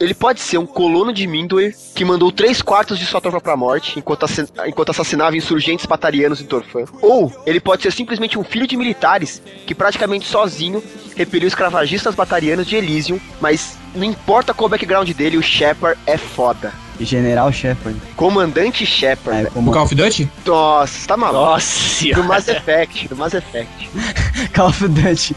Ele pode ser um colono de Mindor que mandou três quartos de sua tropa pra morte enquanto, assin- enquanto assassinava insurgentes patarianos em Torfã. Ou ele pode ser simplesmente um filho de militares que praticamente sozinho repeliu escravagistas batarianos de Elysium, mas não importa qual o background dele, o Shepard é foda. General Shepard. Comandante Shepard, É, velho. como O Call of Duty? Nossa, tá [LAUGHS] maluco. Nossa senhora. [LAUGHS] Do Mass Effect, do Mass Effect. Call of Duty.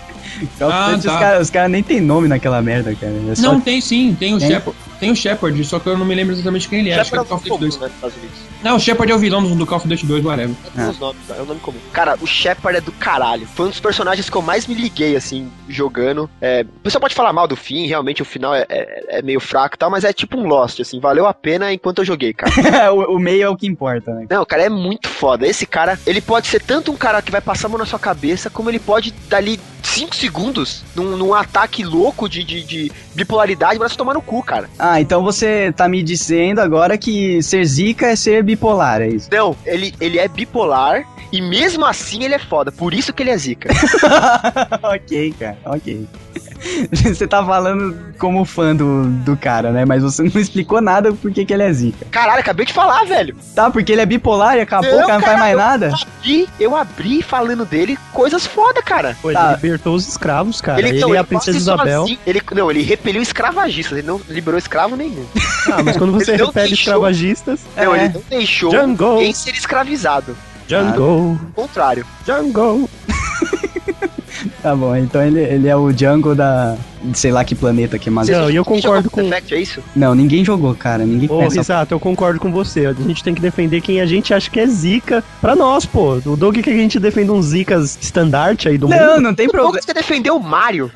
Ah, Os tá. caras cara nem tem nome naquela merda, cara. É só- Não, tem sim, tem o Tem? Shepard. Tem o Shepard, só que eu não me lembro exatamente quem ele é. Já Acho que é pra do Call of comum, Duty né, 2. nos Estados Unidos. Não, o Shepard é o vilão do Call of Duty 2, whatever. Todos os nomes, é o nome comum. Cara, o Shepard é do caralho. Foi um dos personagens que eu mais me liguei, assim, jogando. É, o pessoal pode falar mal do fim, realmente o final é, é- é meio fraco e tal, mas é tipo um Lost, assim, valeu a pena enquanto eu joguei, [LAUGHS] cara. o, o meio [LAUGHS] é o que importa, né? Não, o cara é muito foda. Esse cara, ele pode ser tanto um cara que vai passar a mão na sua cabeça, como ele pode dali 5 segundos num, num ataque louco de, de, de bipolaridade pra se tomar no cu, cara. Ah, então você tá me dizendo agora que ser zica é ser bipolar, é isso? Não, ele, ele é bipolar e mesmo assim ele é foda. Por isso que ele é zica. [LAUGHS] [LAUGHS] ok, cara, ok. [LAUGHS] Você tá falando como fã do, do cara, né? Mas você não explicou nada por que que ele é zica. Caralho, acabei de falar, velho. Tá, porque ele é bipolar e acabou, Não, o cara não cara, faz mais nada? E eu abri falando dele coisas foda, cara. Pô, Tá. Ele libertou os escravos, cara. Ele, então, é a quase princesa Isabel. sozinho- ele, não, ele repeliu escravagistas, ele não liberou [LAUGHS] escravo nenhum. Ah, mas quando você Ele não repele deixou. escravagistas... Não, É. ele não deixou Django, ninguém ser escravizado. Django, Ao contrário. Django. Tá bom, então ele, ele é o Django da. de sei lá que planeta que é mais. Não, e eu concordo com... Effect, é isso? Não, ninguém jogou, cara. Ninguém Ô, conhece. Risato, eu concordo com você. A gente tem que defender quem a gente acha que é zica pra nós, pô. O Doug quer que a gente defenda uns zicas standard aí do Não, mundo. não [LAUGHS] tem Como problema. que você defendeu o Mario?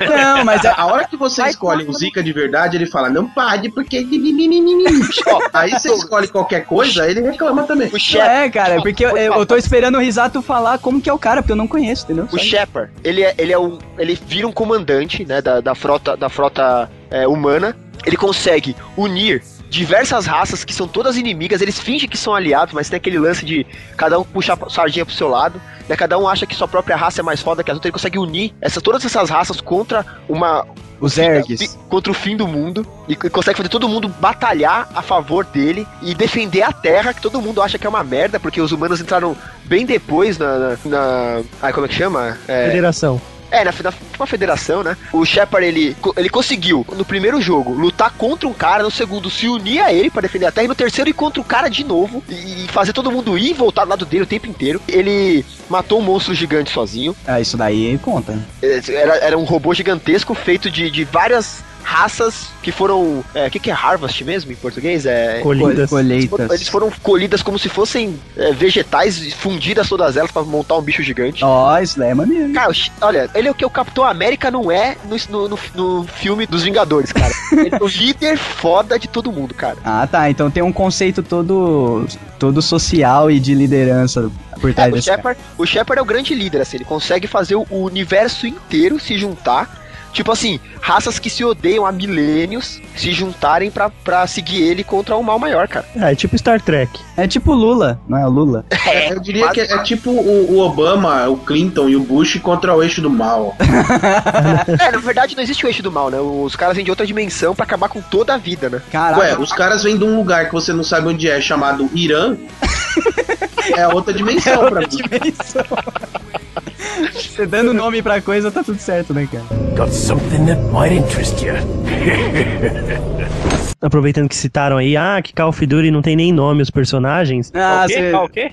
Não, mas [LAUGHS] é- A hora que você Vai escolhe tomar o Zika de verdade, ele fala, não pare, porque. é [LAUGHS] Aí você escolhe qualquer coisa, ele reclama também. O não Shepard. é, cara, é porque eu, eu- eu tô esperando o Risato falar como que é o cara, porque eu não conheço, entendeu? O Shepard, ele é, ele é um. Ele vira um comandante, né? Da, da frota, da frota é, humana. Ele consegue unir diversas raças que são todas inimigas. Eles fingem que são aliados, mas tem aquele lance de cada um puxar a sardinha pro seu lado. Né, cada um acha que sua própria raça é mais foda que as outras. Ele consegue unir essas, todas essas raças contra uma. Os fi- Contra o fim do mundo. E c- consegue fazer todo mundo batalhar a favor dele e defender a Terra, que todo mundo acha que é uma merda, porque os humanos entraram bem depois na. na, na- ai, como é que chama? É, Federação. é, na, na uma federação, né? O Shepard, ele, co- ele conseguiu, no primeiro jogo, lutar contra um cara, no segundo, se unir a ele pra defender a Terra, e no terceiro, ir contra o cara de novo, e, e fazer todo mundo ir e voltar do lado dele o tempo inteiro. Ele matou um monstro gigante sozinho, Ah, isso daí conta. É, era, era um robô gigantesco feito de, de várias raças que foram... é, O que, que é Harvest mesmo, em português? É... Colhidas. eles foram- Eles Colheitas. foram colhidas como se fossem é, vegetais, fundidas todas elas pra montar um bicho gigante. Ó, isso daí é maneiro. Cara, o Sh- olha, ele é o que o Capitão América não é no, no, no- no filme dos Vingadores, cara. Ele é o [LAUGHS] líder foda de todo mundo, cara. Ah, tá. Então tem um conceito todo, todo social e de liderança por É, trás o, desse cara. Shepard, o Shepard é o grande líder, assim, ele consegue fazer o o universo inteiro se juntar. Tipo assim, raças que se odeiam há milênios se juntarem pra, pra seguir ele contra um mal maior, cara. [LAUGHS] É, é tipo Star Trek. É tipo Lula, não é o Lula? É, eu diria que é, é tipo o, o Obama, o Clinton e o Bush contra o eixo do mal. É, na verdade não existe o eixo do mal, né? Os caras vêm de outra dimensão pra acabar com toda a vida, né? Caraca. Ué, os caras vêm de um lugar que você não sabe onde é, chamado Irã. É outra dimensão pra mim. dimensão. Você dando nome pra coisa, tá tudo certo, né, cara? Aproveitando que citaram aí, ah, que Call of Duty não tem nem nome os personagens. Ah, o quê? você... Ah, o quê?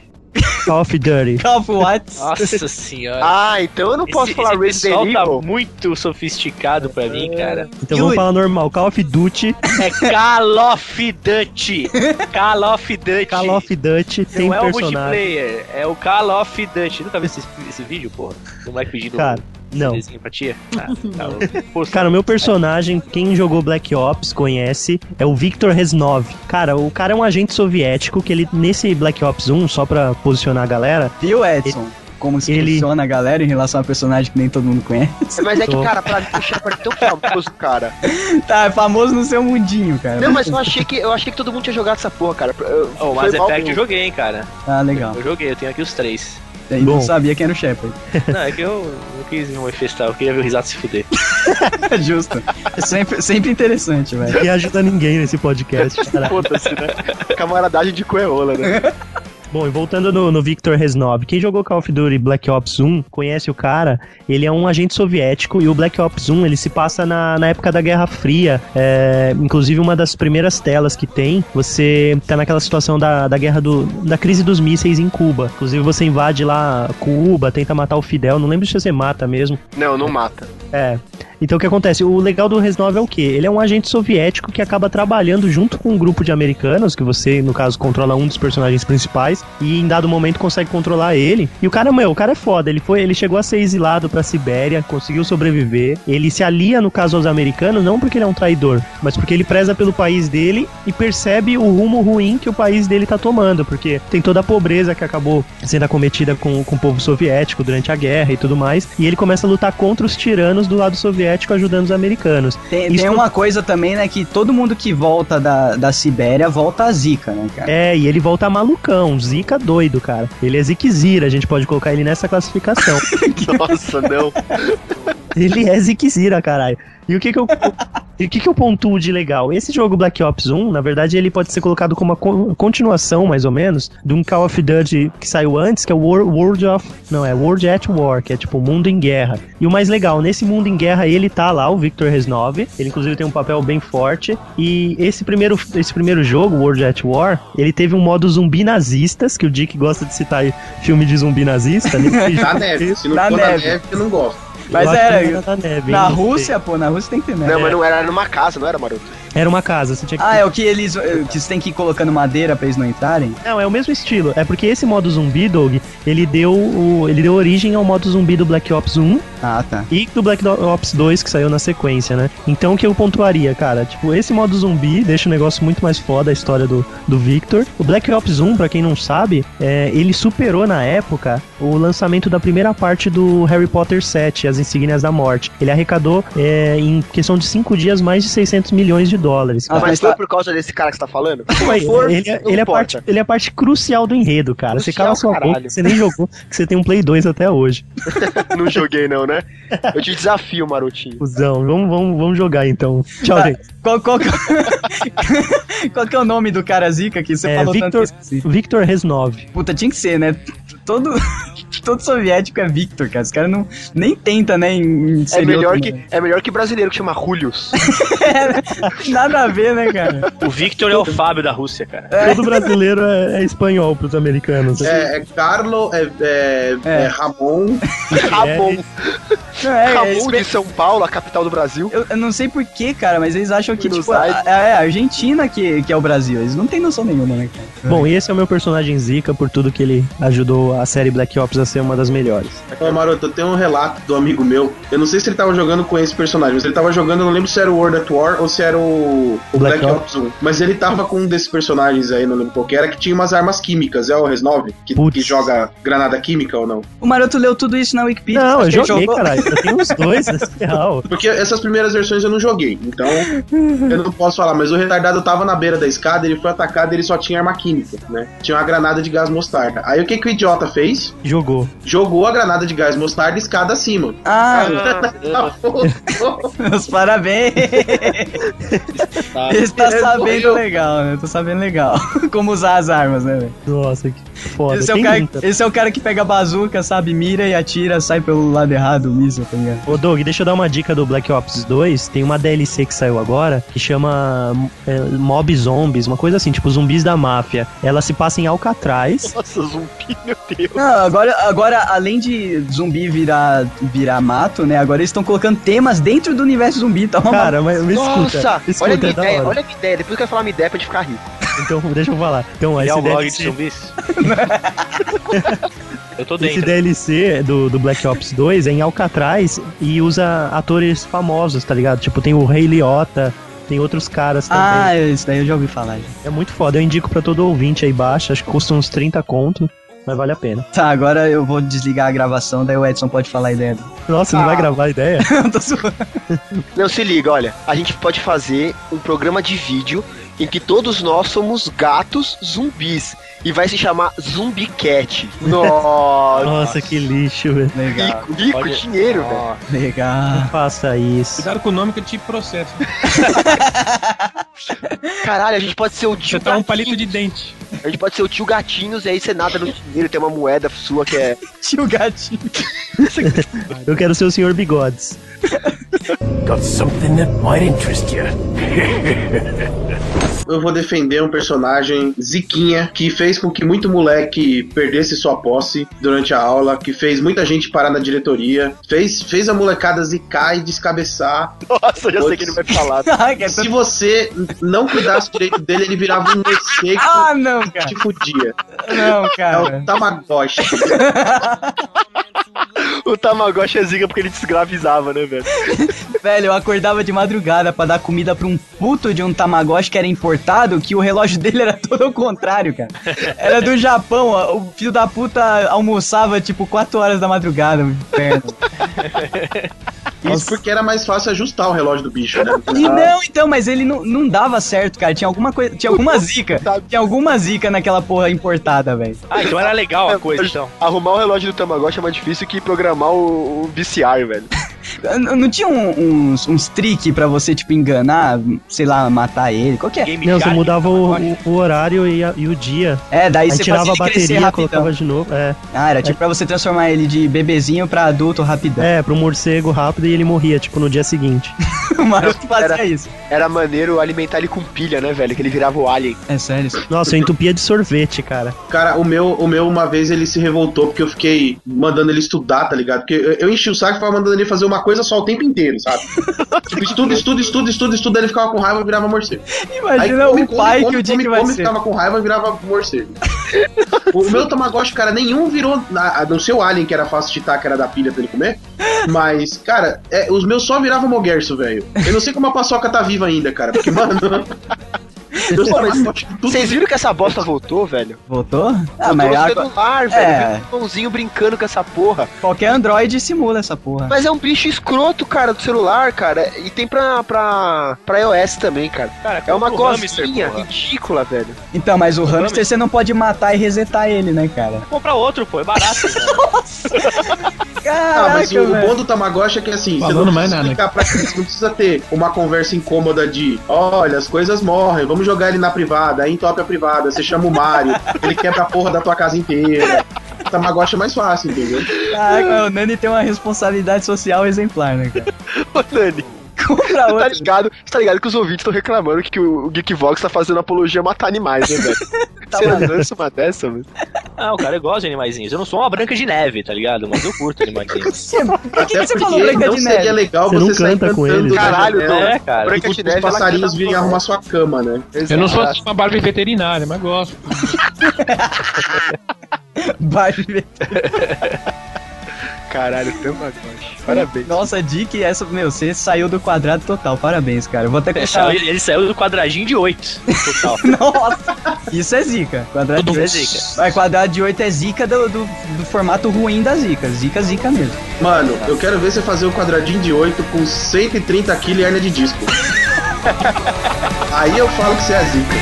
Call of Duty. Call of What? Nossa senhora. Ah, então eu não posso É. esse, falar esse Resident pessoal tá Evil. muito sofisticado pra mim, cara. Então E o- vamos falar normal. Call of Duty. É Call of Duty. Call of Duty. Call of Duty tem Não é o personagem. multiplayer, é o Call of Duty. Nunca vi esse, esse vídeo, porra? O moleque pedindo Cara, não. desenho pra tia? Ah, tá. o- Pô, Cara, o meu personagem, quem jogou Black Ops conhece, é o Victor Reznov. Cara, o cara é um agente soviético que ele, nesse Black Ops 1, só pra posicionar a galera, Viu, Edson? Como se Ele- funciona a galera em relação a personagem que nem todo mundo conhece. [LAUGHS] Mas é que, Tô. cara, pra mim o Shepard é tão famoso, cara. Tá, é famoso no seu mundinho, cara. Não, mas eu achei que eu achei que todo mundo tinha jogado essa porra, cara. Eu- Oh, foi Mass mal Effect meu. eu joguei, hein, cara. Ah, legal. Eu joguei, eu tenho aqui os três. Eu não Bom. sabia quem era o Shepard. [LAUGHS] Não, é que eu não quis me manifestar, eu queria ver o Risato se fuder. Justo. É sempre, sempre interessante, velho. que ajuda ninguém nesse podcast. Cara. [LAUGHS] [LAUGHS] Foda-se, é né? Camaradagem de coeola, né? Bom, e voltando no, no Victor Reznov, quem jogou Call of Duty Black Ops 1 conhece o cara, ele é um agente soviético e o Black Ops 1 ele se passa na, na época da Guerra Fria, é, inclusive uma das primeiras telas que tem, você tá naquela situação da, da guerra do, da crise dos mísseis em Cuba, inclusive você invade lá Cuba, tenta matar o Fidel, não lembro se você mata mesmo, Não, não mata. é. Então o que acontece? O legal do Reznov é o quê? Ele é um agente soviético que acaba trabalhando junto com um grupo de americanos, que você, no caso, controla um dos personagens principais, e em dado momento consegue controlar ele. E o cara, meu, o cara é foda. Ele foi, ele chegou a ser exilado pra Sibéria, conseguiu sobreviver. Ele se alia, no caso, aos americanos, não porque ele é um traidor, mas porque ele preza pelo país dele e percebe o rumo ruim que o país dele tá tomando, porque tem toda a pobreza que acabou sendo acometida com, com o povo soviético durante a guerra e tudo mais. E ele começa a lutar contra os tiranos do lado soviético, ajudando os americanos. Tem, Isso tem não- uma coisa também, né? Que todo mundo que volta da, da Sibéria volta a zica, né, cara? É, e ele volta malucão, zica doido, cara. Ele é ziquezira, a gente pode colocar ele nessa classificação. Nossa, não. ele é ziquezira, caralho. E o que que eu... E o que, que eu pontuo de legal? Esse jogo Black Ops 1, na verdade, ele pode ser colocado como uma co- continuação, mais ou menos, de um Call of Duty que saiu antes, que é o Wor- World of. Não, é World at War, que é tipo Mundo em Guerra. E o mais legal, nesse Mundo em Guerra, ele tá lá, o Victor Reznov. Ele, inclusive, tem um papel bem forte. E esse primeiro, esse primeiro jogo, World at War, ele teve um modo zumbi nazistas, que o Dick gosta de citar aí, filme de zumbi nazista. Nesse Na jogo- neve. Se não Na for na neve. neve, eu não gosto. Mas Eu acho que era- não da neve, Na hein? Rússia, pô, na Rússia tem que ter merda. Não, É. mas não era, era numa casa, não era, Maroto? Era uma casa, você tinha que Ah, é o que eles. eh, Que você tem que ir colocando madeira pra eles não entrarem? Não, é o mesmo estilo. É porque esse modo zumbi, Dog, ele deu o, ele deu origem ao modo zumbi do Black Ops 1 Ah, tá. e do Black Ops 2 que saiu na sequência, né? Então o que eu pontuaria, cara? Tipo, esse modo zumbi deixa o negócio muito mais foda a história do, do Victor. O Black Ops 1, pra quem não sabe, é, ele superou na época o lançamento da primeira parte do Harry Potter 7, As Insígnias da Morte. Ele arrecadou é, em questão de 5 dias mais de 600 milhões de dólares. Ah, Mas, mas foi tá- por causa desse cara que você tá [LAUGHS] falando? Ué, for, ele, é- não ele é a importa. parte, ele é a parte crucial do enredo, cara. você Crucial, cala sua boca, caralho. que você nem jogou, que você tem um Play 2 até hoje. [LAUGHS] Não joguei, não, né? Eu te desafio, Marotinho. Fusão, vamos, vamos, vamos jogar então. Tchau, Tá, gente. Qual, qual, que... é- qual que é o [LAUGHS] nome do cara zica que você É, falou tanto? que eu Victor, esqueci? Victor Reznov. Puta, tinha que ser, né? Todo, [LAUGHS] todo soviético é Victor, cara. Os caras não. Nem tenta, né? Em, em É ser melhor, outro [LAUGHS] que, é melhor que brasileiro que [LAUGHS] chama Julius. nome. É, né? Nada a ver, né, cara? O Victor é o Fábio da Rússia, [LAUGHS] cara. Todo brasileiro é, é espanhol pros americanos. É, é Carlo, é, é, É. é Ramon. É, Rabon. Não, é, é, Rabon de São Paulo, a capital do Brasil. eu, eu não sei porquê, cara, mas eles acham que, Buenos tipo, a- Aires. é a Argentina que, que é o Brasil. Eles não têm noção nenhuma, né, cara? Bom, esse é o meu personagem Zika por tudo que ele ajudou a série Black Ops a ser uma das melhores. Ô, Maroto, eu tenho um relato do amigo meu. Eu não sei se ele tava jogando com esse personagem, mas ele tava jogando, eu não lembro se era o World at War ou se era o, o Black Black, Ops 1. Mas ele tava com um desses personagens aí, não lembro qual que era, que tinha umas armas químicas, é o Reznov? Que, Putz. que joga granada química ou não? O Maroto leu tudo isso na Wikipedia. Não, eu Você joguei, jogou? caralho. Eu tenho os dois, é [LAUGHS] real. Porque essas primeiras versões eu não joguei, então eu não posso falar, mas o retardado tava na beira da escada, ele foi atacado ele só tinha arma química, né? Tinha uma granada de gás mostarda. Aí o que, que o idiota fez? Jogou. Jogou a granada de gás mostarda escada acima. Ah, Tá bom. meus parabéns! Ele tá sabendo legal, né? Tô sabendo legal. Como usar as armas, né, velho? Nossa, que foda. um Esse, é o Quem cara- nunca? esse é o cara que pega a bazuca, sabe? Mira e atira, sai pelo lado errado o míssil, tá ligado? Ô Doug, deixa eu dar uma dica do Black Ops 2. Tem uma DLC que saiu agora que chama é, Mob Zombies, uma coisa assim, tipo zumbis da máfia. Ela se passa em Alcatraz. Nossa, zumbi, meu Deus. Não, agora, agora além de zumbi virar, virar mato, né? Agora eles estão colocando temas dentro do universo zumbi, tá? Uma- Cara, mas me escuta. Nossa, me escuta, olha a minha é da ideia, hora. olha a minha ideia. Depois que eu falar minha ideia pra gente ficar rico. Então, deixa eu falar. Então, Ele é esse um blog de DLC, [LAUGHS] zumbis? Eu tô esse dentro. DLC do, do Black Ops 2 é em Alcatraz e usa atores famosos, tá ligado? Tipo, tem o Rei Liotta, tem outros caras também. é. Ah, isso daí eu já ouvi falar. já. É muito foda. Eu indico pra todo ouvinte aí baixo. Acho que custa uns 30 conto, mas vale a pena. Tá, agora eu vou desligar a gravação, daí o Edson pode falar a ideia [LAUGHS] dele. Nossa, Ah. não vai gravar a ideia? Eu tô zoando. Não, se liga, olha. A gente pode fazer um programa de vídeo em que todos nós somos gatos zumbis. E vai se chamar [LAUGHS] Zumbicat. Nossa, Nossa, que lixo, velho. Legal, rico, rico, Olha- dinheiro, Ah. velho. Ó, legal. [LAUGHS] Faça isso. [LAUGHS] Cuidado com o nome que eu te processo. Caralho, a gente pode ser o Você tio tá um gatinho. palito de dente. A gente pode ser o tio gatinhos e aí você nada no dinheiro, tem uma moeda sua que é. Tio gatinho. Eu quero ser o senhor [LAUGHS] bigodes. Eu vou defender um personagem, Ziquinha, que fez com que muito moleque perdesse sua posse durante a aula, que fez muita gente parar na diretoria, fez, fez a molecada zicar e descabeçar. Nossa, eu já sei que ele vai falar. Se você não cuidasse direito dele, ele virava um morcego ah, não, que cara. te fudia. Não, tipo É cara. o Tamagotchi. O Tamagotchi é zica porque ele desgravizava, né, velho? Velho, eu acordava de madrugada pra dar comida pra um puto de um Tamagotchi que era importado, que o relógio [LAUGHS] dele era todo ao contrário, cara. Era do Japão, ó, o filho da puta almoçava tipo 4 horas da madrugada, o inferno. Isso porque era mais fácil ajustar o relógio do bicho, né? E não, então, mas ele não, não dava certo, cara. Tinha alguma coisa, tinha alguma zica. Tinha alguma zica naquela porra importada, velho. Ah, então era legal É a coisa, então. Arrumar o relógio do Tamagotchi é mais difícil que programar o, o VCR, velho. N- Não tinha um- uns, uns trick pra você, tipo, enganar, sei lá, matar ele, é? qualquer. Game então, Não, você Shark. mudava o, o- o horário e, a- e o dia. É, daí Aí você tirava fazia a ele crescer bateria, rapidão. colocava de novo. É, Ah, era tipo pra você transformar ele de bebezinho pra adulto rapidão. é, pro morcego rápido e ele morria, tipo, no dia seguinte. [LAUGHS] O Maroto fazia isso. Era maneiro alimentar ele com pilha, né, velho? Que ele virava o alien. É sério. isso. Nossa, eu entupia de sorvete, cara. Cara, o meu, o meu uma vez ele se revoltou porque eu fiquei mandando ele estudar, tá ligado? Porque eu, eu enchi o saco e ficava mandando ele fazer uma coisa só o tempo inteiro, [LAUGHS] sabe? tipo, estuda, estuda, estuda, estuda, estuda, ele ficava com raiva e virava morcego. Imagina o pai que o dia que vai ser. ficava com raiva e virava morcego. o meu Tamagotchi, cara, nenhum virou. na- No seu alien, que era fácil de titar, que era da pilha pra ele comer. Mas, cara, é, os meus só viravam moguerço, velho. Eu não sei como a paçoca tá viva ainda, cara. Porque, mano. eu só tudo Vocês viram que essa bosta voltou, velho? [LAUGHS] Voltou? Ah, voltou mas no agora- celular, É. velho. Vi um irmãozinho brincando com essa porra. qualquer Android simula essa porra. Mas é um bicho escroto, cara, do celular, cara. E tem pra, pra, pra iOS também, cara. Cara, É uma compra um hamster, cozinha porra. ridícula, velho. [LAUGHS] Então, mas o hamster você não pode matar e resetar ele, né, cara? Compra outro, pô, é barato. Ah, mas Caraca, o, o velho. bom do Tamagotchi é que assim, Falando não mais nada. precisa explicar pra criança, não precisa ter uma conversa incômoda de olha, as coisas morrem, vamos jogar ele na privada, aí entope a privada, você chama o Mario, ele quebra a porra da tua casa inteira. O Tamagotchi é mais fácil, entendeu? Caraca, o Nani tem uma responsabilidade social exemplar, né, cara? [LAUGHS] Ô, Dani, Compra tá outro. ligado, você tá ligado que os ouvintes estão reclamando que o, o Geekvox tá fazendo apologia a matar animais, né, velho? Tá você bom. lança uma dessa, velho? Ah, o cara, eu gosto de animaizinhos. Eu não sou uma branca de neve, tá ligado? Mas eu [LAUGHS] curto animaizinhos. Por que, Até que você porque falou Branca não de seria Neve? legal Você você, não sair canta com cantando eles, na né? Caralho, janela, É, cara. Branca de enquanto Neve, os passarinhos virem arrumar sua cama, né? Eu não sou assim uma Barbie veterinária, mas gosto. [LAUGHS] Baixo- Caralho, Tamagotchi. Parabéns. Nossa, Dick, essa, meu, você saiu do quadrado total. Parabéns, cara. Eu Vou até É, Ele começar. saiu, ele saiu do quadradinho de 8. Total. Nossa! Isso é zica. Quadrado de Tudo oito é é zica. zica. Mas quadrado de 8 é zica do, do, do formato ruim da zica. Zica, zica mesmo. Mano, eu quero ver você fazer o quadradinho de 8 com 130 kg e hernia de [LAUGHS] disco. Aí eu falo que você é zica.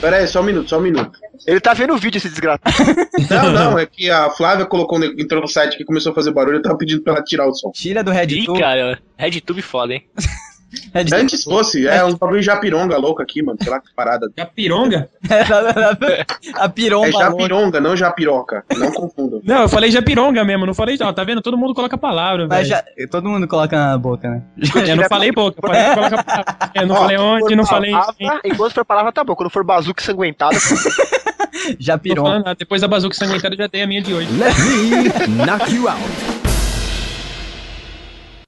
Pera aí, só um minuto, só um minuto. Ele tá vendo o vídeo, esse desgraçado. Não, não, é que a Flávia colocou, um neg- entrou no site que começou a fazer barulho, eu tava pedindo pra ela tirar o som. Tira do Red Ih, Tool. cara, RedTube foda, hein? [LAUGHS] Red Antes fosse, é um bagulho japironga louco aqui, mano, sei lá que parada. Já pironga? [LAUGHS] A piromba. É louca. japironga, não japiroca, não confundam. Não, eu falei já pironga mesmo, não falei. Ó, tá vendo? Todo mundo coloca a palavra, Mas velho. já, todo mundo coloca na boca, né? [LAUGHS] Eu não falei pouco, eu falei, coloca a palavra. Eu não Ó, falei onde, não falei. Palavra, Enquanto for palavra, tá bom. Quando for bazuca ensanguentada, Já Tô piromba. falando, nada. depois da bazuca sanguentada, eu já dei a minha de hoje. Let me knock you out.